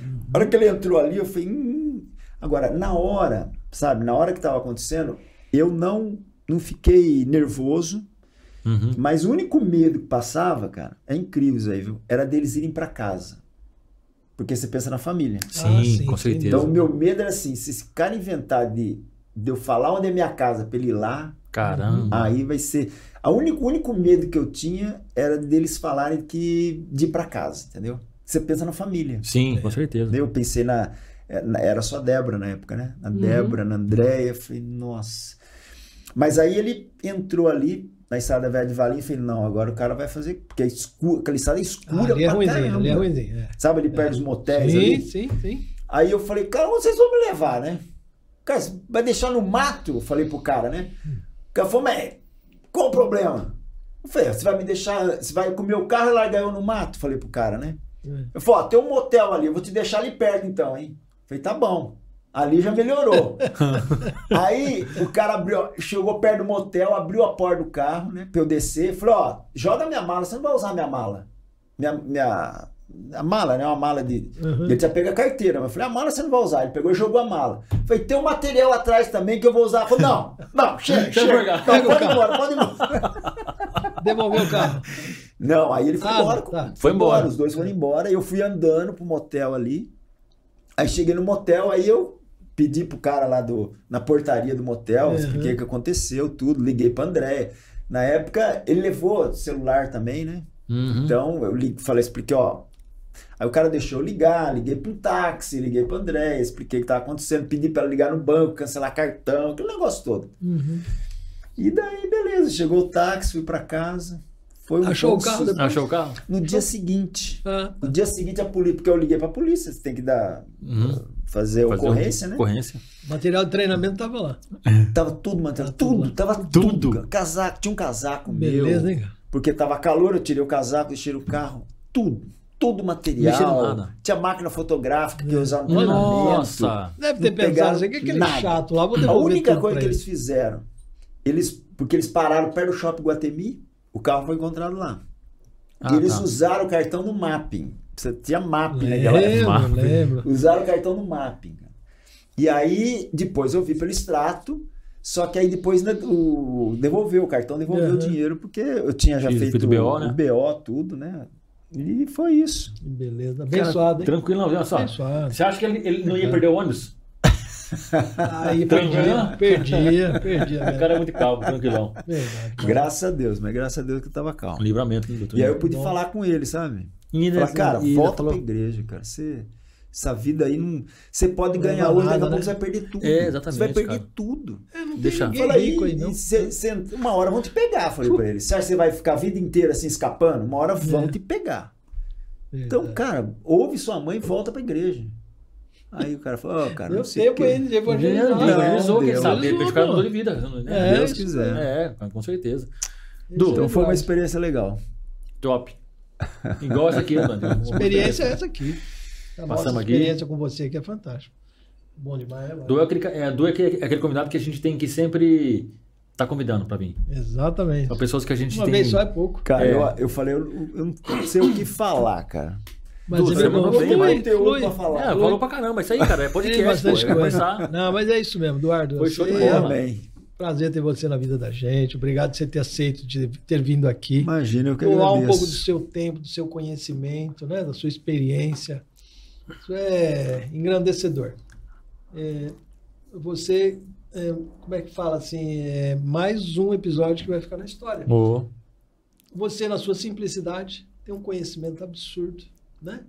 Speaker 2: Uhum.
Speaker 3: A hora que ele entrou ali, eu falei, hum. Agora, na hora, sabe, na hora que estava acontecendo, eu não, não fiquei nervoso.
Speaker 1: Uhum.
Speaker 3: Mas o único medo que passava, cara, é incrível isso aí, viu? Era deles irem pra casa. Porque você pensa na família.
Speaker 1: Sim,
Speaker 2: Ah, sim,
Speaker 1: com
Speaker 2: sim.
Speaker 1: certeza.
Speaker 3: Então, o meu medo era assim: se esse cara inventar de, de eu falar onde é minha casa pra ele ir lá,
Speaker 1: Caramba.
Speaker 3: aí vai ser. A único, o único medo que eu tinha era deles falarem que de ir pra casa, entendeu? Você pensa na família.
Speaker 1: Sim, com certeza.
Speaker 3: Entendeu? Eu pensei na. eh, na- Era só a Débora na época, né? Na
Speaker 2: Uhum.
Speaker 3: Débora, na Andréia. Falei, nossa. Mas aí ele entrou ali na estrada velha de Valim e falei, não, agora o cara vai fazer. Porque é escuro, aquela estrada é
Speaker 2: Ah,
Speaker 3: escura
Speaker 2: ali é
Speaker 3: pra
Speaker 2: ruimzinho,
Speaker 3: caramba. É,
Speaker 2: ali é ruimzinho. é.
Speaker 3: Sabe, ali perto dos motéis
Speaker 2: Sim,
Speaker 3: ali.
Speaker 2: sim, sim.
Speaker 3: Aí eu falei, cara, onde vocês vão me levar, né? Cara, você vai deixar no mato? Eu falei pro cara, né? O cara falou, mas qual o problema? Eu falei, "Ah, você vai me deixar. Você vai com o meu carro e largar eu no mato? Eu Falei pro cara, né?
Speaker 2: É.
Speaker 3: Eu falei, ó, tem um motel ali, eu vou te deixar ali perto então, hein? Eu falei, tá bom. Ali já melhorou. Aí o cara abriu, chegou perto do motel, abriu a porta do carro, né? Pra eu descer. Falei, ó, joga minha mala, você não vai usar minha mala. Minha. minha a mala, né? Uma mala de.
Speaker 2: Uhum.
Speaker 3: Ele tinha pego a carteira, mas eu falei, a mala você não vai usar. Ele pegou e jogou a mala. Eu Falei, tem um material atrás também que eu vou usar. Eu Falei, não, não, chega,
Speaker 1: Deixa eu
Speaker 3: chega.
Speaker 1: jogar.
Speaker 3: Não,
Speaker 2: Pega o
Speaker 3: pode ir
Speaker 2: carro.
Speaker 3: embora, pode ir embora.
Speaker 2: Devolveu o carro.
Speaker 3: Não, aí ele foi
Speaker 2: Ah,
Speaker 3: embora.
Speaker 2: tá.
Speaker 1: Foi embora.
Speaker 3: Os dois foram embora. Eu fui andando pro motel ali. Aí cheguei no motel, aí eu pedi pro cara lá do, na portaria do motel,
Speaker 2: Uhum.
Speaker 3: expliquei o que aconteceu, tudo. Liguei pra Andréia. Na época, ele levou celular também, né?
Speaker 1: Uhum.
Speaker 3: Então, eu li- falei, expliquei, ó. Aí o cara deixou eu ligar, liguei para um táxi, liguei para André, expliquei o que estava acontecendo, pedi para ela ligar no banco, cancelar cartão, aquele negócio todo.
Speaker 2: Uhum.
Speaker 3: E daí, beleza, chegou o táxi, fui para casa. Foi um
Speaker 2: Achou
Speaker 3: foi um
Speaker 2: o carro
Speaker 3: susto.
Speaker 2: depois?
Speaker 1: Achou o carro?
Speaker 3: No dia seguinte.
Speaker 2: Ah,
Speaker 3: No dia seguinte, a polícia, porque eu liguei para a polícia, você tem que dar, ah,
Speaker 1: Uhum.
Speaker 3: fazer,
Speaker 1: Fazer
Speaker 3: ocorrência,
Speaker 1: um-
Speaker 3: né?
Speaker 1: Ocorrência.
Speaker 2: material de treinamento tava lá.
Speaker 3: Tava tudo, mano, tava
Speaker 2: Tava tudo
Speaker 3: tudo,
Speaker 2: lá.
Speaker 3: tava tudo.
Speaker 1: Tudo.
Speaker 3: cara. Casaco, tinha um casaco meu.
Speaker 2: Beleza, hein, cara?
Speaker 3: Porque tava calor, eu tirei o casaco, deixei o carro, tudo. todo o
Speaker 1: Mexeram
Speaker 3: material.
Speaker 1: nada.
Speaker 3: Tinha máquina fotográfica que usava no casamento.
Speaker 1: Nossa!
Speaker 2: Deve ter
Speaker 3: Não
Speaker 2: pensado
Speaker 3: pegaram
Speaker 2: assim, o que é aquele
Speaker 3: nada.
Speaker 2: chato lá? Vou
Speaker 3: A
Speaker 2: devolver
Speaker 3: única
Speaker 2: tudo
Speaker 3: coisa
Speaker 2: pra
Speaker 3: que
Speaker 2: ele.
Speaker 3: eles fizeram, eles porque eles pararam perto do shopping Guatemi, o carro foi encontrado lá.
Speaker 1: Ah,
Speaker 3: e eles
Speaker 1: tá.
Speaker 3: usaram o cartão no mapping. Você tinha mapping, né, galera?
Speaker 1: Má.
Speaker 2: Lembro, lembro.
Speaker 3: Usaram o cartão no mapping. cara. E aí, depois eu vi pelo extrato, só que aí depois né, o, devolveu, o cartão devolveu
Speaker 2: Aham.
Speaker 3: o dinheiro, porque eu tinha já
Speaker 1: Fiz-
Speaker 3: feito,
Speaker 1: feito o BO, né?
Speaker 3: o BO, tudo, né? E foi isso.
Speaker 2: Que Beleza, abençoado, hein?
Speaker 1: Tranquilo, olha só.
Speaker 2: Abençoado.
Speaker 1: Você acha que ele, ele não ia perder o ônibus?
Speaker 2: Aí
Speaker 1: Tranquilo?
Speaker 2: perdia, perdia, perdia.
Speaker 1: O cara é muito calmo, tranquilão.
Speaker 2: Verdade.
Speaker 3: Graças a Deus, mas graças a Deus que eu tava calmo.
Speaker 1: Livramento, hein, doutor?
Speaker 3: E aí eu pude
Speaker 2: Bom.
Speaker 3: falar com ele, sabe?
Speaker 1: E
Speaker 3: Falar,
Speaker 1: ele-
Speaker 3: cara,
Speaker 1: e ele
Speaker 3: volta
Speaker 1: falou-
Speaker 3: pra igreja, cara. Você, essa vida aí não. Você pode
Speaker 2: Não
Speaker 3: ganhar
Speaker 2: leva
Speaker 3: hoje, daqui a
Speaker 2: nada,
Speaker 3: pouco
Speaker 2: né?
Speaker 3: você vai perder tudo.
Speaker 1: É, exatamente,
Speaker 3: Você vai perder
Speaker 1: cara.
Speaker 3: tudo.
Speaker 2: É, não tem
Speaker 1: Deixa.
Speaker 2: ninguém
Speaker 3: Fala aí,
Speaker 2: rico aí, não.
Speaker 3: e cê- cê- uma hora vão te pegar, falei pra ele. Você acha que você vai ficar a vida inteira assim escapando? Uma hora vão
Speaker 2: É.
Speaker 3: te pegar.
Speaker 2: Verdade.
Speaker 3: Então, cara, ouve sua mãe e volta pra igreja. Aí o cara falou, ó, cara, não
Speaker 2: Deu
Speaker 3: sei o
Speaker 2: tempo
Speaker 3: quê.
Speaker 2: ainda de
Speaker 1: Evangelizou,
Speaker 3: Não,
Speaker 1: evangelizou, quem
Speaker 3: Deus.
Speaker 1: sabe? De repente o cara mudou de
Speaker 2: né? Evangelizou,
Speaker 1: vida.
Speaker 2: É,
Speaker 1: né?
Speaker 3: Deus
Speaker 2: isso,
Speaker 3: quiser.
Speaker 1: É, com certeza.
Speaker 2: pô. é
Speaker 1: Du,
Speaker 3: Então foi uma
Speaker 2: Verdade.
Speaker 3: experiência legal.
Speaker 1: Top. Igual essa aqui, mano.
Speaker 2: experiência é essa aqui. A nossa
Speaker 1: Passamos aqui.
Speaker 2: experiência com você aqui é fantástica. Bom demais, né?
Speaker 1: Du é aquele, ca- é, Du é aquele, é aquele convidado que a gente tem que sempre tá convidando pra mim.
Speaker 2: Exatamente.
Speaker 1: São pessoas que Então, a gente
Speaker 2: Uma
Speaker 1: tem.
Speaker 2: vez só é pouco.
Speaker 3: Cara,
Speaker 1: É.
Speaker 3: eu, eu falei, eu, eu não sei o que falar, cara.
Speaker 2: Mas
Speaker 1: Du,
Speaker 2: é
Speaker 1: você
Speaker 2: legal.
Speaker 1: mandou bem,
Speaker 2: Flui,
Speaker 1: mas
Speaker 3: Conteúdo
Speaker 2: flui.
Speaker 3: pra falar.
Speaker 1: É, falou pra caramba. Isso aí, cara, é
Speaker 2: Tem
Speaker 1: podcast, pô.
Speaker 2: bastante
Speaker 1: É
Speaker 2: coisa.
Speaker 1: conversar.
Speaker 2: Não, mas é isso mesmo, Eduardo.
Speaker 1: Foi show de
Speaker 2: Você-
Speaker 1: bola.
Speaker 3: Amém.
Speaker 2: Prazer ter você na vida da gente. Obrigado por você ter aceito de ter vindo aqui.
Speaker 3: Imagina, eu que
Speaker 2: Doar um
Speaker 3: agradeço.
Speaker 2: pouco do seu tempo, do seu conhecimento, né? da sua experiência. Isso é engrandecedor. É, você, é, como é que fala assim? É mais um episódio que vai ficar na história.
Speaker 1: Ô.
Speaker 2: Você, na sua simplicidade, tem um conhecimento absurdo, né?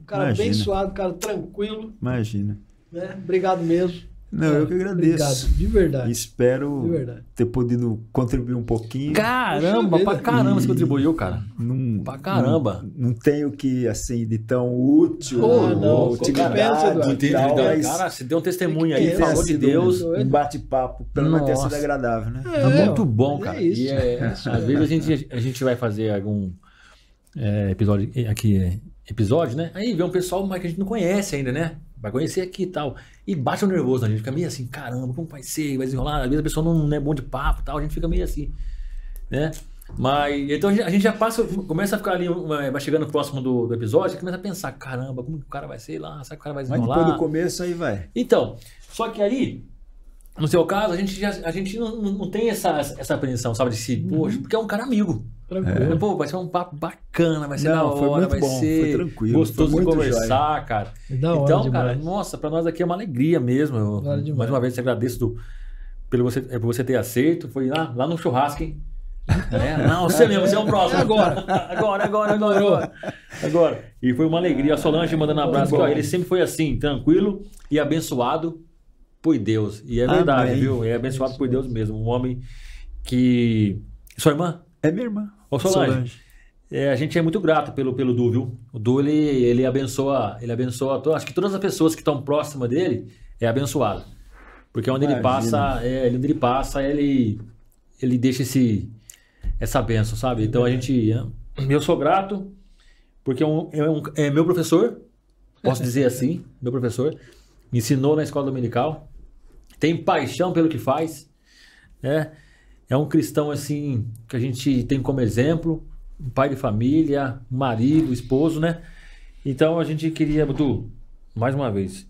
Speaker 2: Um cara
Speaker 3: Imagina.
Speaker 2: abençoado, um cara tranquilo,
Speaker 3: Imagina.
Speaker 2: né? Obrigado mesmo.
Speaker 3: Não, eu que agradeço.
Speaker 2: É, Obrigado, de verdade.
Speaker 3: Espero
Speaker 2: De verdade.
Speaker 3: ter podido contribuir um pouquinho.
Speaker 1: Caramba,
Speaker 2: Puxa
Speaker 1: pra
Speaker 2: vida.
Speaker 1: caramba você contribuiu, cara.
Speaker 3: Não,
Speaker 1: Pra caramba.
Speaker 3: Não, não tenho que, assim, de tão útil.
Speaker 2: Ah,
Speaker 3: ou
Speaker 2: não, compensa,
Speaker 3: utilidade
Speaker 2: Eduardo.
Speaker 3: e
Speaker 1: Entendi,
Speaker 3: tal,
Speaker 1: cara,
Speaker 3: mas
Speaker 1: cara, você deu um testemunho aí,
Speaker 2: Que
Speaker 1: pelo amor
Speaker 3: tenha
Speaker 1: de
Speaker 3: sido
Speaker 1: Deus.
Speaker 2: um-
Speaker 3: Um bate-papo, pelo menos tenha sido
Speaker 1: Nossa.
Speaker 3: agradável, né?
Speaker 1: Tá
Speaker 2: É,
Speaker 1: muito
Speaker 2: ó,
Speaker 1: bom,
Speaker 2: é
Speaker 1: cara.
Speaker 2: isso,
Speaker 1: e é,
Speaker 2: é isso
Speaker 1: às vezes a gente, a gente vai fazer algum é, episódio aqui, é, episódio, né? Aí vê um pessoal mas que a gente não conhece ainda, né? Vai conhecer aqui e tal. E bate um nervoso, né? a gente fica meio assim, caramba, como vai ser? Vai desenrolar? Às vezes a pessoa não, não é bom de papo e tal, a gente fica meio assim, né? Mas então a gente- a gente já passa, começa a ficar ali, uma- vai chegando próximo do, do episódio, você começa a pensar, caramba, como que o cara vai ser lá? Será que o cara vai
Speaker 3: Mas
Speaker 1: desenrolar?
Speaker 3: depois do começo aí vai.
Speaker 1: Então, só que aí, no seu caso, a gente, já, a gente não, não- não tem essa, essa apreensão, sabe, de si,
Speaker 3: Uhum.
Speaker 1: poxa, porque é um cara amigo.
Speaker 2: Tranquilo.
Speaker 1: Pô, vai ser um papo bacana, vai ser
Speaker 3: É. Não,
Speaker 1: da
Speaker 3: foi
Speaker 1: hora,
Speaker 3: muito
Speaker 1: vai
Speaker 3: bom,
Speaker 1: ser
Speaker 3: foi tranquilo,
Speaker 1: gostoso
Speaker 3: foi
Speaker 1: de
Speaker 3: muito
Speaker 1: conversar, cara.
Speaker 2: É Da hora
Speaker 1: então,
Speaker 2: demais.
Speaker 1: cara, nossa, pra nós aqui é uma alegria mesmo. Eu,
Speaker 2: Da hora demais.
Speaker 1: mais uma vez, te agradeço do, pelo você, é, por você ter aceito. Foi lá, lá no churrasco, hein? É, não, você mesmo, você é o próximo.
Speaker 2: É agora.
Speaker 1: agora, agora, agora, agora. Agora. E foi uma alegria. A Solange mandando um abraço.
Speaker 3: bom.
Speaker 1: aqui, ó, ele sempre foi assim, tranquilo e abençoado por Deus. E é verdade,
Speaker 3: Amém.
Speaker 1: viu? É abençoado por Deus mesmo. Um homem que. Sua irmã?
Speaker 3: É minha irmã.
Speaker 1: Ô, Solange. É, a gente é muito grato pelo, pelo Du, viu? O Du, ele, ele abençoa, ele abençoa, to- acho que todas as pessoas que estão próximas dele é abençoado. Porque onde ele
Speaker 3: Imagina.
Speaker 1: passa, é, ele- onde ele passa, ele, ele deixa esse, essa benção, sabe? Então a gente, é, eu sou grato, porque é, um- é um- é meu professor, posso dizer assim, meu professor, me ensinou na escola dominical, tem paixão pelo que faz, né? É um cristão assim que a gente tem como exemplo, um pai de família, um marido, esposo, né? Então a gente queria, Dudu, mais uma vez,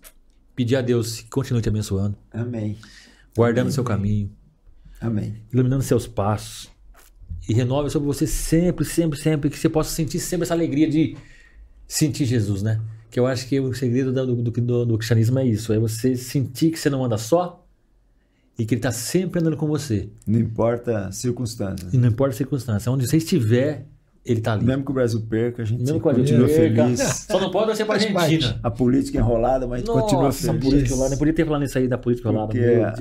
Speaker 1: pedir a Deus que continue te abençoando,
Speaker 3: Amém.
Speaker 1: guardando seu caminho,
Speaker 3: Amém.
Speaker 1: iluminando seus passos e renove sobre você sempre, sempre, sempre que você possa sentir sempre essa alegria de sentir Jesus, né? Que eu acho que o segredo da- do, do, do- do cristianismo é isso, é você sentir que você não anda só e que ele está sempre andando com você.
Speaker 3: Não importa a circunstância.
Speaker 1: E não importa a circunstância. Onde você estiver, ele tá ali.
Speaker 3: Mesmo que o Brasil perca, a gente
Speaker 1: Mesmo que o Brasil
Speaker 3: continua
Speaker 1: perca.
Speaker 3: feliz.
Speaker 1: Só não pode torcer pra
Speaker 2: Faz
Speaker 1: Argentina.
Speaker 3: A política enrolada, mas a gente continua
Speaker 1: Nossa,
Speaker 3: feliz.
Speaker 1: política lá. Não podia ter falado isso aí da política lá.
Speaker 3: Porque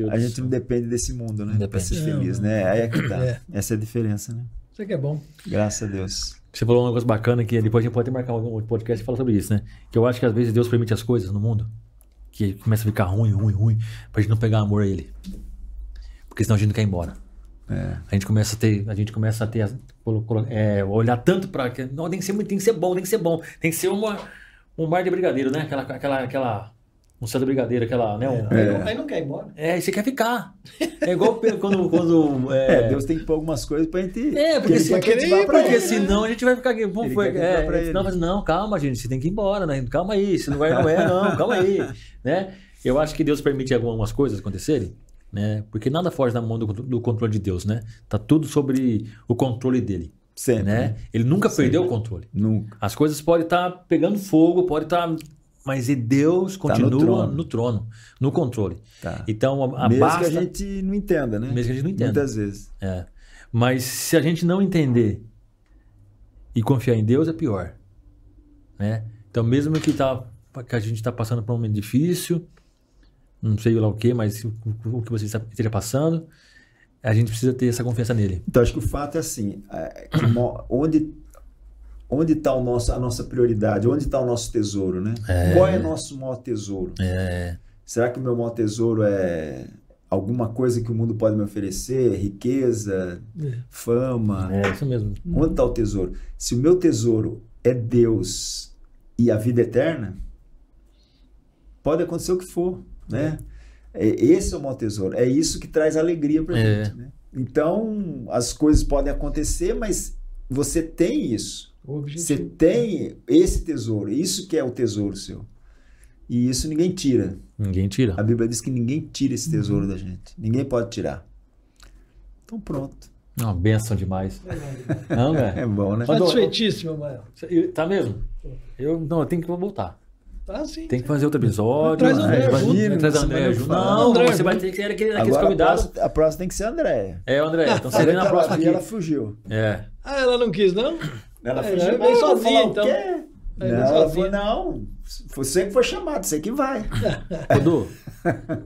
Speaker 3: a gente não depende desse mundo, né? Pra
Speaker 1: Depende.
Speaker 3: ser
Speaker 2: Não,
Speaker 3: feliz,
Speaker 2: não.
Speaker 3: né? Aí é que tá.
Speaker 2: É.
Speaker 3: Essa é a diferença, né?
Speaker 2: Isso aqui é bom.
Speaker 3: Graças a Deus.
Speaker 1: Você falou um negócio bacana que depois a gente pode até marcar um outro podcast e falar sobre isso, né? Que eu acho que às vezes Deus permite as coisas no mundo que começa a ficar ruim, ruim, ruim, pra gente não pegar amor a ele. Porque senão a gente não quer ir embora.
Speaker 3: É.
Speaker 1: A gente começa a ter, a gente começa a ter, as- colo- colo- é, olhar tanto para não tem que ser muito, tem que ser bom, tem que ser bom, tem que ser uma um bar de brigadeiro, né? Aquela, aquela, aquela, um céu de brigadeiro, aquela, né?
Speaker 3: É.
Speaker 1: Um,
Speaker 2: Aí, não, aí não quer ir embora.
Speaker 1: é. e você quer ficar. É igual pe- quando, quando
Speaker 3: É,
Speaker 1: é,
Speaker 3: Deus tem que pôr algumas coisas pra gente.
Speaker 1: é, porque,
Speaker 3: ele
Speaker 1: se,
Speaker 3: quer que a gente vá
Speaker 1: porque,
Speaker 3: pra ele, né?
Speaker 1: senão a gente vai ficar aqui. Pô,
Speaker 3: Ele
Speaker 1: foi,
Speaker 3: quer que
Speaker 1: é,
Speaker 3: vá pra ele.
Speaker 1: Não, mas não, calma, gente, você tem que ir embora, né? Calma aí, se não vai, não é, não, calma aí. né? Eu acho que Deus permite algumas coisas acontecerem, né? Porque nada foge da mão do, do controle de Deus, né? Tá tudo sobre o controle dele,
Speaker 3: Sempre.
Speaker 1: né? Ele nunca perdeu o controle.
Speaker 3: Nunca.
Speaker 1: As coisas podem estar pegando fogo, pode estar. Mas e Deus
Speaker 3: Tá no
Speaker 1: continua no trono,
Speaker 3: trono.
Speaker 1: no, controle.
Speaker 3: Tá.
Speaker 1: Então, a, a
Speaker 3: Mesmo
Speaker 1: basta-
Speaker 3: que a gente não entenda, né?
Speaker 1: Mesmo que a gente não entenda.
Speaker 3: Muitas vezes.
Speaker 1: É. Mas se a gente não entender e confiar em Deus, é pior. Né? Então, mesmo que, tá, que a gente está passando por um momento difícil, não sei lá o que, mas o, o que você está- esteja passando, a gente precisa ter essa confiança nele.
Speaker 3: Então, acho que o fato é assim, é, que mo- onde onde está o nosso, a nossa prioridade, onde está o nosso tesouro, né? Qual é o nosso maior tesouro? Será que o meu maior tesouro é alguma coisa que o mundo pode me oferecer? Riqueza,
Speaker 2: É.
Speaker 3: fama?
Speaker 1: É isso mesmo.
Speaker 3: Onde está o tesouro? Se o meu tesouro é Deus e a vida eterna, pode acontecer o que for, né? É, Esse é o maior tesouro. É isso que traz alegria para
Speaker 1: É.
Speaker 3: gente. Né? Então, as coisas podem acontecer, mas você tem isso.
Speaker 2: O
Speaker 3: Você
Speaker 2: objetivo.
Speaker 3: tem esse tesouro. Isso que é o tesouro seu. E isso ninguém tira.
Speaker 1: Ninguém tira.
Speaker 3: A Bíblia diz que ninguém tira esse tesouro da gente. Ninguém pode tirar. Então, pronto.
Speaker 1: É Uma benção demais. Não,
Speaker 3: É
Speaker 1: velho.
Speaker 3: bom, né?
Speaker 2: Satisfeitíssimo, Mael.
Speaker 1: Eu- Tá mesmo? Eu, não, eu tenho que voltar.
Speaker 2: Tá sim.
Speaker 1: Tem que fazer outro episódio.
Speaker 2: Traz o
Speaker 1: né?
Speaker 2: André
Speaker 1: Vai-
Speaker 3: junto,
Speaker 1: Traz o
Speaker 3: você
Speaker 1: André
Speaker 3: vai
Speaker 1: junto.
Speaker 3: falar.
Speaker 1: Não,
Speaker 2: André
Speaker 1: você vai
Speaker 2: junto.
Speaker 1: ter que aquele- aqueles
Speaker 3: Agora, a
Speaker 1: convidados.
Speaker 3: próxima, a próxima tem que ser a Andréia.
Speaker 1: É, o André, então
Speaker 3: Mas
Speaker 1: você vem na
Speaker 3: aquela
Speaker 1: próxima
Speaker 3: ali,
Speaker 1: aqui.
Speaker 3: Ela fugiu.
Speaker 1: É.
Speaker 2: Ah, ela não quis, não?
Speaker 3: Ela
Speaker 2: É,
Speaker 3: fugiu.
Speaker 2: ela
Speaker 3: Ela
Speaker 2: veio sozinha, então.
Speaker 3: Não,
Speaker 2: veio
Speaker 3: ela
Speaker 2: sozinha.
Speaker 3: foi, não. Você que foi chamado, você que vai.
Speaker 1: Dudu,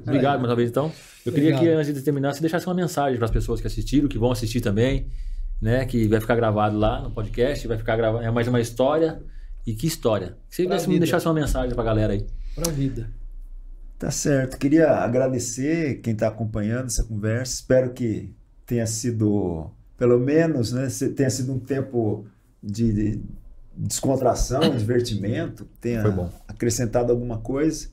Speaker 1: obrigado mais uma vez, então. Eu queria
Speaker 2: Obrigado.
Speaker 1: que, antes de terminar, você deixasse uma mensagem para as pessoas que assistiram, que vão assistir também, né? Que vai ficar gravado lá no podcast, vai ficar gravado. É mais uma história. E que história? Que você
Speaker 2: Pra
Speaker 1: desse-
Speaker 2: vida.
Speaker 1: deixasse uma mensagem para a galera aí.
Speaker 2: Pra vida.
Speaker 3: Tá certo. Queria agradecer quem está acompanhando essa conversa. Espero que tenha sido, pelo menos, né, se- tenha sido um tempo de, de descontração, divertimento, tenha
Speaker 1: Foi bom.
Speaker 3: acrescentado alguma coisa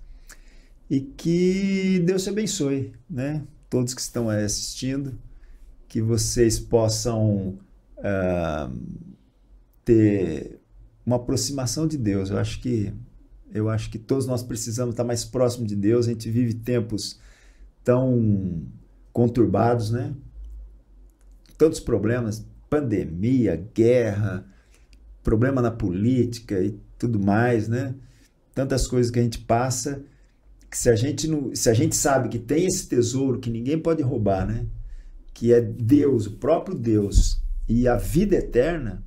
Speaker 3: e que Deus te abençoe, né? Todos que estão aí assistindo, que vocês possam ah, ter uma aproximação de Deus. Eu acho que eu acho que todos nós precisamos estar mais próximo de Deus. A gente vive tempos tão conturbados, né? Tantos problemas, pandemia, guerra, problema na política e tudo mais, né? Tantas coisas que a gente passa que se a gente não, se a gente sabe que tem esse tesouro que ninguém pode roubar, né? Que é Deus, o próprio Deus e a vida eterna,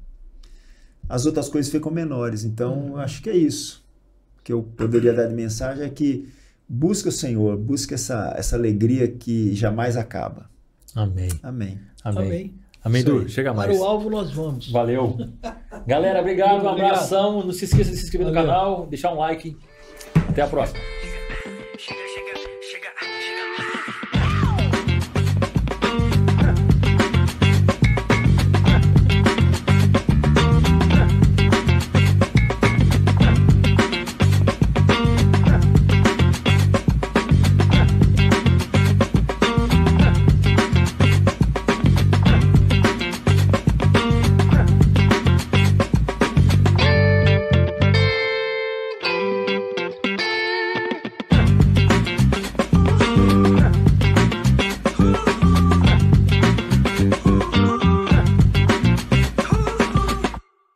Speaker 3: as outras coisas ficam menores. Então, eu acho que é isso que eu poderia dar de mensagem é que busque o Senhor, busque essa, essa alegria que jamais acaba.
Speaker 1: Amém.
Speaker 3: Amém.
Speaker 1: Amém. Amém,
Speaker 2: Amém.
Speaker 1: Amém
Speaker 3: Isso
Speaker 1: Du.
Speaker 3: aí.
Speaker 1: Chega mais.
Speaker 2: Para o alvo nós vamos.
Speaker 1: Valeu. Galera, obrigado, um
Speaker 2: Obrigado.
Speaker 1: abração. Não se esqueça de se inscrever no
Speaker 2: Valeu.
Speaker 1: canal, deixar um like. Até a próxima.